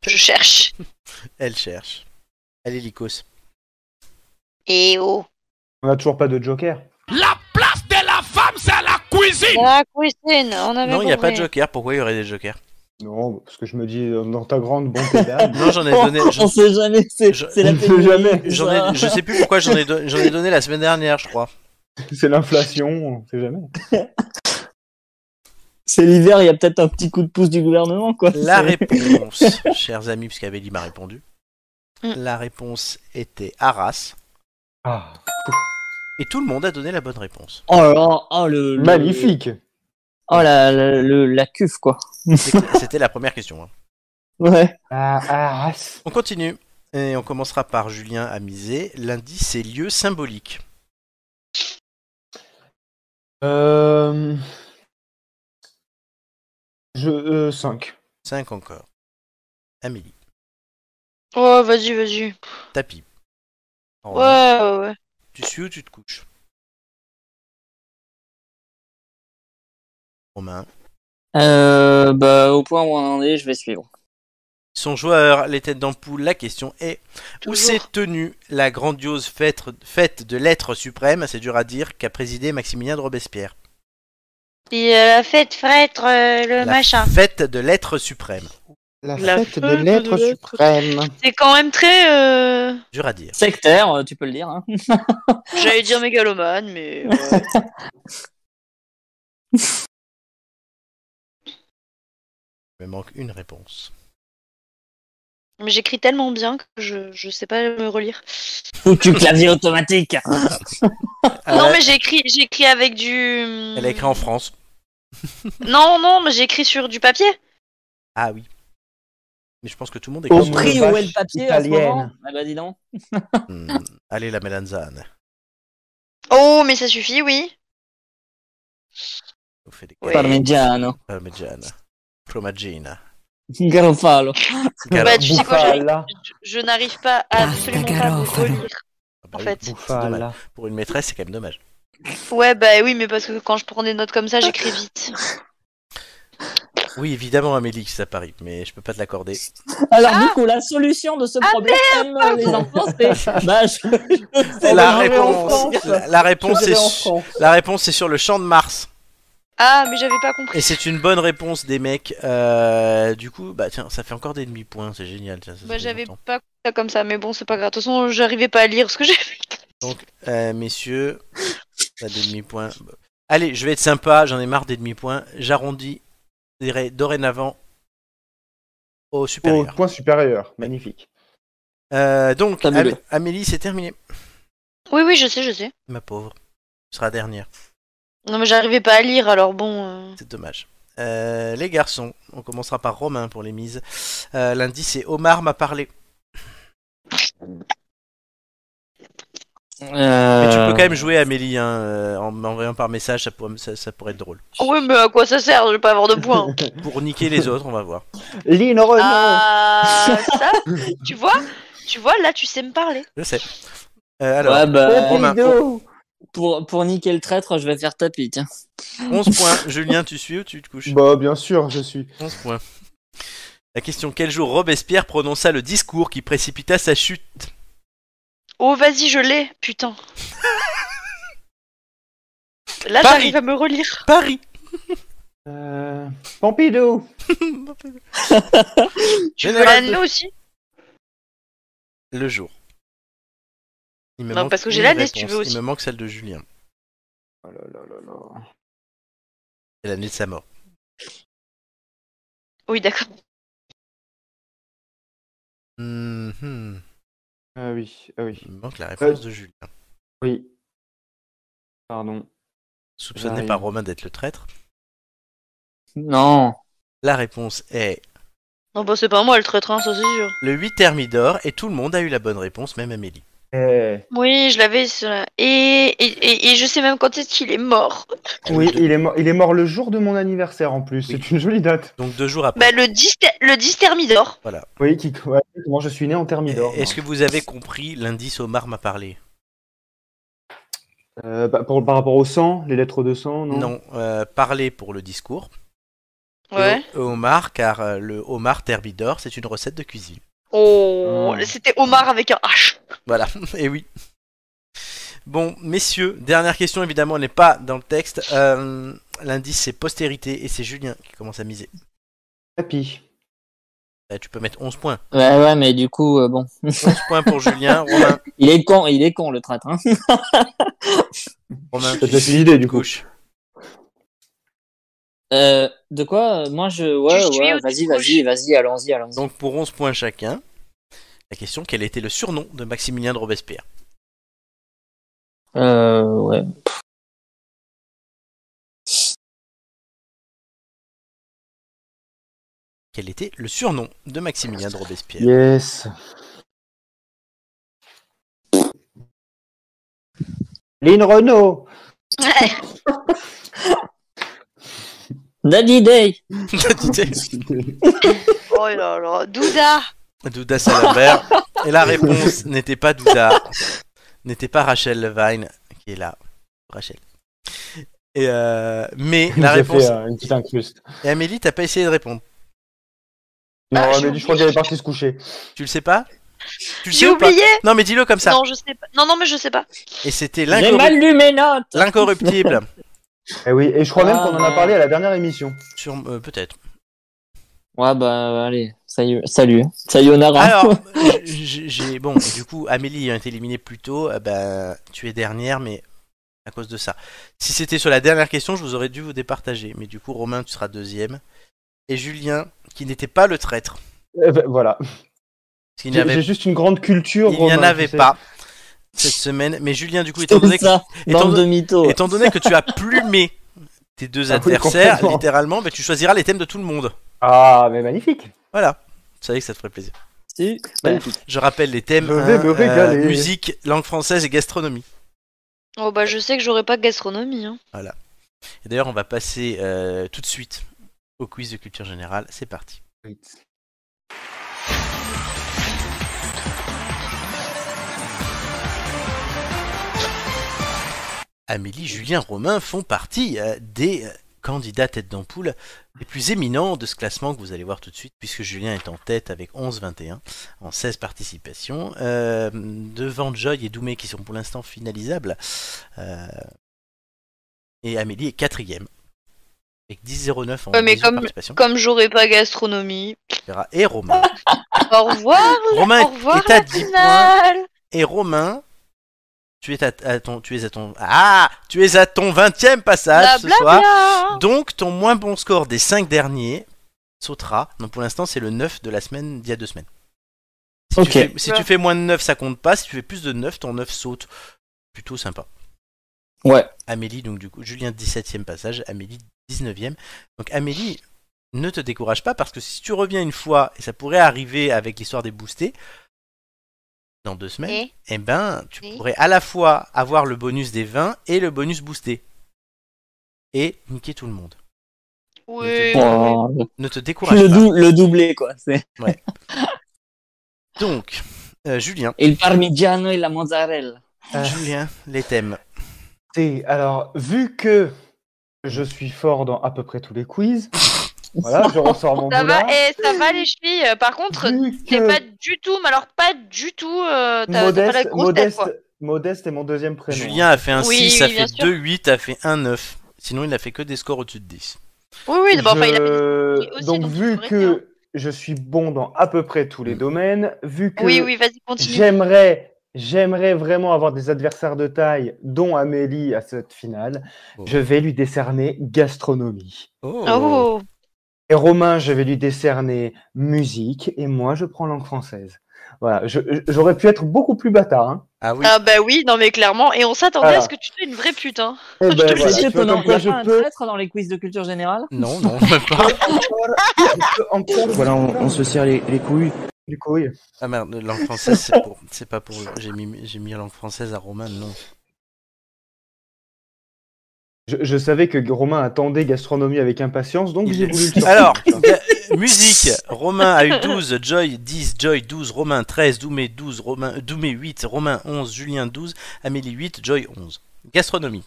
Je cherche. Elle cherche. Allez, Lycos. Et oh. On a toujours pas de joker. La place de la femme, c'est la cuisine La cuisine, Ah, on avait Non, il n'y a pas compris. de joker. Pourquoi il y aurait des jokers Non, parce que je me dis, euh, dans ta grande bonté d'âme. Non, j'en ai donné. j'en- On sait jamais, c'est Je- c'est la on ne sait pénurie, jamais. tout J'en ça. ai, je sais plus pourquoi j'en ai, don- j'en ai donné la semaine dernière, je crois. c'est l'inflation, on sait jamais. C'est l'hiver, il y a peut-être un petit coup de pouce du gouvernement, quoi. La C'est- réponse, chers amis, puisque Amélie m'a répondu, Mm. la réponse était Arras. Ah, Et tout le monde a donné la bonne réponse. Oh là là, oh le. le- magnifique. Oh la, la, le- la cuve, quoi. C'est- C'était la première question. hein. Ouais. Ah, ah, as. On continue. Et on commencera par Julien Amisé. Lundi, c'est lieu symbolique. Euh... Je... euh, 5. 5 encore. Amélie, Oh, vas-y, vas-y. tapis. En Ouais, ouais, ouais. Tu suis ou tu te couches Romain. Euh, bah, au point où on en est, je vais suivre. Son joueur, les têtes d'ampoule, la question est où Toujours. s'est tenue la grandiose fête, fête de l'être suprême, c'est dur à dire, qu'a présidé Maximilien de Robespierre Et euh, la fête frêtre, euh, le La machin. fête de l'être suprême, La fête de l'être suprême. C'est quand même très. euh, dur à dire. Sectaire, euh, tu peux le dire. Hein. J'allais dire mégalomane, mais. ouais. Il me manque une réponse. mais j'écris tellement bien que je, je sais pas me relire. Ou tu clavier automatique. Elle Non, a- mais j'écris j'écris avec du. Euh, Elle a écrit en France. Non, non, mais j'écris sur du papier. Ah oui. Mais je pense que tout le monde est Au comme moi. prix Pris vache où est le papier à ce italienne. moment Ah bah, dis donc. Hmm, Allez, la melanzane. Oh, mais ça suffit, oui. On fait des Ouais. Parmigiano. parmigiana, Promaggina. Garofalo. Bah, Garam- tu sais quoi, j'ai- Bouffala. je, je n'arrive pas à absolument pas à me relire. Ah bah en oui, fait. bouffe, c'est dommage. Voilà. Pour une maîtresse, c'est quand même dommage. Ouais, bah oui, mais parce que quand je prends des notes comme ça, j'écris vite. Oui, évidemment, Amélie, que ça parie, mais je peux pas te l'accorder. Alors du coup, la solution de ce problème, les enfants, c'est bah, je- je- La, je- je- réponse, en France. la, la réponse Je est vais en su- France. la réponse est sur le champ de Mars. Ah, mais j'avais pas compris. Et c'est une bonne réponse des mecs. Euh, du coup, bah tiens, ça fait encore des demi-points, c'est génial. ça, ça, ça Bah, fait j'avais longtemps. pas compris ça comme ça, mais bon, c'est pas grave. De toute façon, j'arrivais pas à lire ce que j'ai fait. Donc, euh, messieurs, pas des demi-points. Allez, je vais être sympa, j'en ai marre des demi-points. J'arrondis je dirais dorénavant au Au supérieur. point supérieur, magnifique. Euh, donc, Fabuleux. Am- Amélie, c'est terminé, Oui, oui, je sais, je sais. ma pauvre. Ce sera dernière, Non, mais j'arrivais pas à lire, alors bon. euh. c'est dommage. Euh, les garçons, on commencera par Romain pour les mises. Euh, lundi, c'est Omar m'a parlé. Mais Euh, tu peux quand même jouer Amélie hein, euh, en m'envoyant par message, ça pourrait, ça- ça pourrait être drôle. Ouais, mais à quoi ça sert Je vais pas avoir de points. Pour niquer les autres, on va voir. Lynn, oh, Renaud Ah, ça, tu vois Tu vois, là, tu sais me parler. Je sais. Euh, alors, Ouais, bah, Romain, pour, pour niquer le traître, je vais faire hein. tapis, tiens. 11 points. Julien, tu suis ou tu te couches Bah, bien sûr, je suis. 11 points. La question quel jour Robespierre prononça le discours qui précipita sa chute Oh, vas-y, je l'ai, putain. Là, Paris. j'arrive à me relire. Paris Euh... Pompidou Tu veux Général de- l'anneau aussi Le jour. Il me Non, manque parce que j'ai une l'année, si tu réponse. veux aussi. Il me manque celle de Julien. Oh là là là là. C'est l'année de sa mort. Oui, d'accord. Mhm. Ah oui, ah oui. Il me manque la réponse de Julien. Oui. Pardon. Soupçonné J'arrive. par Romain d'être le traître. Non. La réponse est Non, bah, c'est pas moi le traître, hein, ça c'est sûr. le 8 Thermidor et tout le monde a eu la bonne réponse, même Amélie. Eh, Oui, je l'avais, cela. Et, et, et, et je sais même quand est-ce qu'il est mort. Oui, il est, mort, il est mort le jour de mon anniversaire en plus. Oui. C'est une jolie date. Donc deux jours après. Bah, le 10, le 10 Thermidor. Oui, qui... ouais, moi je suis né en Thermidor. Est-ce que vous avez compris l'indice Omar m'a parlé Euh, bah, pour- par rapport au sang, les lettres de sang, non Non, euh, parler pour le discours. Ouais. Le homard, car euh, le homard thermidor, c'est une recette de cuisine. Oh, Hmm. c'était Omar avec un H. Voilà, et oui. Bon, messieurs, dernière question, évidemment, elle n'est pas dans le texte. Euh, L'indice, c'est postérité, et c'est Julien qui commence à miser. Tapis. Euh, tu peux mettre 11 points. Ouais, ouais, mais du coup, euh, bon. 11 points pour Julien, Romain, Il est con, il est con, le traître. Hein. Romain, Ça te laisse une idée du coup. gauche. Euh, de quoi Moi, je. Ouais, Tu suis ou ouais, tu vas-y, couches vas-y, vas-y, allons-y, allons-y. Donc pour 11 points chacun, la question, quel était le surnom de Maximilien de Robespierre Euh, ouais. Quel était le surnom de Maximilien de Robespierre Yes. Lynn Renault Daddy Day Tu sais, oh là là, Douda. Douda Salabert. Et la réponse n'était pas Douda, n'était pas Rachel Levine, qui est là. Rachel. Et euh, mais Il nous la a réponse. Ah, fait, euh, une petite incruste. Et Amélie, t'as pas essayé de répondre. Non, Ah, j'ai Amélie, je crois qu'elle est partie se coucher. Tu le sais pas Tu le sais J'ai ou pas oublié. Non, mais dis-le comme ça. Non, je sais pas. Non, non, mais je sais pas. Et c'était J'ai l'incorru- mal lu mes notes l'incorruptible. Eh oui, et je crois même Ah, qu'on en a ouais. parlé à la dernière émission. Sur euh, peut-être. Ouais, bah, allez, salut, salut, hein. sayonara. Alors, j'ai j'ai- bon, du coup, Amélie a été éliminée plus tôt. euh, bah, tu es dernière, mais à cause de ça. Si c'était sur la dernière question, je vous aurais dû vous départager. Mais du coup, Romain, tu seras deuxième. Et Julien, qui n'était pas le traître, Eh ben, voilà. parce qu'il n'y J'ai j'ai avait, juste une grande culture. il n'y en Romain, tu avait sais. pas cette semaine. Mais Julien, du coup, étant donné C'est que, ça, étant bande don- de mythos. étant donné que tu as plumé tes deux Ah oui, adversaires, complètement. littéralement, bah, tu choisiras les thèmes de tout le monde. Ah, mais magnifique. Voilà. Vous savez que ça te ferait plaisir. Si. Bah, Magnifique. Je rappelle les thèmes Je vais hein, me régaler. musique, langue française et gastronomie. Oh bah, je sais que j'aurais pas de gastronomie. Hein. Et d'ailleurs, on va passer euh, tout de suite au quiz de culture générale. C'est parti. Amélie, Julien, Romain font partie euh, des euh, candidats tête d'ampoule les plus éminents de ce classement que vous allez voir tout de suite, puisque Julien est en tête avec 11-21 en 16 participations. Euh, devant Joy et Doumé qui sont pour l'instant finalisables. Euh, et Amélie est quatrième. Avec 10-09 en Ouais, mais 18 comme- participations. Comme j'aurais pas gastronomie. Et Romain. Au revoir. Romain au revoir. est à la 10 points. finale. Et Romain, tu es à, à ton, tu es à ton, ah, tu es à ton 20e passage Bla, ce bla, soir. bla. Donc ton moins bon score des 5 derniers sautera. Donc pour l'instant c'est le 9 de la semaine d'il y a deux semaines. Si, Ok. tu, fais, si tu Ouais. fais moins de 9 ça compte pas, si tu fais plus de 9 ton 9 saute. Plutôt sympa. Ouais. Amélie donc du coup Julien 17e passage, Amélie 19e. Donc Amélie ne te décourage pas parce que si tu reviens une fois et ça pourrait arriver avec l'histoire des boostés dans deux semaines, Eh, eh ben, tu Oui. pourrais à la fois avoir le bonus des 20 et le bonus boosté. Et niquer tout le monde. oui, oui. Oh, le- Ne te décourage le, pas. dou- le doublé, quoi. c'est- Donc, euh, Julien, Et le parmigiano et la mozzarella. Ah. Euh. Julien, les thèmes. Écoutez, alors, vu que je suis fort dans à peu près tous les quiz, voilà, je ressors mon Ça boulard. va, eh, ça va les chevilles. Par Mmh. contre, Vu t'es que pas du tout, mais alors pas du tout. euh, t'as, t'as pas la Modeste, grosse tête, Modeste, quoi. Modeste est mon deuxième prénom. Julien a fait un 6, Oui, ça oui, fait bien sûr. 2, 8, a fait 1, 9. Sinon, il n'a fait que des scores au-dessus de 10. Oui, oui, d'abord, enfin, il a fait Je- aussi, donc, donc vu tu devrais bien. que je suis bon dans à peu près tous les Mm. domaines, vu que Oui, oui, vas-y, continue. j'aimerais, j'aimerais vraiment avoir des adversaires de taille, dont Amélie à cette finale, Oh. je vais lui décerner gastronomie. Oh, Et Romain, je vais lui décerner musique, et moi, je prends langue française. Voilà, je- je- j'aurais pu être beaucoup plus bâtard. Hein. Ah oui, ah bah oui, non mais clairement, et on s'attendait Voilà. à ce que tu sois une vraie pute, hein. Eh ben, te le voilà, dis, tu vois comme Il y quoi a je pas un peux traître dans les quiz de culture générale non, non, même pas. encore. Voilà, on, on se serre les, les couilles. Du coup, oui. Ah merde, langue française, c'est, pour... c'est pas pour. J'ai mis... J'ai mis langue française à Romain, non. je, je savais que Romain attendait gastronomie avec impatience, donc j'ai voulu le sortir. Alors, ga- musique, Romain a eu 12, Joy 10, Joy 12, Romain 13, Doumé 12, Romain, euh, Doumé 8, Romain 11, Julien 12, Amélie 8, Joy 11. Gastronomie.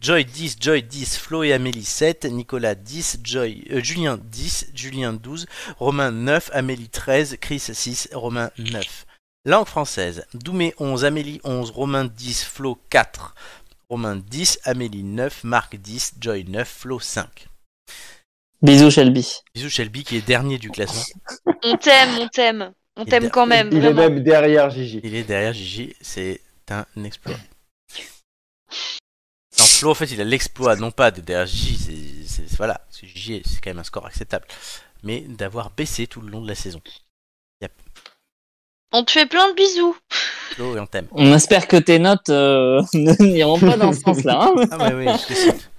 Joy 10, Joy 10, Flo et Amélie 7, Nicolas 10, Joy, euh, Julien 10, Julien 12, Romain 9, Amélie 13, Chris 6, Romain 9. Langue française. Doumé 11, Amélie 11, Romain 10, Flo 4, Romain 10, Amélie 9, Marc 10, Joy 9, Flo 5. Bisous, Shelby. Bisous Shelby qui est dernier du classement. On t'aime, on t'aime. On Il t'aime est- quand même, Il est vraiment. même derrière Gigi. Il est derrière Gigi, c'est un exploit. Non, Flo, en fait, il a l'exploit, non pas de derrière Gigi, c'est- c'est- c'est- voilà, parce que Gigi, c'est quand même un score acceptable, mais d'avoir baissé tout le long de la saison. On te fait plein de bisous. Flo et on t'aime. On espère que tes notes euh, ne- n'iront pas dans ce sens-là. hein. Ah, mais oui, parce que c'est-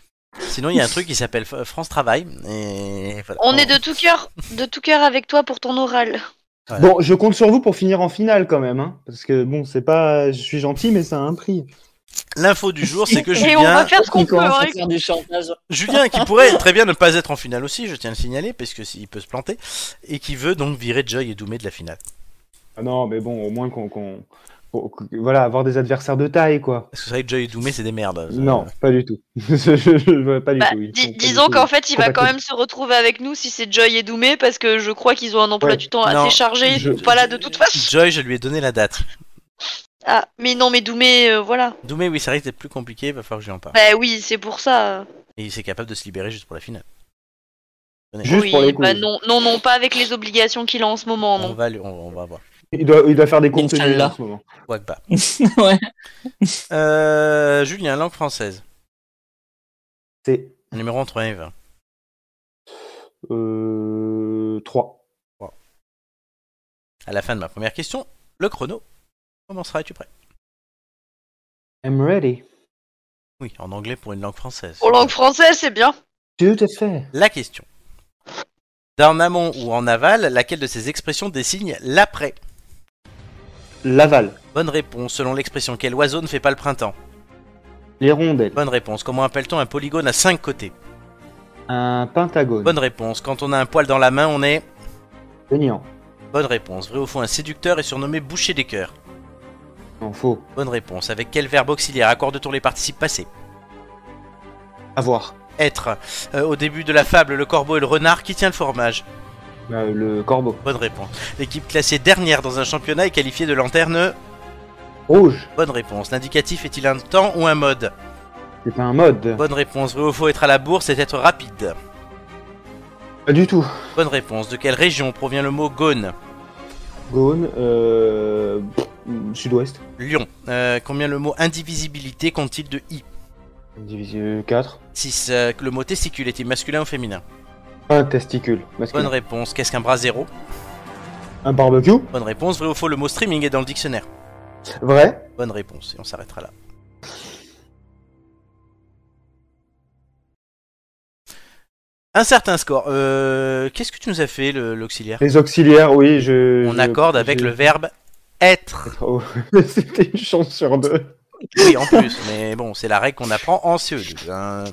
Sinon, il y a un truc qui s'appelle F- France Travail, et voilà. On est de tout cœur, de tout cœur avec toi pour ton oral. Voilà. Bon, je compte sur vous pour finir en finale quand même, hein, parce que bon, c'est pas, je suis gentil, mais ça a un prix. L'info du jour, c'est que Et on va Julien, faire ce qu'on Il peut, commence hein. à faire du chantage. Julien, qui pourrait très bien ne pas être en finale aussi, je tiens à le signaler, parce que s'il peut se planter, et qui veut donc virer Joy et Doumé de la finale. Ah non, mais bon, au moins qu'on, qu'on- qu'on- qu'on- voilà, avoir des adversaires de taille, quoi. Parce que c'est vrai que Joy et Doumé, c'est des merdes. hein, Non, pas du tout. je, je- je vois pas du Bah, tout. Ils di- font pas du disons tout. qu'en fait, il va quand Complètement. même se retrouver avec nous si c'est Joy et Doumé, parce que je crois qu'ils ont un emploi Ouais. du temps Non, assez chargé, ils je- sont pas là de toute façon. Joy, je lui ai donné la date. Ah, mais non, mais Doumé, euh, voilà. Doumé, oui, ça risque d'être plus compliqué, va falloir que je lui en parle. Bah oui, c'est pour ça. Et il est capable de se libérer juste pour la finale. Juste oui, pour les bah couilles. non, non, non, pas avec les obligations qu'il a en ce moment, On non. va, lui- on, on va voir. Il doit, il doit faire des contenus Inch'Allah. en ce moment. Wagba. Ouais. Euh, Julien, langue française. C'est Numéro entre 1 et 20. euh, 3. À la fin de ma première question, le chrono commencera. Es-tu prêt I'm ready. Oui, en anglais pour une langue française. En langue française, c'est bien. Tout à fait. La question. D'en amont ou en aval, laquelle de ces expressions désigne l'après Laval, Bonne réponse. Selon l'expression, quel oiseau ne fait pas le printemps les rondelles, Bonne réponse. Comment appelle-t-on un polygone à 5 côtés un pentagone, Bonne réponse. Quand on a un poil dans la main, on est fainéant. Bonne réponse. Vrai ou faux, un séducteur est surnommé boucher des cœurs. Non, faux. Bonne réponse. Avec quel verbe auxiliaire accorde-t-on les participes passés À voir. Être. Euh, au début de la fable, le corbeau et le renard, qui tient le fromage Euh, le corbeau. Bonne réponse. L'équipe classée dernière dans un championnat est qualifiée de lanterne Rouge. Bonne réponse. L'indicatif est-il un temps ou un mode C'est un mode. Bonne réponse. Vrai ou faux, être à la bourse c'est être rapide Pas du tout. Bonne réponse. De quelle région provient le mot Gaune Gaune. Euh... pff, Sud-ouest. Lyon. Euh, combien le mot indivisibilité compte-t-il de I Division 4. 6. le mot testicule est-il masculin ou féminin Un testicule. masculin. Bonne réponse. Qu'est-ce qu'un bras zéro Un barbecue. Bonne réponse. Vrai ou faux, le mot streaming est dans le dictionnaire Vrai. Bonne réponse. Et on s'arrêtera là. Un certain score. Euh, Qu'est-ce que tu nous as fait, le- l'auxiliaire Les auxiliaires, oui. Je, On je- accorde avec Euh, j'ai- le verbe être. Oh, C'était une chance sur deux. Oui, en plus, mais bon, c'est la règle qu'on apprend en CE2. hein.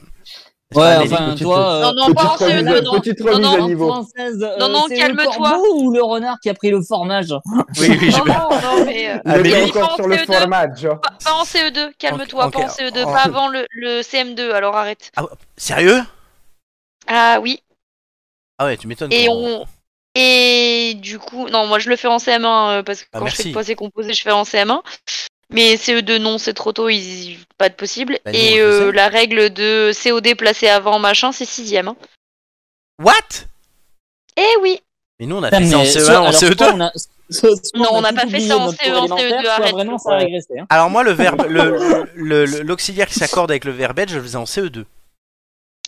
C'est Ouais, pas un enfin, petite- toi. euh, Non, non, pas en petite CE2, remise- non. petite Non, remise non, à en niveau. Française, Non, non, c'est le calme-toi. corbeau ou le renard qui a pris le formage Oui, oui, je- Non, non, non, mais. euh, Ah, Il mais- est oui. encore sur le Français, formage. Pas, pas en CE2, calme-toi, En- pas en en- CE2, en- pas avant le, le CM2, alors arrête. Sérieux Ah oui, Ah ouais, tu m'étonnes. et qu'on- on. Et du coup, non, moi je le fais en CM1 euh, parce que Ah, quand merci. je fais passé composé, je fais en CM1. Mais CE2, non, c'est trop tôt, ils... pas de possible. Bah, nous, on et le euh, sait. la règle de COD placé avant machin, c'est sixième. Hein. What Eh oui, Mais nous, on a Putain, fait ça en mais CE1, en soit- E alors, CE2. soit on a- soit- soit Non, on n'a tout pas fait oublié ça en notre CE1, cours élémentaire, CE2, soit arrête. vraiment, ça a régressé. hein. Alors moi, le verbe, le- le- le- l'auxiliaire qui s'accorde avec le verbe être, je le faisais en E CE2.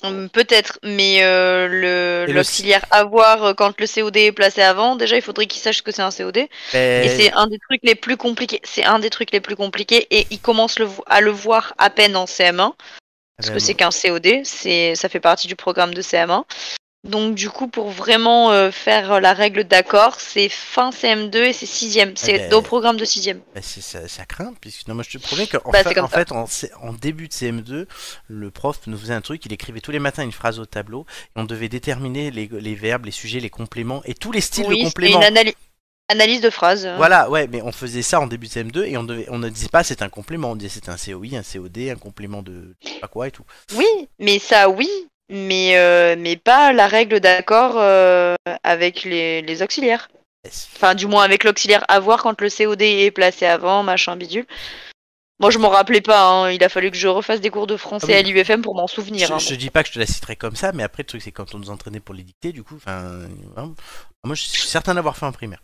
Hum, peut-être, mais euh, Et le le- l'auxiliaire avoir euh, quand le COD est placé avant, déjà il faudrait qu'il sache ce que c'est un COD. Mais- Et c'est un des trucs les plus compliqués. C'est un des trucs les plus compliqués et ils commencent le vo- à le voir à peine en CM1 parce que mais- c'est qu'un COD, c'est ça fait partie du programme de CM1. Donc du coup pour vraiment euh, faire la règle d'accord, c'est fin CM2 et c'est sixième. C'est ben, au programme de sixième. bah, c'est- ça, ça craint, puisque non, moi je te promets qu'en Bah, fa- c'est comme en fait, en, C- en début de CM2, le prof nous faisait un truc, il écrivait tous les matins une phrase au tableau, et on devait déterminer les, les verbes, les sujets, les compléments, et tous les styles de oui, c'est compléments. une analy- analyse de phrase. euh. Voilà, ouais, mais on faisait ça en début de CM2 et on, devait- on ne disait pas c'est un complément, on disait c'est un COI, un COD, un complément de je sais pas quoi et tout. Oui, mais ça oui, mais euh, mais pas la règle d'accord euh, avec les, les auxiliaires. Yes. Enfin, du moins avec l'auxiliaire avoir quand le COD est placé avant, machin bidule. Moi, je m'en rappelais pas. hein. Il a fallu que je refasse des cours de français Ah oui. à l'UFM pour m'en Je, souvenir. hein. je dis pas que je te la citerai comme ça, mais après le truc c'est quand on nous entraînait pour les dicter, du coup, enfin, hein, moi je suis certain d'avoir fait en primaire.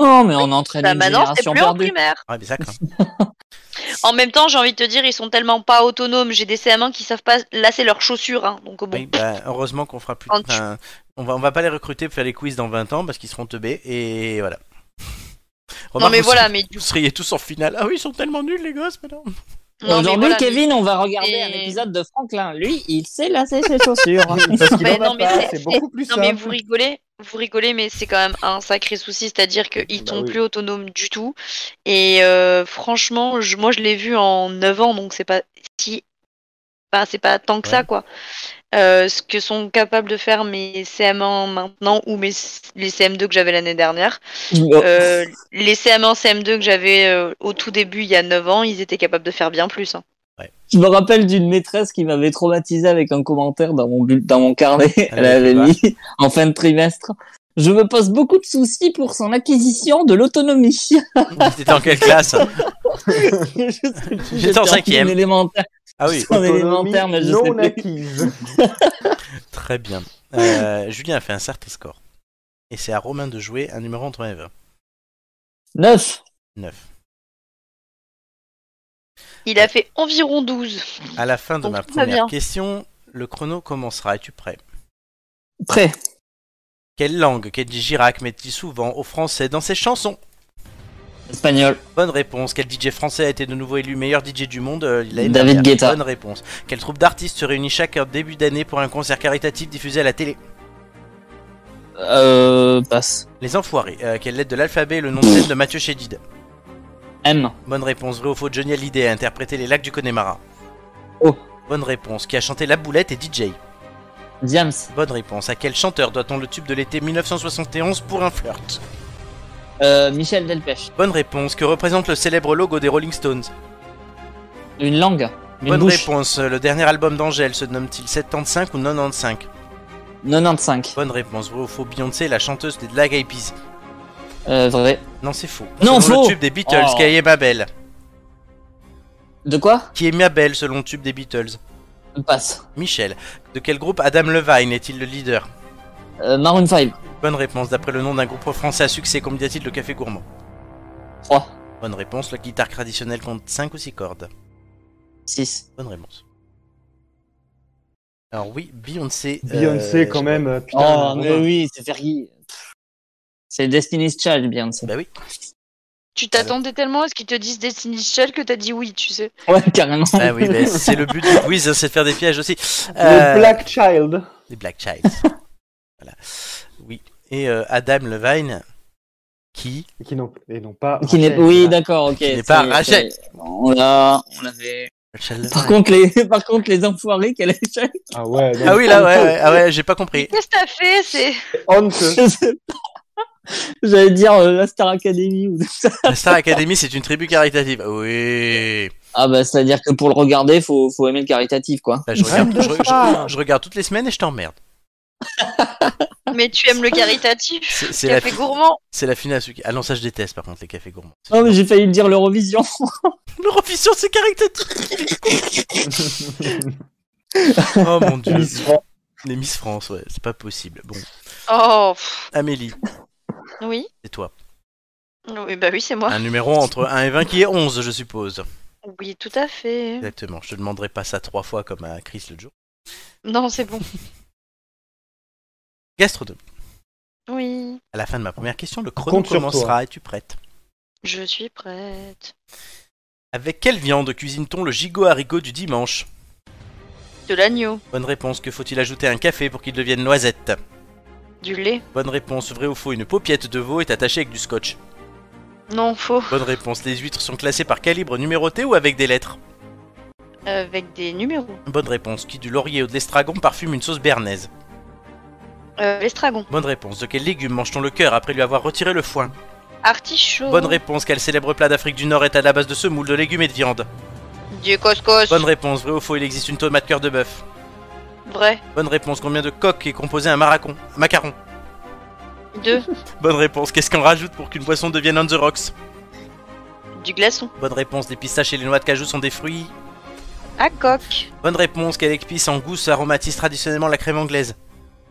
Oh, mais on entraîne Bah, une maintenant, c'est génération plus en perdue. primaire. Ouais, mais ça craint. En même temps, j'ai envie de te dire, ils sont tellement pas autonomes. J'ai des CM1 qui savent pas lasser leurs chaussures. hein. Donc bon, Oui, bah, heureusement qu'on fera plus. En- enfin, on va, on va pas les recruter pour faire les quiz dans 20 ans parce qu'ils seront teubés et voilà. non Remarque, mais vous voilà, seriez- mais du Vous seriez tous en finale. Ah oui, ils sont tellement nuls les gosses maintenant. non, mais Aujourd'hui, voilà, mais- Kevin, on va regarder Et- un épisode de Franklin. Lui, il sait lasser ses chaussures. Parce qu'il Mais en a non, mais pas, c'est- c'est beaucoup plus Non simple. mais vous rigolez, vous rigolez, mais c'est quand même un sacré souci, c'est-à-dire qu'ils Bah sont oui. plus autonomes du tout. Et euh, franchement, je, moi je l'ai vu en 9 ans, donc c'est pas si, enfin c'est pas tant que ça Ouais. quoi. Euh, ce que sont capables de faire mes CM1 maintenant ou mes les CM2 que j'avais l'année dernière, Oh. Euh, les CM1 CM2 que j'avais euh, au tout début il y a 9 ans, ils étaient capables de faire bien plus. hein. Je me rappelle d'une maîtresse qui m'avait traumatisé avec un commentaire dans mon, bulle- dans mon carnet. Elle avait avait fait mis en fin de trimestre. Je me pose beaucoup de soucis pour son acquisition de l'autonomie. T'étais en quelle classe hein Je sais plus, J'étais en plus cinquième. élémentaire. Ah oui. En Autonomie élémentaire, mais je non sais plus. acquise. Très bien. Euh, Julien a fait un certain score. Et c'est à Romain de jouer un numéro entre 1 et 20. 9. 9. Il a fait environ 12. À la fin de Donc, ma tout va bien. première question, le chrono commencera. Es-tu prêt Prêt. Quelle langue Kenji Girac met-il souvent au français dans ses chansons Espagnol. Bonne réponse. Quel DJ français a été de nouveau élu meilleur DJ du monde euh, l'année David dernière Guetta. Bonne réponse. Quelle troupe d'artistes se réunit chaque début d'année pour un concert caritatif diffusé à la télé Euh, passe. Les Enfoirés. Euh, quelle lettre de l'alphabet est le nom de scène de Mathieu Chédid M. Bonne réponse. Vrai ou faux Johnny Hallyday a interprété les lacs du Connemara Oh. Bonne réponse. Qui a chanté La Boulette et DJ Diams. Bonne réponse. À quel chanteur doit-on le tube de l'été 1971 pour un flirt Euh, Michel Delpech. Bonne réponse. Que représente le célèbre logo des Rolling Stones Une langue. Une Bonne bouche. réponse. Le dernier album d'Angèle se nomme-t-il 75 ou 95 95. Bonne réponse. Vrai ou faux Beyoncé, la chanteuse des Black Eyed Peas. Euh, vrai. Non, c'est faux. selon Non, faux le tube des Beatles, Oh. qui est ma belle De quoi Qui est ma belle selon le tube des Beatles Passe. Michel. De quel groupe Adam Levine est-il le leader Euh, Maroon 5. Bonne réponse. D'après le nom d'un groupe français à succès, combien y a-t-il de café gourmand 3. Bonne réponse. La guitare traditionnelle compte 5 ou 6 cordes 6. Bonne réponse. Alors oui, Beyoncé. euh, Beyoncé, quand même. euh, Putain, Oh, Robin. mais oui, c'est Fergie. Pff. C'est Destiny's Child, bien sûr. Bah oui. Tu t'attendais tellement à ce qu'ils te disent Destiny's Child que t'as dit oui, tu sais. Ouais, carrément. Ah oui, mais c'est le but du quiz, hein, c'est de faire des pièges aussi. Euh, Le Black Child. Les Black Child. voilà. Oui. Et euh, Adam Levine, qui Et qui n'ont et non pas. Ah, Qui n'est- Rachel. Oui, d'accord, ok. Qui n'est pas c'est- Rachel. c'est- On l'a, on l'avait. Rachel Ah. Par Levine. contre, les, par contre, les enfoirés qu'elle a échappé, Ah ouais. Ah oui, là, ouais, honteux. ouais, ah ouais, j'ai pas compris. Qu'est-ce que t'as fait C'est Honteux. je sais pas. J'allais dire euh, la Star Academy ou tout ça. La Star Academy, c'est une tribu caritative. Ah Oui. Ah bah, c'est-à-dire que pour le regarder, faut, faut aimer le caritatif, quoi. Bah, je, regarde, je, je- je regarde toutes les semaines et je t'emmerde. Mais tu aimes le caritatif C'est c'est la, Café gourmand c'est la finale. ce qui- Ah non, ça, je déteste par contre, les cafés gourmands. Non, mais j'ai failli le dire l'Eurovision. Oh, L'Eurovision, c'est caritatif. Oh mon dieu. Les Miss France, ouais, c'est pas possible. Bon, Oh, pff, Amélie, oui. c'est toi. Oui, bah oui, c'est moi. Un numéro entre 1 et 20 qui est 11, je suppose. Oui, tout à fait. Exactement, je te demanderai pas ça trois fois comme à Chris le jour. Non, c'est bon. Gastronome, Oui, à la fin de ma première question, le compte chrono sur toi. commencera. Es-tu prête je suis prête. Avec quelle viande cuisine-t-on le gigot haricot du dimanche De l'agneau, Bonne réponse, que faut-il ajouter à un café pour qu'il devienne noisette du lait. Bonne réponse, vrai ou faux, une paupiette de veau est attachée avec du scotch Non, faux. Bonne réponse, les huîtres sont classées par calibre numéroté ou avec des lettres Avec des numéros. Bonne réponse, qui du laurier ou de l'estragon parfume une sauce béarnaise Euh, L'estragon. Bonne réponse, de quel légume mange-t-on le cœur après lui avoir retiré le foin Artichaut. Bonne réponse, quel célèbre plat d'Afrique du Nord est à la base de semoule, de légumes et de viande Du couscous. Bonne réponse, vrai ou faux, il existe une tomate cœur de bœuf Vrai. Bonne réponse, combien de coques est composé un maracon un macaron Deux. Bonne réponse, qu'est-ce qu'on rajoute pour qu'une boisson devienne on the rocks Du glaçon. Bonne réponse, les pistaches et les noix de cajou sont des fruits. À coque. Bonne réponse, quelle épice en gousse aromatise traditionnellement la crème anglaise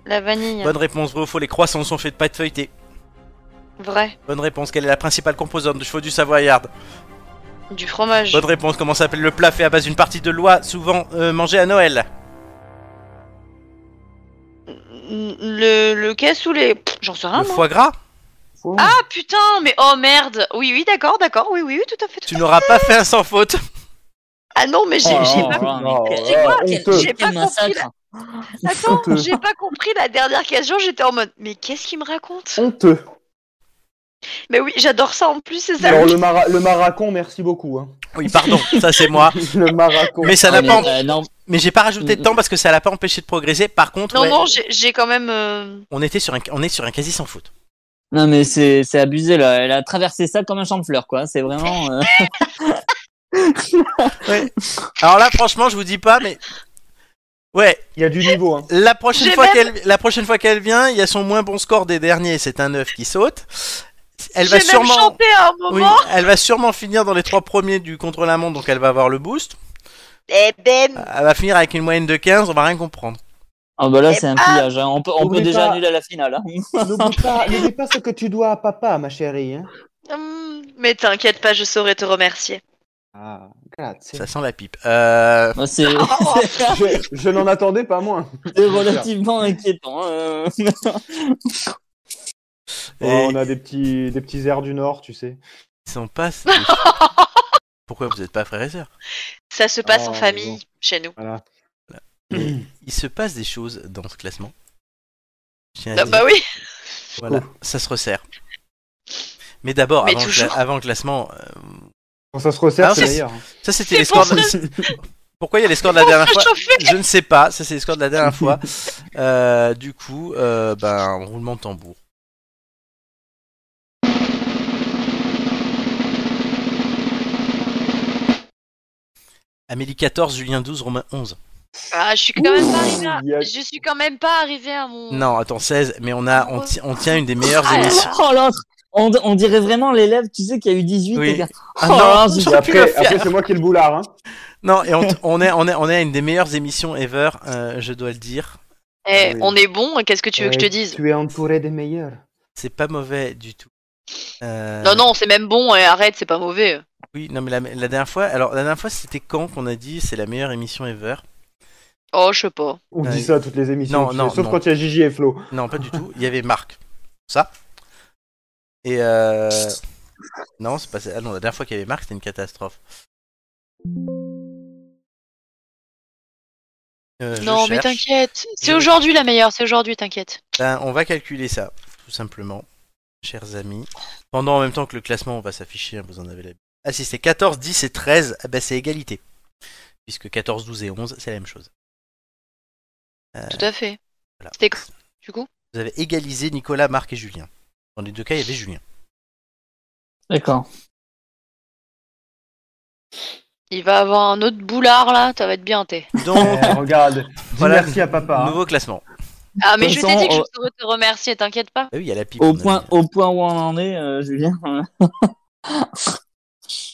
La vanille. Bonne réponse, vrai ou faux, les croissants sont faits de pâte feuilletée Vrai. Bonne réponse, quelle est la principale composante du chevaux du Savoyard Du fromage. Bonne réponse, comment s'appelle le plat fait à base d'une partie de loi souvent euh, mangée à Noël Le, le caisse ou les. Pff, J'en sais rien, Le moi. foie gras Ah putain, mais oh merde. Oui, oui, d'accord, d'accord. Oui, oui, oui, tout à fait. tout Tu n'auras pas fait un sans faute à- Ah non, mais j'ai Oh, j'ai oh, pas. oh, Non, mais- Tu sais quoi honteux. Quel- J'ai pas Quel compris. massacre. la- Attends, Honteux. j'ai pas compris la dernière question. J'étais en mode, mais qu'est-ce qu'il me raconte Honteux. Mais oui, j'adore ça en plus, c'est ça. Alors le, mara- le maracon, merci beaucoup. hein. Oui, pardon, ça c'est moi. le maracon. Mais ça Ah, n'a mais, pas, euh, non, mais j'ai pas rajouté de temps parce que ça l'a pas empêché de progresser. Par contre, Non, ouais, non, j'ai j'ai quand même. euh, on était sur un, on est sur un quasi sans faute. non, mais c'est c'est abusé là. Elle a traversé ça comme un champ de fleurs, quoi. C'est vraiment. euh, Alors là, franchement, je vous dis pas, mais ouais, Il y a du niveau. hein. la prochaine J'ai fois qu'elle, la prochaine fois qu'elle vient, il y a son moins bon score des derniers, c'est un 9 qui saute. Elle va j'ai même sûrement, chanté à un oui, moment. elle va sûrement finir dans les trois premiers du contre la montre, donc elle va avoir le boost. Eh ben, Elle va finir avec une moyenne de 15, on va rien comprendre. Ah bah là, Eh c'est un ben, pillage. hein. On peut, on peut n'oublie déjà pas- annuler la finale. hein. N'oublie pas, n'oublie pas ce que tu dois à papa, ma chérie. hein. hum, mais t'inquiète pas, je saurai te remercier. Ah, grazie. Ça sent la pipe. Euh, Bah, c'est Oh, Je, je n'en attendais pas moins. c'est relativement inquiétant. euh. et Oh, on a des petits, des petits airs du Nord, tu sais. ils sont pas. Pourquoi vous êtes pas frères et sœurs ça se passe en Oh, famille, bon. chez nous. Voilà. Mais il se passe des choses dans ce classement. Je tiens à Ah dire. bah oui, Voilà, ça se resserre. Mais d'abord, Mais avant, le toujours. cla- avant le classement, euh, Quand ça se resserre, Ah, c'est c'est- meilleur. ça c'était C'est les scores. pour de- Pourquoi il y a les scores de la dernière fois réchauffé. Je ne sais pas. Ça c'est les scores de la dernière fois. Euh, du coup, euh, ben roulement de tambour. Amélie 14, Julien 12, Romain 11. Ah, je suis quand même pas arrivé à... Je suis quand même pas arrivé à mon... Non, attends, 16, mais on, a, on, ti- on tient une des meilleures Ah, émissions. oh, l'autre on, on dirait vraiment l'élève, tu sais, qui a eu 18 Oui. et qui a- Ah Oh, non, j'ai- j'aurais pu la hein. Après, faire. après, c'est moi qui ai le boulard. Hein. Non, et on, t- on est, on, est, on est à une des meilleures émissions ever, euh, je dois le dire. Eh, oui. on est bon, qu'est-ce que tu veux que je te dise Tu es entouré des meilleurs. C'est pas mauvais du tout. Euh, Non, non, c'est même bon, et arrête, c'est pas mauvais. Oui, non, mais la, la dernière fois, alors la dernière fois, c'était quand qu'on a dit c'est la meilleure émission ever Oh, je sais pas. On Ouais. dit ça à toutes les émissions. Non, tu sais, non, sauf non. quand il y a Gigi et Flo. Non, pas du tout. Il y avait Marc. Ça. Et euh... Non, c'est pas ça. Ah non, la dernière fois qu'il y avait Marc, c'était une catastrophe. Euh, je non, mais cherche. t'inquiète. C'est Je- aujourd'hui la meilleure, c'est aujourd'hui, t'inquiète. Ben, on va calculer ça, tout simplement, chers amis. Pendant en même temps que le classement va s'afficher, hein, vous en avez la... Ah si, c'est 14, 10 et 13, ah ben, c'est égalité. Puisque 14, 12 et 11, c'est la même chose. Euh, Tout à fait. voilà. C'était quoi, du coup Vous avez égalisé Nicolas, Marc et Julien. Dans les deux cas, il y avait Julien. D'accord. Il va avoir un autre boulard là, ça va être bien, t'es. Donc, Eh, regarde. Dis Voilà. merci à papa. hein. nouveau classement. Ah, mais De je toute t'ai dit que je façon, saurais te remercier, t'inquiète pas. Ah oui, il y a la pipe. Au on a point, dit. au point où on en est, euh, Julien. euh,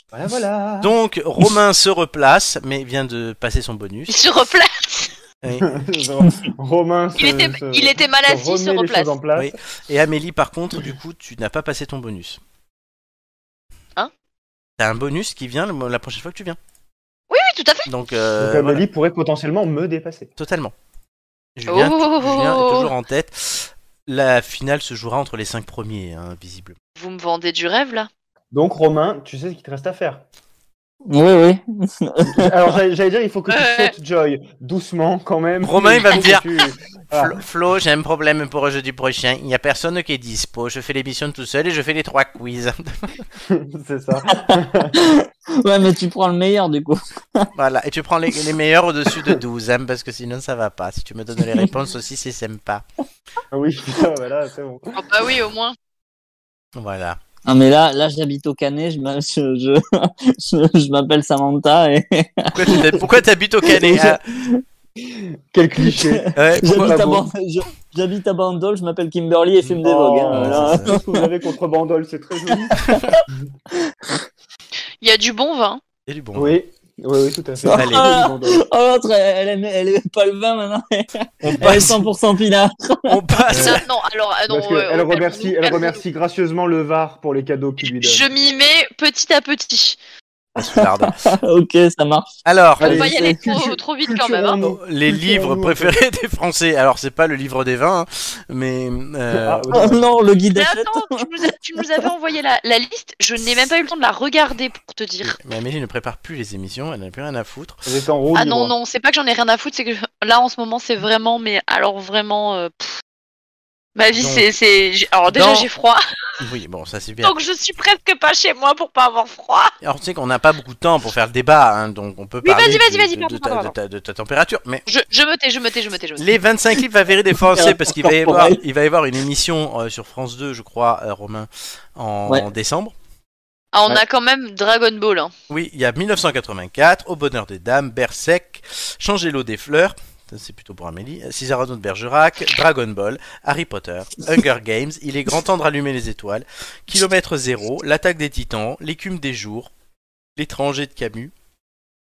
Voilà, voilà. Donc, Romain se replace, mais vient de passer son Il bonus. se replace Oui. Romain. Il se- était, se- il était mal se assis, il se remet les replace. choses en place. Oui. Et Amélie, par contre, du coup, tu n'as pas passé ton bonus. Hein T'as un bonus qui vient le- la prochaine fois que tu viens. Oui, tout à fait. Donc, euh, Donc Amélie voilà, pourrait potentiellement me dépasser. totalement. Julien, tu- Oh. Julien est toujours en tête. La finale se jouera entre les cinq premiers, hein, visiblement. Vous me vendez du rêve là Donc Romain, tu sais ce qu'il te reste à faire. Oui, oui. Alors j'allais j'allais dire, il faut que tu Ouais. sautes Joy doucement quand même. Romain, il va me faut que dire. tu- Ah. Flo, Flo, j'ai un problème pour jeudi prochain. Il n'y a personne qui est dispo. Je fais l'émission tout seul et je fais les trois quiz. C'est ça. ouais, mais tu prends le meilleur du coup. Voilà, et tu prends les, les meilleurs au-dessus de 12, hein, parce que sinon ça va pas. Si tu me donnes les réponses aussi, c'est sympa. Ah oui, putain, voilà, c'est bon. Oh bah oui, au moins. Voilà. Non, mais là, là j'habite au Canet, je m'a- je, je, je- je m'appelle Samantha et Pourquoi tu t'hab- Pourquoi t'habites au Canet hein Quel cliché. Ouais, pourquoi- j'habite à, bon Ban- je- j'habite à Bandol, je m'appelle Kimberly et fume des Oh, vogues. hein, là. c'est ça. Vous avez contre Bandol, c'est très joli. Il y a du bon vin. Et du bon. Oui, oui, oui, tout à fait. Ah, Allez. Ah. Ah. Bandol. Oh, l'autre, elle, elle, aime- elle aime pas le vin maintenant, elle On est passe. 100% pina. On passe. Non, non, alors, euh, non, Parce que euh, elle on- remercie, on- elle remercie gracieusement le VAR pour les cadeaux qu'il lui donne. Je m'y mets petit à petit. Pardon. ok, ça marche. Alors, euh, On Allez, va y c'est aller trop, culture- trop vite quand même. hein. Culturellement. les livres préférés des Français. Alors, c'est pas le livre des vins, hein, mais. euh, Ah, Oh non, le guide Mais achète. attends, tu nous, as- tu nous avais envoyé la, la liste, je n'ai même pas eu le temps de la regarder pour te dire. Mais Amélie ne prépare plus les émissions, elle n'a plus rien à foutre. elle est en roue Ah non, libre. non, c'est pas que j'en ai rien à foutre, c'est que je- là en ce moment c'est vraiment, mais alors vraiment. euh, pff. Ma vie, Donc- c'est. c'est- j'ai- Alors déjà Dans- j'ai froid, Oui, bon, ça c'est bien. donc je suis presque pas chez moi pour pas avoir froid. Alors, tu sais qu'on n'a pas beaucoup de temps pour faire le débat, hein, donc on peut Oui, parler vas-y, vas-y, de- vas-y, de- pardon, de ta- pardon. de ta- de ta température, mais. Je, je me tais, je me tais, je me tais, je me tais. Les 25 livres favoris des Français, parce qu'il va y avoir, Corporel. il va y avoir une émission euh, sur France 2, je crois, euh, Romain, en, Ouais. en décembre. Ah, on Ouais. a quand même Dragon Ball. Hein. Oui, il y a 1984, Au bonheur des dames, Berserk, Changer l'eau des fleurs, ça, c'est plutôt pour Amélie, euh, Césarano de Bergerac, Dragon Ball, Harry Potter, Hunger Games, Il est grand temps de rallumer les étoiles, Kilomètre zéro, L'attaque des titans, L'écume des jours, L'étranger de Camus,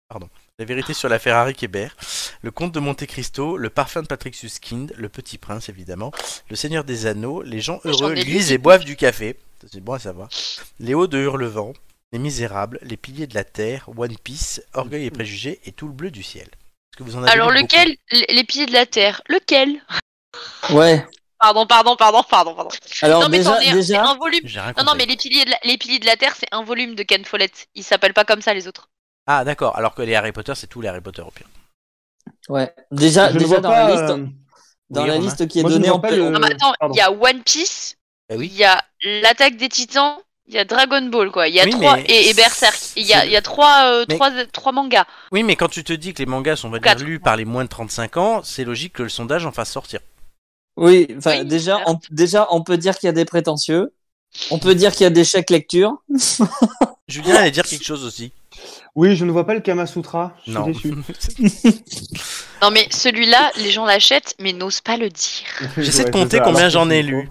pardon, La vérité sur la Ferrari Kébert, Le comte de Monte Cristo, Le parfum de Patrick Suskind, Le petit prince évidemment, Le seigneur des anneaux, Les gens J'en ai heureux lu lisent des et boivent du café, Ça, c'est bon à savoir, Léo de Hurlevent, Les Misérables, Les Piliers de la Terre, One Piece, Orgueil et Préjugés et Tout le bleu du ciel. Est-ce que vous en avez Alors lu beaucoup lequel Les les pieds de la terre. Lequel Ouais, Pardon, pardon, pardon, pardon, pardon. alors non mais déjà, t'en es un- c'est déjà, un volume. J'ai rien Non, non, compris. mais les piliers, de la, les piliers de la Terre, c'est un volume de Ken Follett. Ils s'appellent pas comme ça, les autres. Ah, d'accord, alors que les Harry Potter, c'est tous les Harry Potter au pire. ouais, déjà, Ah, Je ne déjà vois dans la pas, liste, euh, hein. dans oui, la Romain. liste qui est Moi, je ne donnée, vois on pas peut, le- Euh, on Non, mais attends, pardon. il y a One Piece, Bah il oui. y a l'attaque des titans, il y a Dragon Ball, quoi. Il y a Oui, trois. mais Et, et Berserk. Il y a, c'est- il y a trois, euh, Mais- trois, trois mangas. Oui, mais quand tu te dis que les mangas sont, on va dire, Quatre. lus par les moins de 35 ans, c'est logique que le sondage en fasse sortir. Oui, enfin Oui, déjà, certes. on, déjà, on peut dire qu'il y a des prétentieux. On peut dire qu'il y a des chèques lecture. Julien allait dire quelque chose aussi. Oui, je ne vois pas le Kamasutra. Je suis Non. déçu. Non, mais celui-là, les gens l'achètent, mais n'osent pas le dire. J'essaie de Ouais, compter c'est ça. combien Alors, j'en ai c'est lu.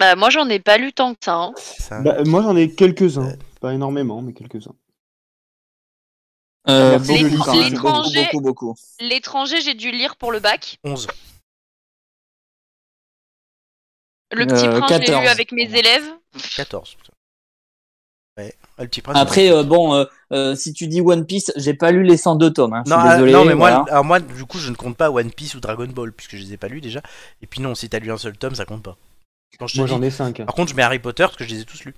Bah, moi, j'en ai pas lu tant que ça. hein. Ça. Bah, moi, j'en ai quelques-uns. Pas énormément, mais quelques-uns. Euh, Ah, Merci. beaucoup, quand même. L'étranger- beaucoup, beaucoup, beaucoup. L'étranger, j'ai dû lire pour le bac. 11. Le petit Euh, prince, je l'ai lu 14. avec mes élèves. 14. putain. Ouais. Ah, le petit prince. Après, euh, bon, euh, euh, si tu dis One Piece, j'ai pas lu les 102 tomes. Hein. Je Non, suis ah, désolé, non, mais moi, voilà. alors moi, du coup, je ne compte pas One Piece ou Dragon Ball, puisque je les ai pas lus déjà. Et puis non, si t'as lu un seul tome, ça compte pas. Quand je te Moi, dis- j'en ai hein. 5. Par contre, je mets Harry Potter, parce que je les ai tous lus.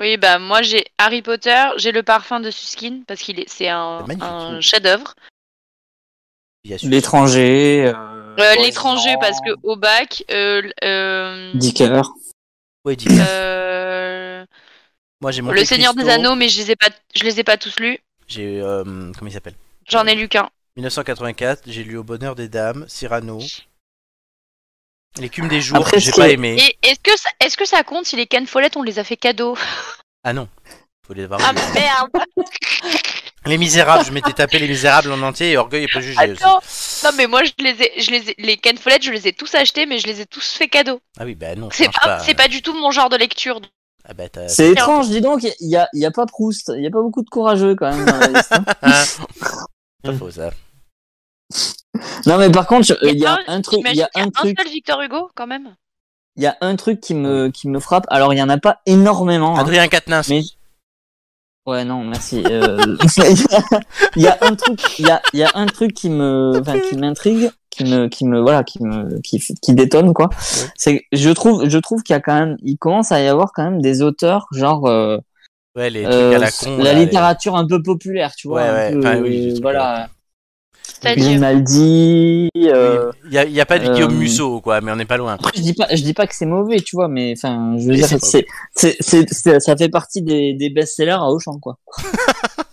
Oui, bah, moi, j'ai Harry Potter, j'ai le parfum de Suskin, parce qu'il est, c'est un, C'est magnifique. un chef-d'œuvre. Il y a L'étranger. euh, Euh, Boys L'étranger, Band, parce que au bac, euh, l- euh, Dicker. Ouais, dis- euh, Moi, j'ai Monte le Seigneur des Cristo, Anneaux, mais je les ai pas, je les ai pas tous lus. J'ai. euh, comment il s'appelle J'en ai lu qu'un. 1984, j'ai lu Au Bonheur des Dames, Cyrano. L'écume des jours, Après, j'ai ce qui pas est- aimé. Et est-ce que ça, est-ce que ça compte si les Ken Follett on les a fait cadeau Ah non, faut les avoir. Ah lus. merde Les Misérables, je m'étais tapé Les Misérables en entier et Orgueil et Préjugé Attends. aussi. Non mais moi je les ai, je les ai- les Ken Follett je les ai tous achetés mais je les ai tous fait cadeau. Ah oui, bah non, ça C'est marche pas, pas. c'est pas du tout mon genre de lecture. Ah bah t'as- C'est étrange, dis donc, il y a, y a pas Proust, il y a pas beaucoup de courageux quand même dans la liste. hein. c'est pas faux ça. Non mais par contre, il y a un- un truc, il y j'imagine a qu'il un truc, seul Victor Hugo quand même. il y a un truc qui me qui me frappe. Alors il y en a pas énormément. hein. Adrien Quatennens. Mais- Ouais, non, merci. euh, Il y a un truc, il y a, il y a un truc qui me, enfin, qui m'intrigue, qui me, qui me, voilà, qui me, qui, f- qui détonne quoi. C'est, que je trouve, je trouve qu'il y a quand même, il commence à y avoir quand même des auteurs genre euh, Ouais, les trucs euh, à la con. la là, les- littérature un peu populaire, tu vois. Ouais, un ouais, peu, enfin, oui, des euh, trucs à voilà. C'est-à-dire Grimaldi. euh, Il y a, il y a pas du euh, Guillaume Musso, quoi, mais on n'est pas loin. Après, je dis pas, je dis pas que c'est mauvais, tu vois, mais enfin, je veux Mais dire, c'est pas c'est, c'est, c'est, c'est- ça fait partie des, des best-sellers à Auchan, quoi.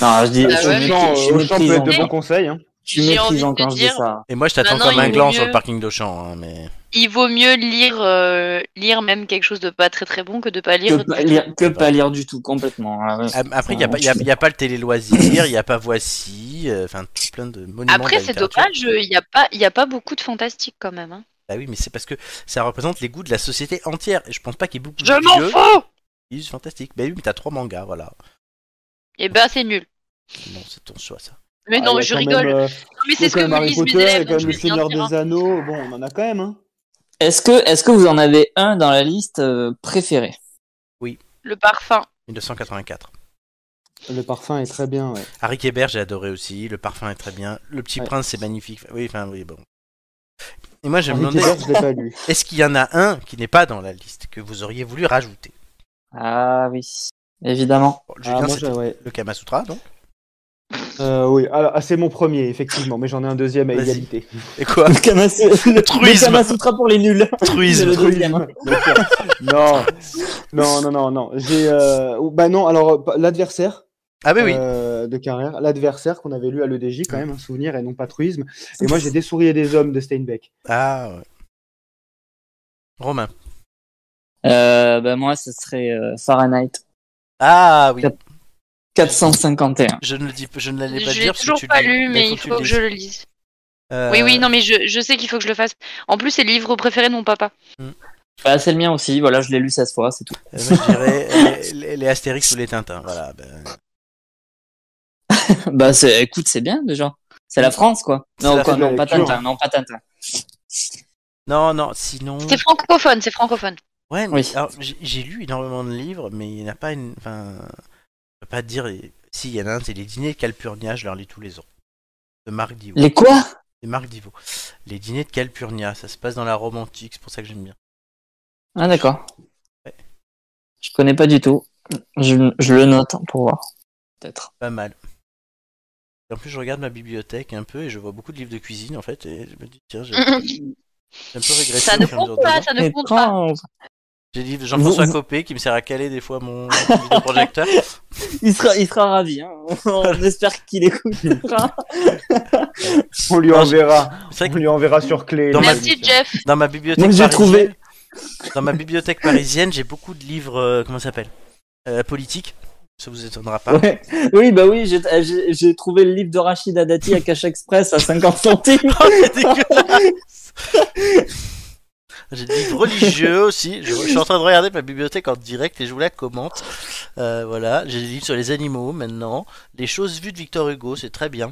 Bah non, je dis, Ah je, ouais. méprise- Auchan, euh, Auchan je peut méprise être de encore. bons conseils. hein. Je suis J'ai envie méprisant de quand te je dis dire- ça. Et moi, je t'attends Maintenant, comme il un vaut gland mieux- sur le parking d'Auchan, hein, mais. il vaut mieux lire euh, lire même quelque chose de pas très très bon que de pas Que lire. pas lire, que pas lire du tout, complètement. Ah ouais. Am- Après, il n'y a, pas- y a- y a pas le télé-loisirs, il n'y a pas Voici, euh, enfin, tout plein de monuments. Après de la c'est littérature. dommage, euh, il y a pas il y a pas beaucoup de fantastique quand même. hein. Bah oui, mais c'est parce que ça représente les goûts de la société entière. Et je pense pas qu'il y ait beaucoup Je de m'en vieux fous. qui disent fantastique. Bah oui, mais t'as trois mangas, voilà. Et ben c'est nul. Non, c'est ton choix, ça. Mais Ah, il non y a mais je quand même, rigole. euh, Non, mais il y c'est a ce quand que même me Harry disent Potter, mes il y a élèves. quand donc je même le vais bien Seigneur dire, hein. des Anneaux. Bon, on en a quand même. Hein. Est-ce que, est-ce que vous en avez un dans la liste euh, préférée Le parfum. 1984. Le parfum est très bien. Ouais. Harry Kéber, j'ai adoré aussi. Le parfum est très bien. Le Petit Ouais. Prince, c'est magnifique. Oui, enfin, oui, bon. Et moi, je me Henri demandais, Kébert, je l'ai pas lu. est-ce qu'il y en a un qui n'est pas dans la liste que vous auriez voulu rajouter Ah oui, évidemment. Bon, Julien, Ah, moi, c'était j'ai- ouais. le Kamasutra, non Euh, oui, alors ah, c'est mon premier, effectivement, mais j'en ai un deuxième à Vas-y. égalité. Et quoi Le Kamas- le Truisme. le Kamasutra pour les nuls. Truisme. C'est le deuxième. Bien sûr. non, non, non, non, non. J'ai, euh, ou- bah non, alors pas- l'adversaire Ah, bah oui. euh, de carrière, l'adversaire qu'on avait lu à l'EDJ quand même, un souvenir et non pas truisme. Et moi, j'ai des souris et des hommes de Steinbeck. Ah, ouais. Romain. Euh, bah moi, ce serait euh, Fahrenheit Ah, oui. 451. Je ne, le dis, je ne l'allais pas Je l'ai dire. parce que toujours tu pas le- lu, bah, mais il tu faut le que lises. je le lise. Euh, Oui, oui, non, mais je, je sais qu'il faut que je le fasse. En plus, c'est le livre préféré de mon papa. Bah, c'est le mien aussi. Voilà, je l'ai lu 16 fois, c'est tout. Euh, moi, je dirais les, les- les Astérix ou les Tintins. Voilà. ben, bah, c'est, écoute, c'est bien déjà. C'est la France, quoi. C'est Non, la quoi, fin de la non, pas lecture. Tintin, non, pas Tintin. Non, non, sinon. C'est francophone, c'est francophone. Ouais, mais Oui. alors, j'ai j'ai lu énormément de livres, mais il n'y en a pas une. Enfin, je peux pas te dire. Si, il y en a un, c'est Les Dîners de Calpurnia, je leur lis tous les ans. De Marc Divaux. Les quoi De Marc Divaux. Les Dîners de Calpurnia, ça se passe dans la romantique, c'est pour ça que j'aime bien. Ah, d'accord. Ouais. Je connais pas du tout. Je, je le note pour voir. Peut-être. Pas mal. Et en plus, je regarde ma bibliothèque un peu et je vois beaucoup de livres de cuisine en fait, et je me dis, tiens, j'ai j'ai un peu régressé. Mm. ça au ne fur et à mesure compte des ans. pas, ça ne compte pas. Étrange. J'ai le livre de Jean-François Vous- vous- Copé qui me sert à caler des fois mon vidéoprojecteur. Il sera, il sera ravi. Hein. On espère qu'il écoutera. On lui Non, enverra, C'est vrai on lui enverra sur clé. Dans ma- Merci, Jeff. que dans ma bibliothèque Moi, j'ai parisienne, trouvé. dans ma bibliothèque parisienne, j'ai beaucoup de livres, euh, comment ça s'appelle, Euh, politiques. Ça vous étonnera pas. Ouais. Oui, bah oui, j'ai- j'ai j'ai trouvé le livre de Rachid Adati à Cash Express à 50 centimes. J'ai des livres religieux aussi. Je, je suis en train de regarder ma bibliothèque en direct et je vous la commente. Euh, voilà, j'ai des livres sur les animaux maintenant. Les choses vues de Victor Hugo, c'est très bien.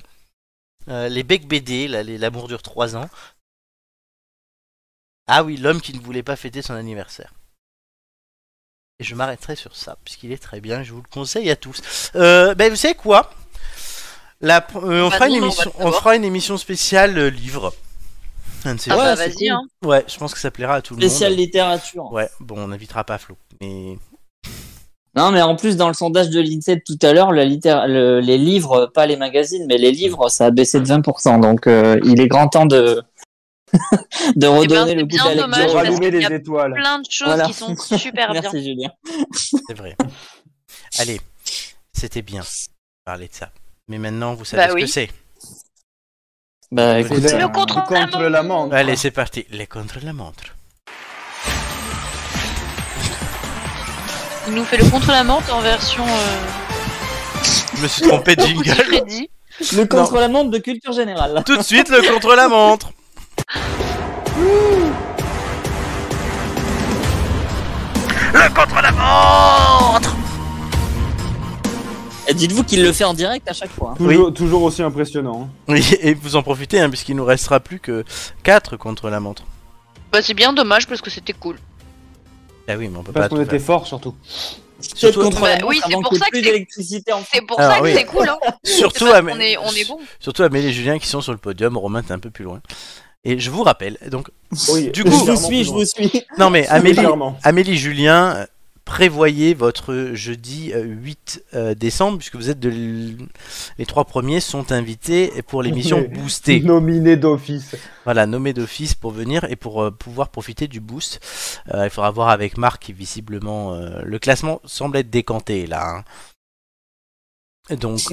Euh, les becs BD, là, les- l'amour dure 3 ans. Ah oui, l'homme qui ne voulait pas fêter son anniversaire. Et je m'arrêterai sur ça, puisqu'il est très bien, et je vous le conseille à tous. Euh, ben, vous savez quoi La pr- euh, on, Bah, fera nous, une on va émission, le on savoir. fera une émission spéciale euh, livre. Un de ces Ah jours. bah c'est vas-y, cool. hein. Ouais, je pense que ça plaira à tout le monde. Spécial littérature. Ouais, bon, on n'invitera pas Flo. Mais Non, mais en plus, dans le sondage de l'INSEE de tout à l'heure, la littéra- le- les livres, pas les magazines, mais les livres, ça a baissé de 20%. Donc, euh, il est grand temps de, de redonner Eh ben, c'est le goût de la bien lecture. dommage, On va parce allumer qu'il y les a étoiles. Plein de choses Voilà. qui sont super bien. Merci, Julien. c'est vrai. Allez, c'était bien de parler de ça. Mais maintenant, vous savez Bah ce que oui. c'est. Bah, écoute, écoute, Le euh, contre- Contre la montre. Allez, c'est parti. Les contre la montre. Il nous fait le contre-la-montre en version euh, Je me suis trompé de petit jingle. Freddy. le contre-la-montre de culture générale. Tout de suite, le contre la montre. Le contre-la-montre Et Dites-vous qu'il le fait en direct à chaque fois. hein. Toujours, toujours aussi impressionnant. hein. Oui, et vous en profitez, hein, puisqu'il nous restera plus que 4 contre la montre. Bah, c'est bien dommage parce que c'était cool. Ah oui, mais on peut pas. Parce qu'on tout faire. était fort surtout. Surtout- Peut-être contre-la-montre Bah oui, c'est avant pour qu'il y ait ça que plus c'est- d'électricité en C'est pour Alors, ça que oui. c'est cool, hein. C'est Surtout, parce Amé- qu'on est, on est bon. Surtout Amélie et Julien qui sont sur le podium. Romain, t'es un peu plus loin. Et je vous rappelle, donc. Oui, Du Je coup- vous suis, je vous suis. Non, mais Amélie, Légèrement. Amélie Julien, euh, prévoyez votre jeudi euh, 8 euh, décembre, puisque vous êtes de l- les trois premiers sont invités pour l'émission Oui. Boostée. Nominé d'office. Voilà, nommés d'office pour venir et pour euh, pouvoir profiter du boost. Euh, il faudra voir avec Marc qui visiblement euh, le classement semble être décanté là. hein. Donc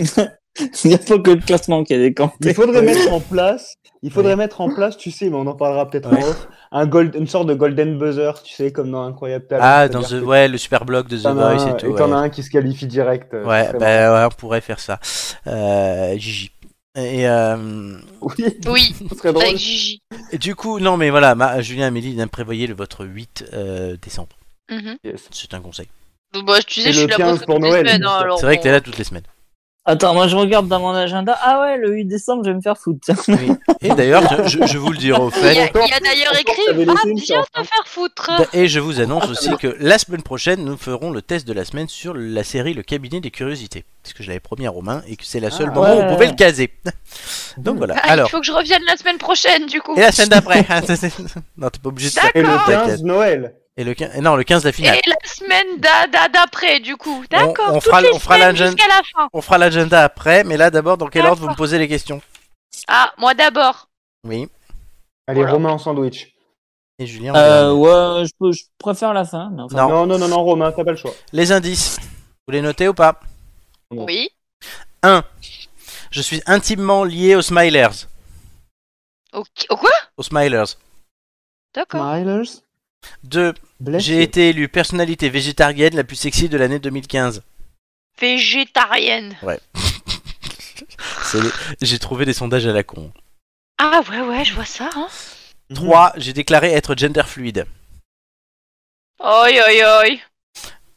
Il n'y a pas que le classement qui est décanté. Il faudrait mettre en place, il faudrait mettre en place, tu sais, mais on en parlera peut-être en off, un gold, une sorte de golden buzzer, tu sais, comme dans Incroyable Talent. ah C'est-à-dire dans the que ouais le super blog de The t'en as Voice un- et tout. et t'en ouais. as un qui se qualifie direct. euh, Ouais, c'est marrant. bah, ouais, on pourrait faire ça. Euh, Gigi. Et euh, Oui, Oui, ce serait drôle. avec Gigi. Et Du coup, non, mais voilà, ma- Julien Amélie, prévoyez le votre 8 euh, décembre. Mhm. Yes. C'est un conseil. Donc, Bah, tu sais, Et je le suis là 15 pour, pour toutes les Noël, semaines, hein, bien sûr. alors C'est vrai que bon. t'es là toutes les semaines. Attends, moi je regarde dans mon agenda. Ah ouais, le 8 décembre, je vais me faire foutre. tiens. Et d'ailleurs, je, je- je vous le dirai au Il y a, fait. il y a d'ailleurs écrit t'avais laissé Ah, une viens chance, te faire foutre Et je vous annonce aussi que la semaine prochaine, nous ferons le test de la semaine sur la série Le cabinet des curiosités. Parce que je l'avais promis à Romain et que c'est la seule Ah, moment où ouais. vous pouvez le caser. Donc voilà. Ah, bah, Alors, Il faut que je revienne la semaine prochaine, du coup. et la semaine d'après. non, t'es pas obligé de faire. Et le D'accord. 15 Noël. Et le 15... Non, le 15 la finale. Et la semaine d'a- d'a- d'après, du coup. D'accord. on toutes fera- les on fera la semaines jeune- jusqu'à la fin. On fera l'agenda après, mais là d'abord, dans quel ordre vous me D'accord. posez les questions Ah, moi d'abord. Oui. Allez, Voilà. Romain en sandwich. Et Julien. en Euh, dernier. ouais, je, peux- je préfère la fin. mais enfin. Non. Non, non, non, non, Romain, t'as pas le choix. Les indices. Vous les notez ou pas Bon. Oui. Je suis intimement lié aux Smilers. Au, au oh, quoi Aux Smilers. D'accord. Ah. 2. J'ai été élu personnalité végétarienne la plus sexy de l'année 2015. Végétarienne. C'est- J'ai trouvé des sondages à la con. Ah ouais, ouais, je vois ça. Hein. 3. Mhm. J'ai déclaré être gender fluide. Oi, oi, oi.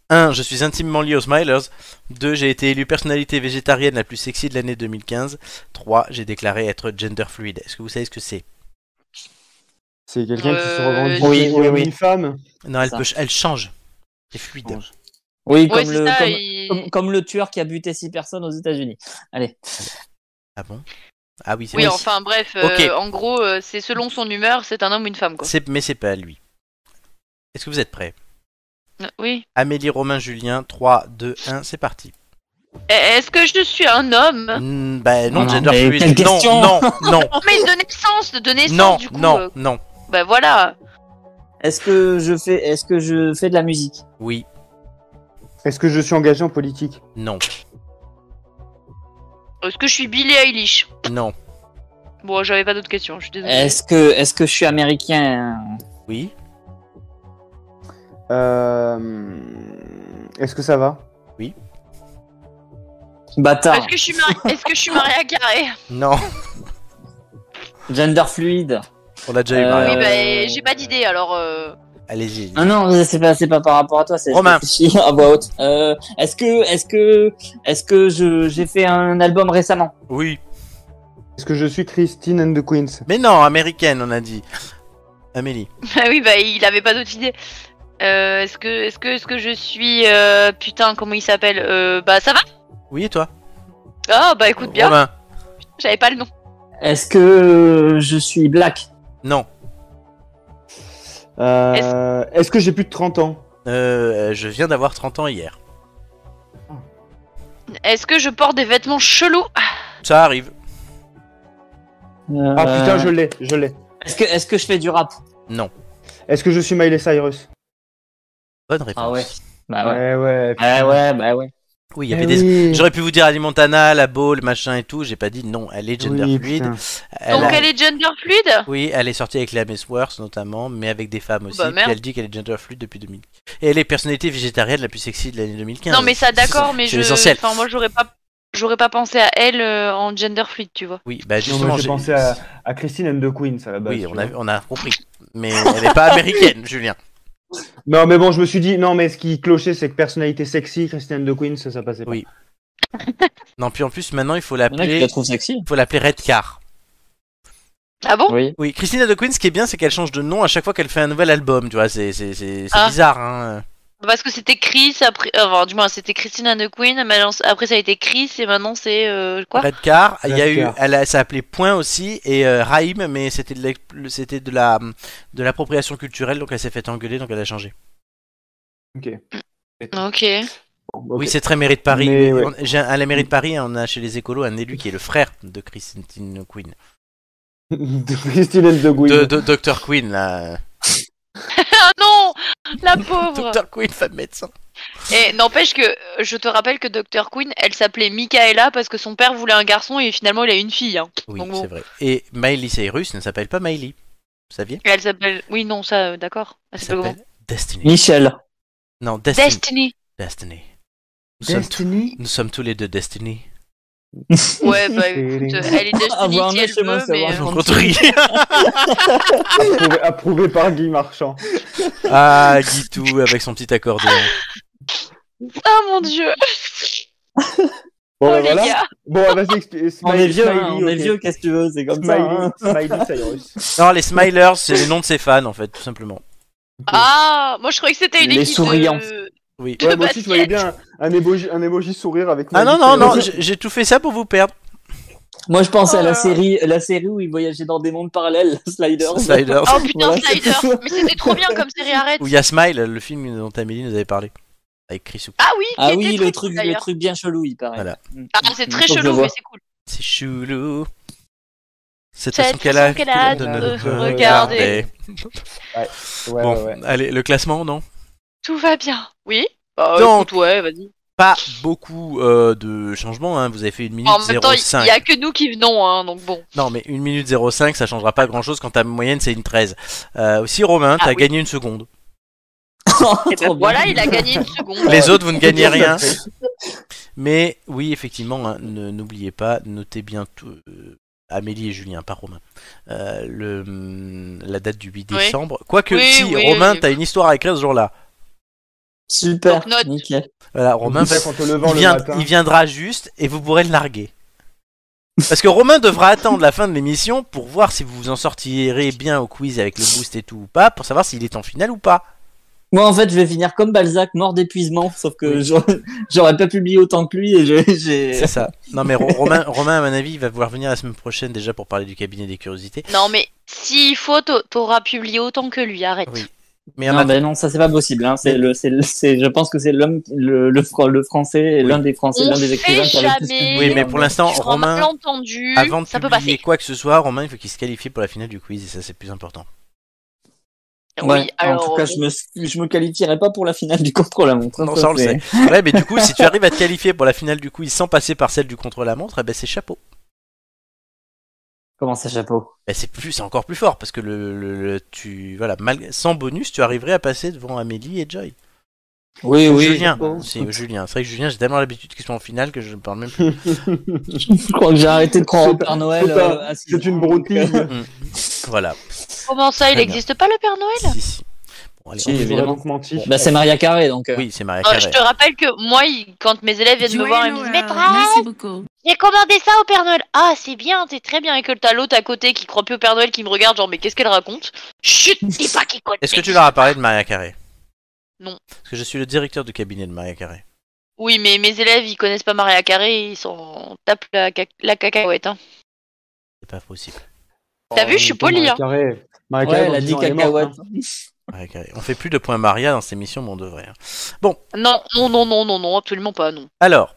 1. Je suis intimement lié aux Smilers. 2. J'ai été élu personnalité végétarienne la plus sexy de l'année 2015. 3. J'ai déclaré être gender fluide. Est-ce que vous savez ce que c'est C'est quelqu'un qui se Euh, revendique Oui, oui, homme oui. et femme. Non, elle, Ça. peut ch- elle change. C'est fluide. Oui, Ouais, comme, c'est le, ça. comme, il- comme- comme le tueur qui a buté six personnes aux États-Unis. Allez. Ah bon Ah oui, c'est Oui, vrai. enfin bref, euh, Ok. en gros, euh, c'est selon son humeur, c'est un homme ou une femme, quoi. C'est- Mais c'est pas lui. Est-ce que vous êtes prêts Euh, Oui. Amélie, Romain, Julien, 3, 2, 1, c'est parti. Eh, Est-ce que je suis un homme Mm, bah non, Non, gender mais fluid. quelle Non, question non, non, Oh, mais de naissance, de naissance, non, du coup. non, euh, non. bah voilà. Est-ce que je fais, est-ce que je fais de la musique Oui, Est-ce que je suis engagé en politique non, Est-ce que je suis Billie Eilish non. Bon, j'avais pas d'autres questions, je suis désolée. Eh, Est-ce que, est-ce que je suis américain Oui, Euh, Est-ce que ça va Bâtard. Est-ce que je suis mariée Est-ce que je suis mariée à Carré Non. Gender fluide. On l'a déjà eu, Euh, Maria. Oui, bah j'ai pas d'idée alors. euh, Allez-y. Ah non, c'est pas, c'est pas par rapport à toi, c'est Romain. je réfléchis à voix haute. Euh, est-ce que, est-ce que, est-ce que je, j'ai fait un album récemment Oui. Est-ce que je suis Christine and the Queens Mais non, américaine, on a dit. Amélie. Bah oui, bah il avait pas d'autre idée. Euh, est-ce que, est-ce que, est-ce que je suis euh, putain comment il s'appelle Euh, Bah ça va Oui, et toi Ah bah écoute bien, Romain. j'avais pas le nom. Est-ce que je suis black Non. Euh, Est-ce que j'ai plus de 30 ans Euh, je viens d'avoir 30 ans hier. Est-ce que je porte des vêtements chelous Ça arrive. Ah Euh, putain, je l'ai, je l'ai. Est-ce que, est-ce que je fais du rap Est-ce que je suis Miley Cyrus Eh Bonne réponse. Ah ouais. Bah ouais. ouais. Ouais, Ah ouais, bah ouais. Oui, il y Eh avait des... J'aurais pu vous dire Ali Montana, la Ball, machin et tout. J'ai pas dit non. Elle est gender fluid. Elle Donc a- elle est gender fluide Oui, elle est sortie avec la Miss Worth notamment, mais avec des femmes aussi. Bah, puis merde. elle dit qu'elle est gender fluid depuis 2000. Et elle est personnalité végétarienne la plus sexy de l'année 2015. Non mais ça d'accord, mais C'est je, l'essentiel. enfin moi j'aurais pas, j'aurais pas pensé à elle euh, en gender fluide, tu vois. Oui, bah Non, justement, moi, j'ai pensé à, à Ah, Christine and the Queens à la base. Oui, tu on vois. a, on a compris. Mais elle est pas américaine, Julien. Non, mais bon, je me suis dit, non, mais ce qui clochait, c'est que personnalité sexy, Christine and the Queens, ça, ça passait pas. Oui. Non, puis en plus, maintenant, il faut Il y en a qui l'appeler la trouvent sexy. il faut l'appeler Redcar. Ah bon Oui. Oui, Christina de Queen, ce qui est bien, c'est qu'elle change de nom à chaque fois qu'elle fait un nouvel album, tu vois. C'est c'est- c'est- c'est Ah. bizarre, hein. Parce que c'était Chris après, euh, enfin du moins c'était Christina de Queen, mais alors- après ça a été Chris et maintenant c'est euh, quoi Redcar, il y a eu, Redcar. elle a, ça s'appelait Point aussi, et euh, Raïm, mais c'était de l'ex- le- c'était de la de l'appropriation culturelle, donc elle s'est fait engueuler, donc elle a changé. Ok. Ok. Bon, ok. Oui, c'est très mairie de Paris. Mais ouais. On- j'ai un- à la mairie de Paris, on a chez les écolos un élu qui est le frère de Christine Queen. de Christine and the Queens. De, de Dr. Queen, là. Ah non, la pauvre. Dr. Queen, femme médecin. Et n'empêche que euh, je te rappelle que Dr. Queen, elle s'appelait Michaela parce que son père voulait un garçon et finalement il a une fille. hein. Oui, Donc bon. c'est vrai. Et Miley Cyrus ne s'appelle pas Miley. Vous saviez Et elle s'appelle. Oui, non, ça, euh, d'accord. Elle Elle s'appelle comment s'appelle Destiny. Michel. Non, Destiny. Destiny. Destiny. Nous, sommes tous, Destiny nous sommes tous les deux Destiny. Ouais, bah écoute, euh, elle est Destiny Ah, Avoir un si mec elle chez moi, veut, c'est mais. avoir euh, un approuvé, approuvé par Guy Marchand. ah, Guitou avec son petit accordéon. Ah mon dieu Bon, Oh, bah, les voilà. gars Bon, bah, vas-y, expli- On est vieux, Smiley, hein, on est ok. vieux, qu'est-ce que tu veux, c'est comme ça. Smiley, hein. Smiley Cyrus. Non, les Smilers, c'est le nom de ses fans en fait, tout simplement. Ah Moi je croyais que c'était une Les équipe. souriants. De... Oui. de Ouais, moi aussi, je voyais basket. bien un emoji, un emoji sourire avec Ah non, Miley non, Cyrus. non, j'ai j'ai tout fait ça pour vous perdre. Moi, je pensais à Oh là la là. série, la série où ils voyageaient dans des mondes parallèles, Sliders. Sliders. Oh putain, Voilà, c'est tout Slider Mais c'était trop bien comme série, arrête Où il y a Smile, le film dont Amélie nous avait parlé. Avec Chris Hook. Ah oui, qui Ah était oui, très le cool, truc, le d'ailleurs. truc bien chelou, il paraît. Voilà. Mm. Ah, c'est très Faut que je chelou, vois. mais c'est cool. C'est chelou. Cette Cette façon qu'elle façon a, qu'elle a de de ne me regarder. Ouais, Bon, ouais, ouais. allez, le classement, non Tout va bien. Oui Bah Donc- écoute, ouais, vas-y. Pas beaucoup euh, de changements, hein. vous avez fait une minute En même temps, il 05. y a que nous qui venons, hein, donc bon. Non, mais 1 minute 05, ça changera pas grand chose quand ta moyenne c'est une 13. Euh, aussi, Romain, Ah t'as oui. gagné une seconde. Trop Et ben, bien. voilà, il a gagné une seconde. Les autres, vous ne gagnez Bien rien. fait. Mais oui, effectivement, hein, ne- n'oubliez pas, notez bien tout. euh, Amélie et Julien, pas Romain. Euh, le, hum, la date du 8 Oui. décembre. Quoique, Oui, si, oui, Romain, oui. t'as une histoire à écrire ce jour-là. Super, Donc, note. nickel. Voilà, Romain, Tu sais, quand on le vend il, le vient- matin. il viendra juste et vous pourrez le larguer. Parce que Romain devra attendre la fin de l'émission pour voir si vous vous en sortirez bien au quiz avec le boost et tout ou pas, pour savoir s'il est en finale ou pas. Moi, en fait, je vais finir comme Balzac, mort d'épuisement, sauf que Oui. j'aurais- j'aurais pas publié autant que lui et j'ai- j'ai. C'est ça. Non mais Ro- Romain, Romain, à mon avis, il va vouloir venir la semaine prochaine déjà pour parler du cabinet des curiosités. Non, mais s'il faut, t'au- t'auras publié autant que lui, arrête. Oui. Mais en Non, attendant- ben non, ça c'est pas possible. Hein. C'est le, c'est, le- c'est, je pense que c'est l'homme, le, le, fr- le français, l'un des français, On l'un des fait écrivains qui avait plus jamais. publié. oui, mais pour l'instant, Tu feras Romain, malentendu, avant de ça peut publier passer. quoi que ce soit, Romain, il faut qu'il se qualifie pour la finale du quiz et ça c'est plus important. Ouais, oui, alors. En tout cas, je me, je me qualifierais pas pour la finale du contrôle à montre. Non, ça on le sait. Ouais, mais du coup, si tu arrives à te qualifier pour la finale du quiz sans passer par celle du contre-la-montre, eh ben c'est chapeau. Comment ça, chapeau Bah, c'est plus, c'est encore plus fort parce que le, le- le- tu, voilà, mal- sans bonus, tu arriverais à passer devant Amélie et Joy. Oui, Eh oui. Julien, c'est Julien. C'est vrai que Julien, j'ai tellement l'habitude qu'il soit en finale que je ne parle même plus. Je crois que j'ai arrêté de croire au Père Noël. C'est euh, un- à ce c'est qu'il- une broutille. Mm. Voilà. Comment ça, il Très bien. n'existe pas le Père Noël Si, si. Bon, allez, Si, on- J'aurais évidemment. donc menti. Bah, c'est Maria Carré, donc. euh, Oui, c'est Maria Euh, Je Carré. te rappelle que moi, il- quand mes élèves viennent me voir, ils me disent Maîtresse, beaucoup. j'ai commandé ça au Père Noël. Ah, c'est bien, t'es très bien. Et que t'as l'autre à côté qui croit plus au Père Noël, qui me regarde, genre, mais qu'est-ce qu'elle raconte Chut, dis pas qu'il connaît. Est-ce que tu leur as parlé de Maria Carré Non. Parce que je suis le directeur du cabinet de Maria Carré. Oui, mais mes élèves, ils connaissent pas Maria Carré, ils s'en tapent la, cac- la cacahuète. Hein. C'est pas possible. Oh, T'as vu, je suis polie. Maria Hein. Carré. Maria Ouais, Carré, elle dans a dit dix ans, elle est morte, cacahuète. hein. Maria Carré. On fait plus de points Maria dans cette émission, mais on devrait. hein. Non, non, non, non, non, non, absolument pas, non. Alors,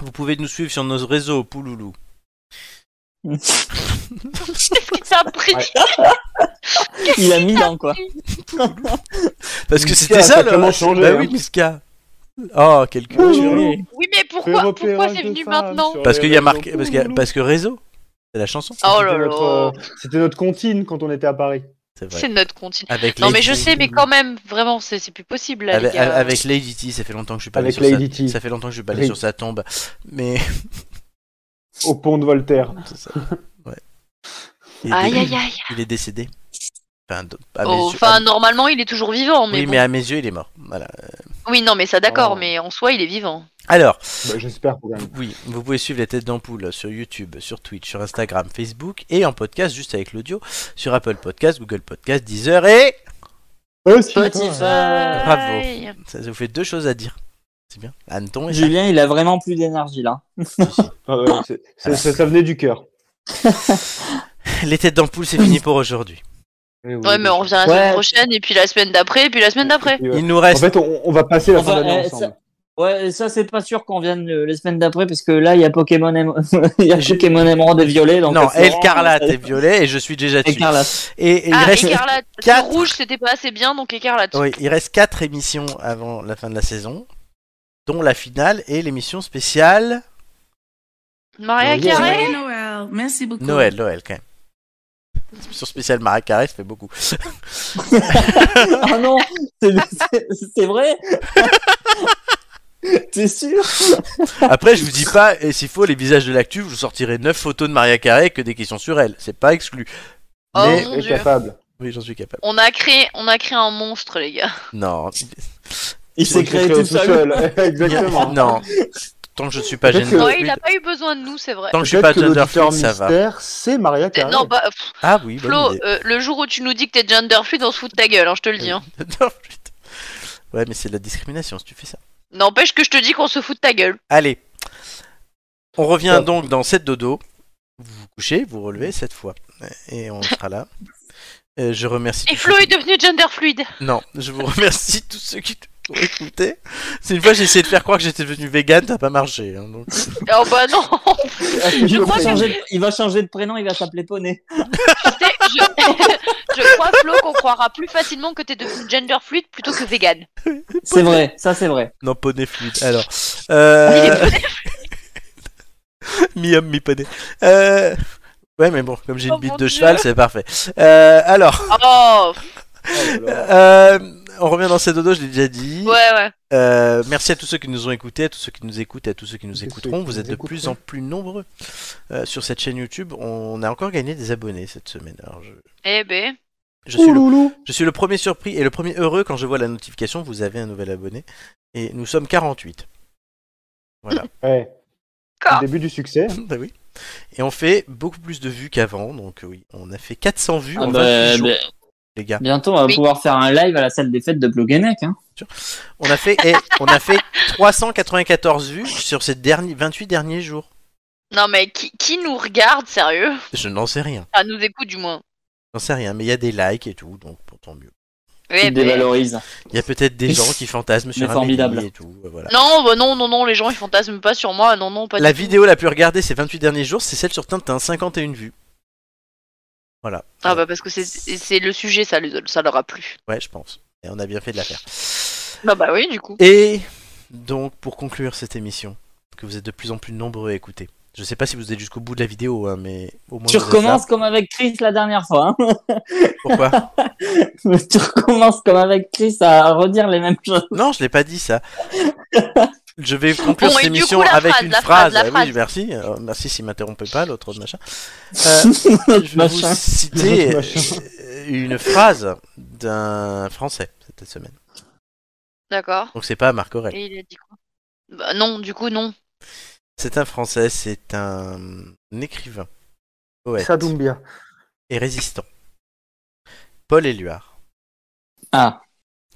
vous pouvez nous suivre sur nos réseaux, Pouloulou. Qu'est-ce que t'as pris Ouais. Il a mis dans quoi. Parce que Miska c'était a ça, sacrément là. changé, bah hein. oui, Miska. Oh, quelle culture. Oui. Oui, mais pourquoi, pourquoi c'est venu maintenant Parce qu'il y a marqué. Parce que, parce que réseau, c'est la chanson. Oh là C'était notre, euh, là, C'était notre comptine quand on était à Paris. C'est vrai. c'est notre continent. Avec Non, mais Lady- je sais, mais quand euh, même, vraiment, c'est c'est plus possible là, Avec, les gars. avec Lady T, ça fait longtemps que je suis pas allé Avec sur sa- Lady T. Ça fait longtemps que je suis pas allé Oui. sur sa tombe. Mais. Au pont de Voltaire. C'est ça. Ouais. Il est, Aïe, dé- aïe, aïe. il est décédé. Enfin, d- ah, à mes Oh, yeux- Enfin, à- normalement, il est toujours vivant, mais, oui, bon. mais à mes yeux, il est mort. Voilà. oui, non, mais ça d'accord, Oh. mais en soi, il est vivant. Alors, Bah, J'espère pour vous- oui, vous pouvez suivre les têtes d'ampoule sur YouTube, sur Twitch, sur Instagram, Facebook et en podcast juste avec l'audio sur Apple Podcast, Google Podcast, Deezer et Spotify. Bravo. Aïe. ça, ça vous fait deux choses à dire. C'est bien. Anton et ça. Julien, il a vraiment plus d'énergie là. Ah ouais, c'est- c'est- ça, ça venait du cœur. Les têtes d'ampoule, c'est fini pour aujourd'hui. Eh oui. Ouais, mais on revient la semaine Ouais. prochaine, et puis la semaine d'après, et puis la semaine d'après. Et ouais. Il nous En reste. fait, on, on va passer la Enfin, fin d'année euh, ensemble. Ouais, ça c'est pas sûr qu'on vienne euh, les semaines d'après parce que là il y a Pokémon, Éme- il y a Pokémon Émeraude et Violet. Donc euh, non, c'est vraiment- Elcarlate est violet et je suis déjà dessus. Écarlate. Et, et il ah, reste. écarlate. Parce que quatre. rouge, c'était pas assez bien, donc écarlate. Oui, il reste 4 émissions avant la fin de la saison, dont la finale et l'émission spéciale Maria Oui, Carré Joyeux Noël, merci beaucoup. Noël, Noël quand même. L'émission spéciale Maria Carré, ça fait beaucoup. Ah non, c'est- c'est c'est vrai. T'es sûr Après, je vous dis pas, et s'il faut, les visages de l'actu, je vous sortirai 9 photos de Maria Carré que des questions sur elle. C'est pas exclu. Oh Mais- mon Est dieu. capable. Oui, j'en suis capable. On a, créé, on a créé un monstre, les gars. Non. Il s'est créé tout seul. Exactement. Non. Tant que je ne suis pas Peut-être gender que- Non, Oh, il fluid- a pas eu besoin de nous, c'est vrai. Tant que je suis pas Peut-être que gender l'auditeur fluid, ça va. mystère, c'est Maria Carré. Non, bah, pff, Ah oui, bonne Flo, idée. euh, le jour où tu nous dis que t'es gender fluid, on se fout de ta gueule, hein, je te le dis. hein. Gender fluid. Ouais, mais c'est de la discrimination si tu fais ça. N'empêche que je te dis qu'on se fout de ta gueule. Allez. On revient Stop. donc dans 7 dodo. Vous vous couchez, vous relevez cette fois. Et on sera là. Euh, je remercie. Et tous Flo ceux est qui- devenu gender fluide. Non, je vous remercie tous ceux qui ont écouté. C'est une fois j'ai essayé de faire croire que j'étais devenu vegan, ça n'a pas marché. hein, donc. Oh bah non il, crois va que- changer de... il va changer de prénom, il va s'appeler Poney. Tu sais, je... je crois, Flo, qu'on croira plus facilement que t'es devenu gender fluide plutôt que vegan. C'est vrai, ça c'est vrai. Non, poney fluide. Alors. Euh... mi-homme, mi-poney. Euh... Ouais, mais bon, comme j'ai Oh une bite mon de Dieu. cheval, c'est parfait. Euh, alors, Oh euh, on revient dans 7 dodo, je l'ai déjà dit. Ouais, ouais. Euh, merci à tous ceux qui nous ont écoutés, à tous ceux qui nous écoutent, à tous ceux qui nous Tous ceux écouteront. qui Vous nous êtes de plus écouteront. en plus nombreux euh, sur cette chaîne YouTube. On a encore gagné des abonnés cette semaine. Alors, je, Eh ben. je suis le, je suis le premier surpris et le premier heureux quand je vois la notification. Vous avez un nouvel abonné et nous sommes 48. Voilà. Ouais. C'est Ah. Le début du succès. bah oui. Et on fait beaucoup plus de vues qu'avant. Donc euh, oui, on a fait 400 vues Ah en bah, 28 jours, bah, les gars. bientôt on va Oui. pouvoir faire un live à la salle des fêtes de Bloguenec. Hein. On a fait, eh, on a fait 394 vues sur ces derniers 28 derniers jours. Non mais qui, qui nous regarde, sérieux Je n'en sais rien. Enfin, nous écoute du moins. J'en sais rien, mais il y a des likes et tout, donc pour tant mieux. Eh Il ben. dévalorise. Il y a peut-être des gens qui fantasment sur Mais Amélie formidable. et tout. euh, Voilà. Non, bah non, non, non, les gens ils fantasment pas sur moi, non, non, pas La du tout. vidéo la plus regardée ces 28 derniers jours, c'est celle sur Tintin, 51 vues. Voilà. Ah bah parce que c'est- c'est le sujet, ça, les- ça leur a plu. Ouais, je pense. Et on a bien fait de la faire. Bah bah oui, du coup. Et donc, pour conclure cette émission, que vous êtes de plus en plus nombreux à écouter, Je sais pas si vous êtes jusqu'au bout de la vidéo, hein, mais au moins. Tu vous avez recommences ça. comme avec Chris la dernière fois. hein. Pourquoi Mais tu recommences comme avec Chris à redire les mêmes choses. Non, je l'ai pas dit ça. Je vais conclure Bon, et cette du émission coup, la avec phrase, une la phrase. phrase, la Ah phrase. Oui, merci. Euh, merci s'il m'interrompait pas, l'autre machin. Euh, je vais vous Machin. citer L'autre machin. euh, une phrase d'un Français cette semaine. D'accord. Donc c'est pas Marc Aurèle. Et il a dit quoi Bah non, du coup non. C'est un Français, c'est un écrivain, poète Sadoumbia. et résistant. Paul Éluard. Ah.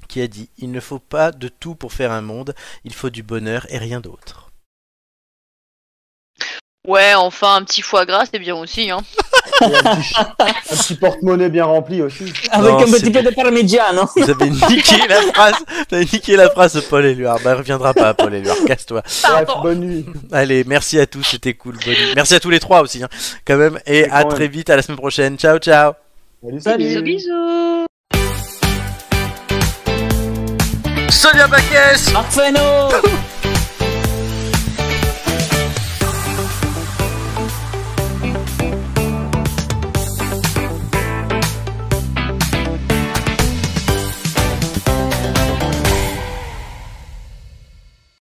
Qui a dit Il ne faut pas de tout pour faire un monde, il faut du bonheur et rien d'autre. Ouais, enfin un petit foie gras, c'est bien aussi, hein. Un petit porte-monnaie bien rempli aussi. Avec Non, un petit c'est- peu de parmigiano. Vous avez niqué la phrase Vous avez niqué la phrase de Paul Éluard. Bah, reviendra pas, Paul Éluard, casse-toi. Bref, bonne nuit. Allez, merci à tous, c'était cool. bonne nuit. Merci à tous les trois aussi, hein, quand même. Et à quand même. très vite, à la semaine prochaine. Ciao, ciao Bisous, bisous. Sonia Baquès Marfeno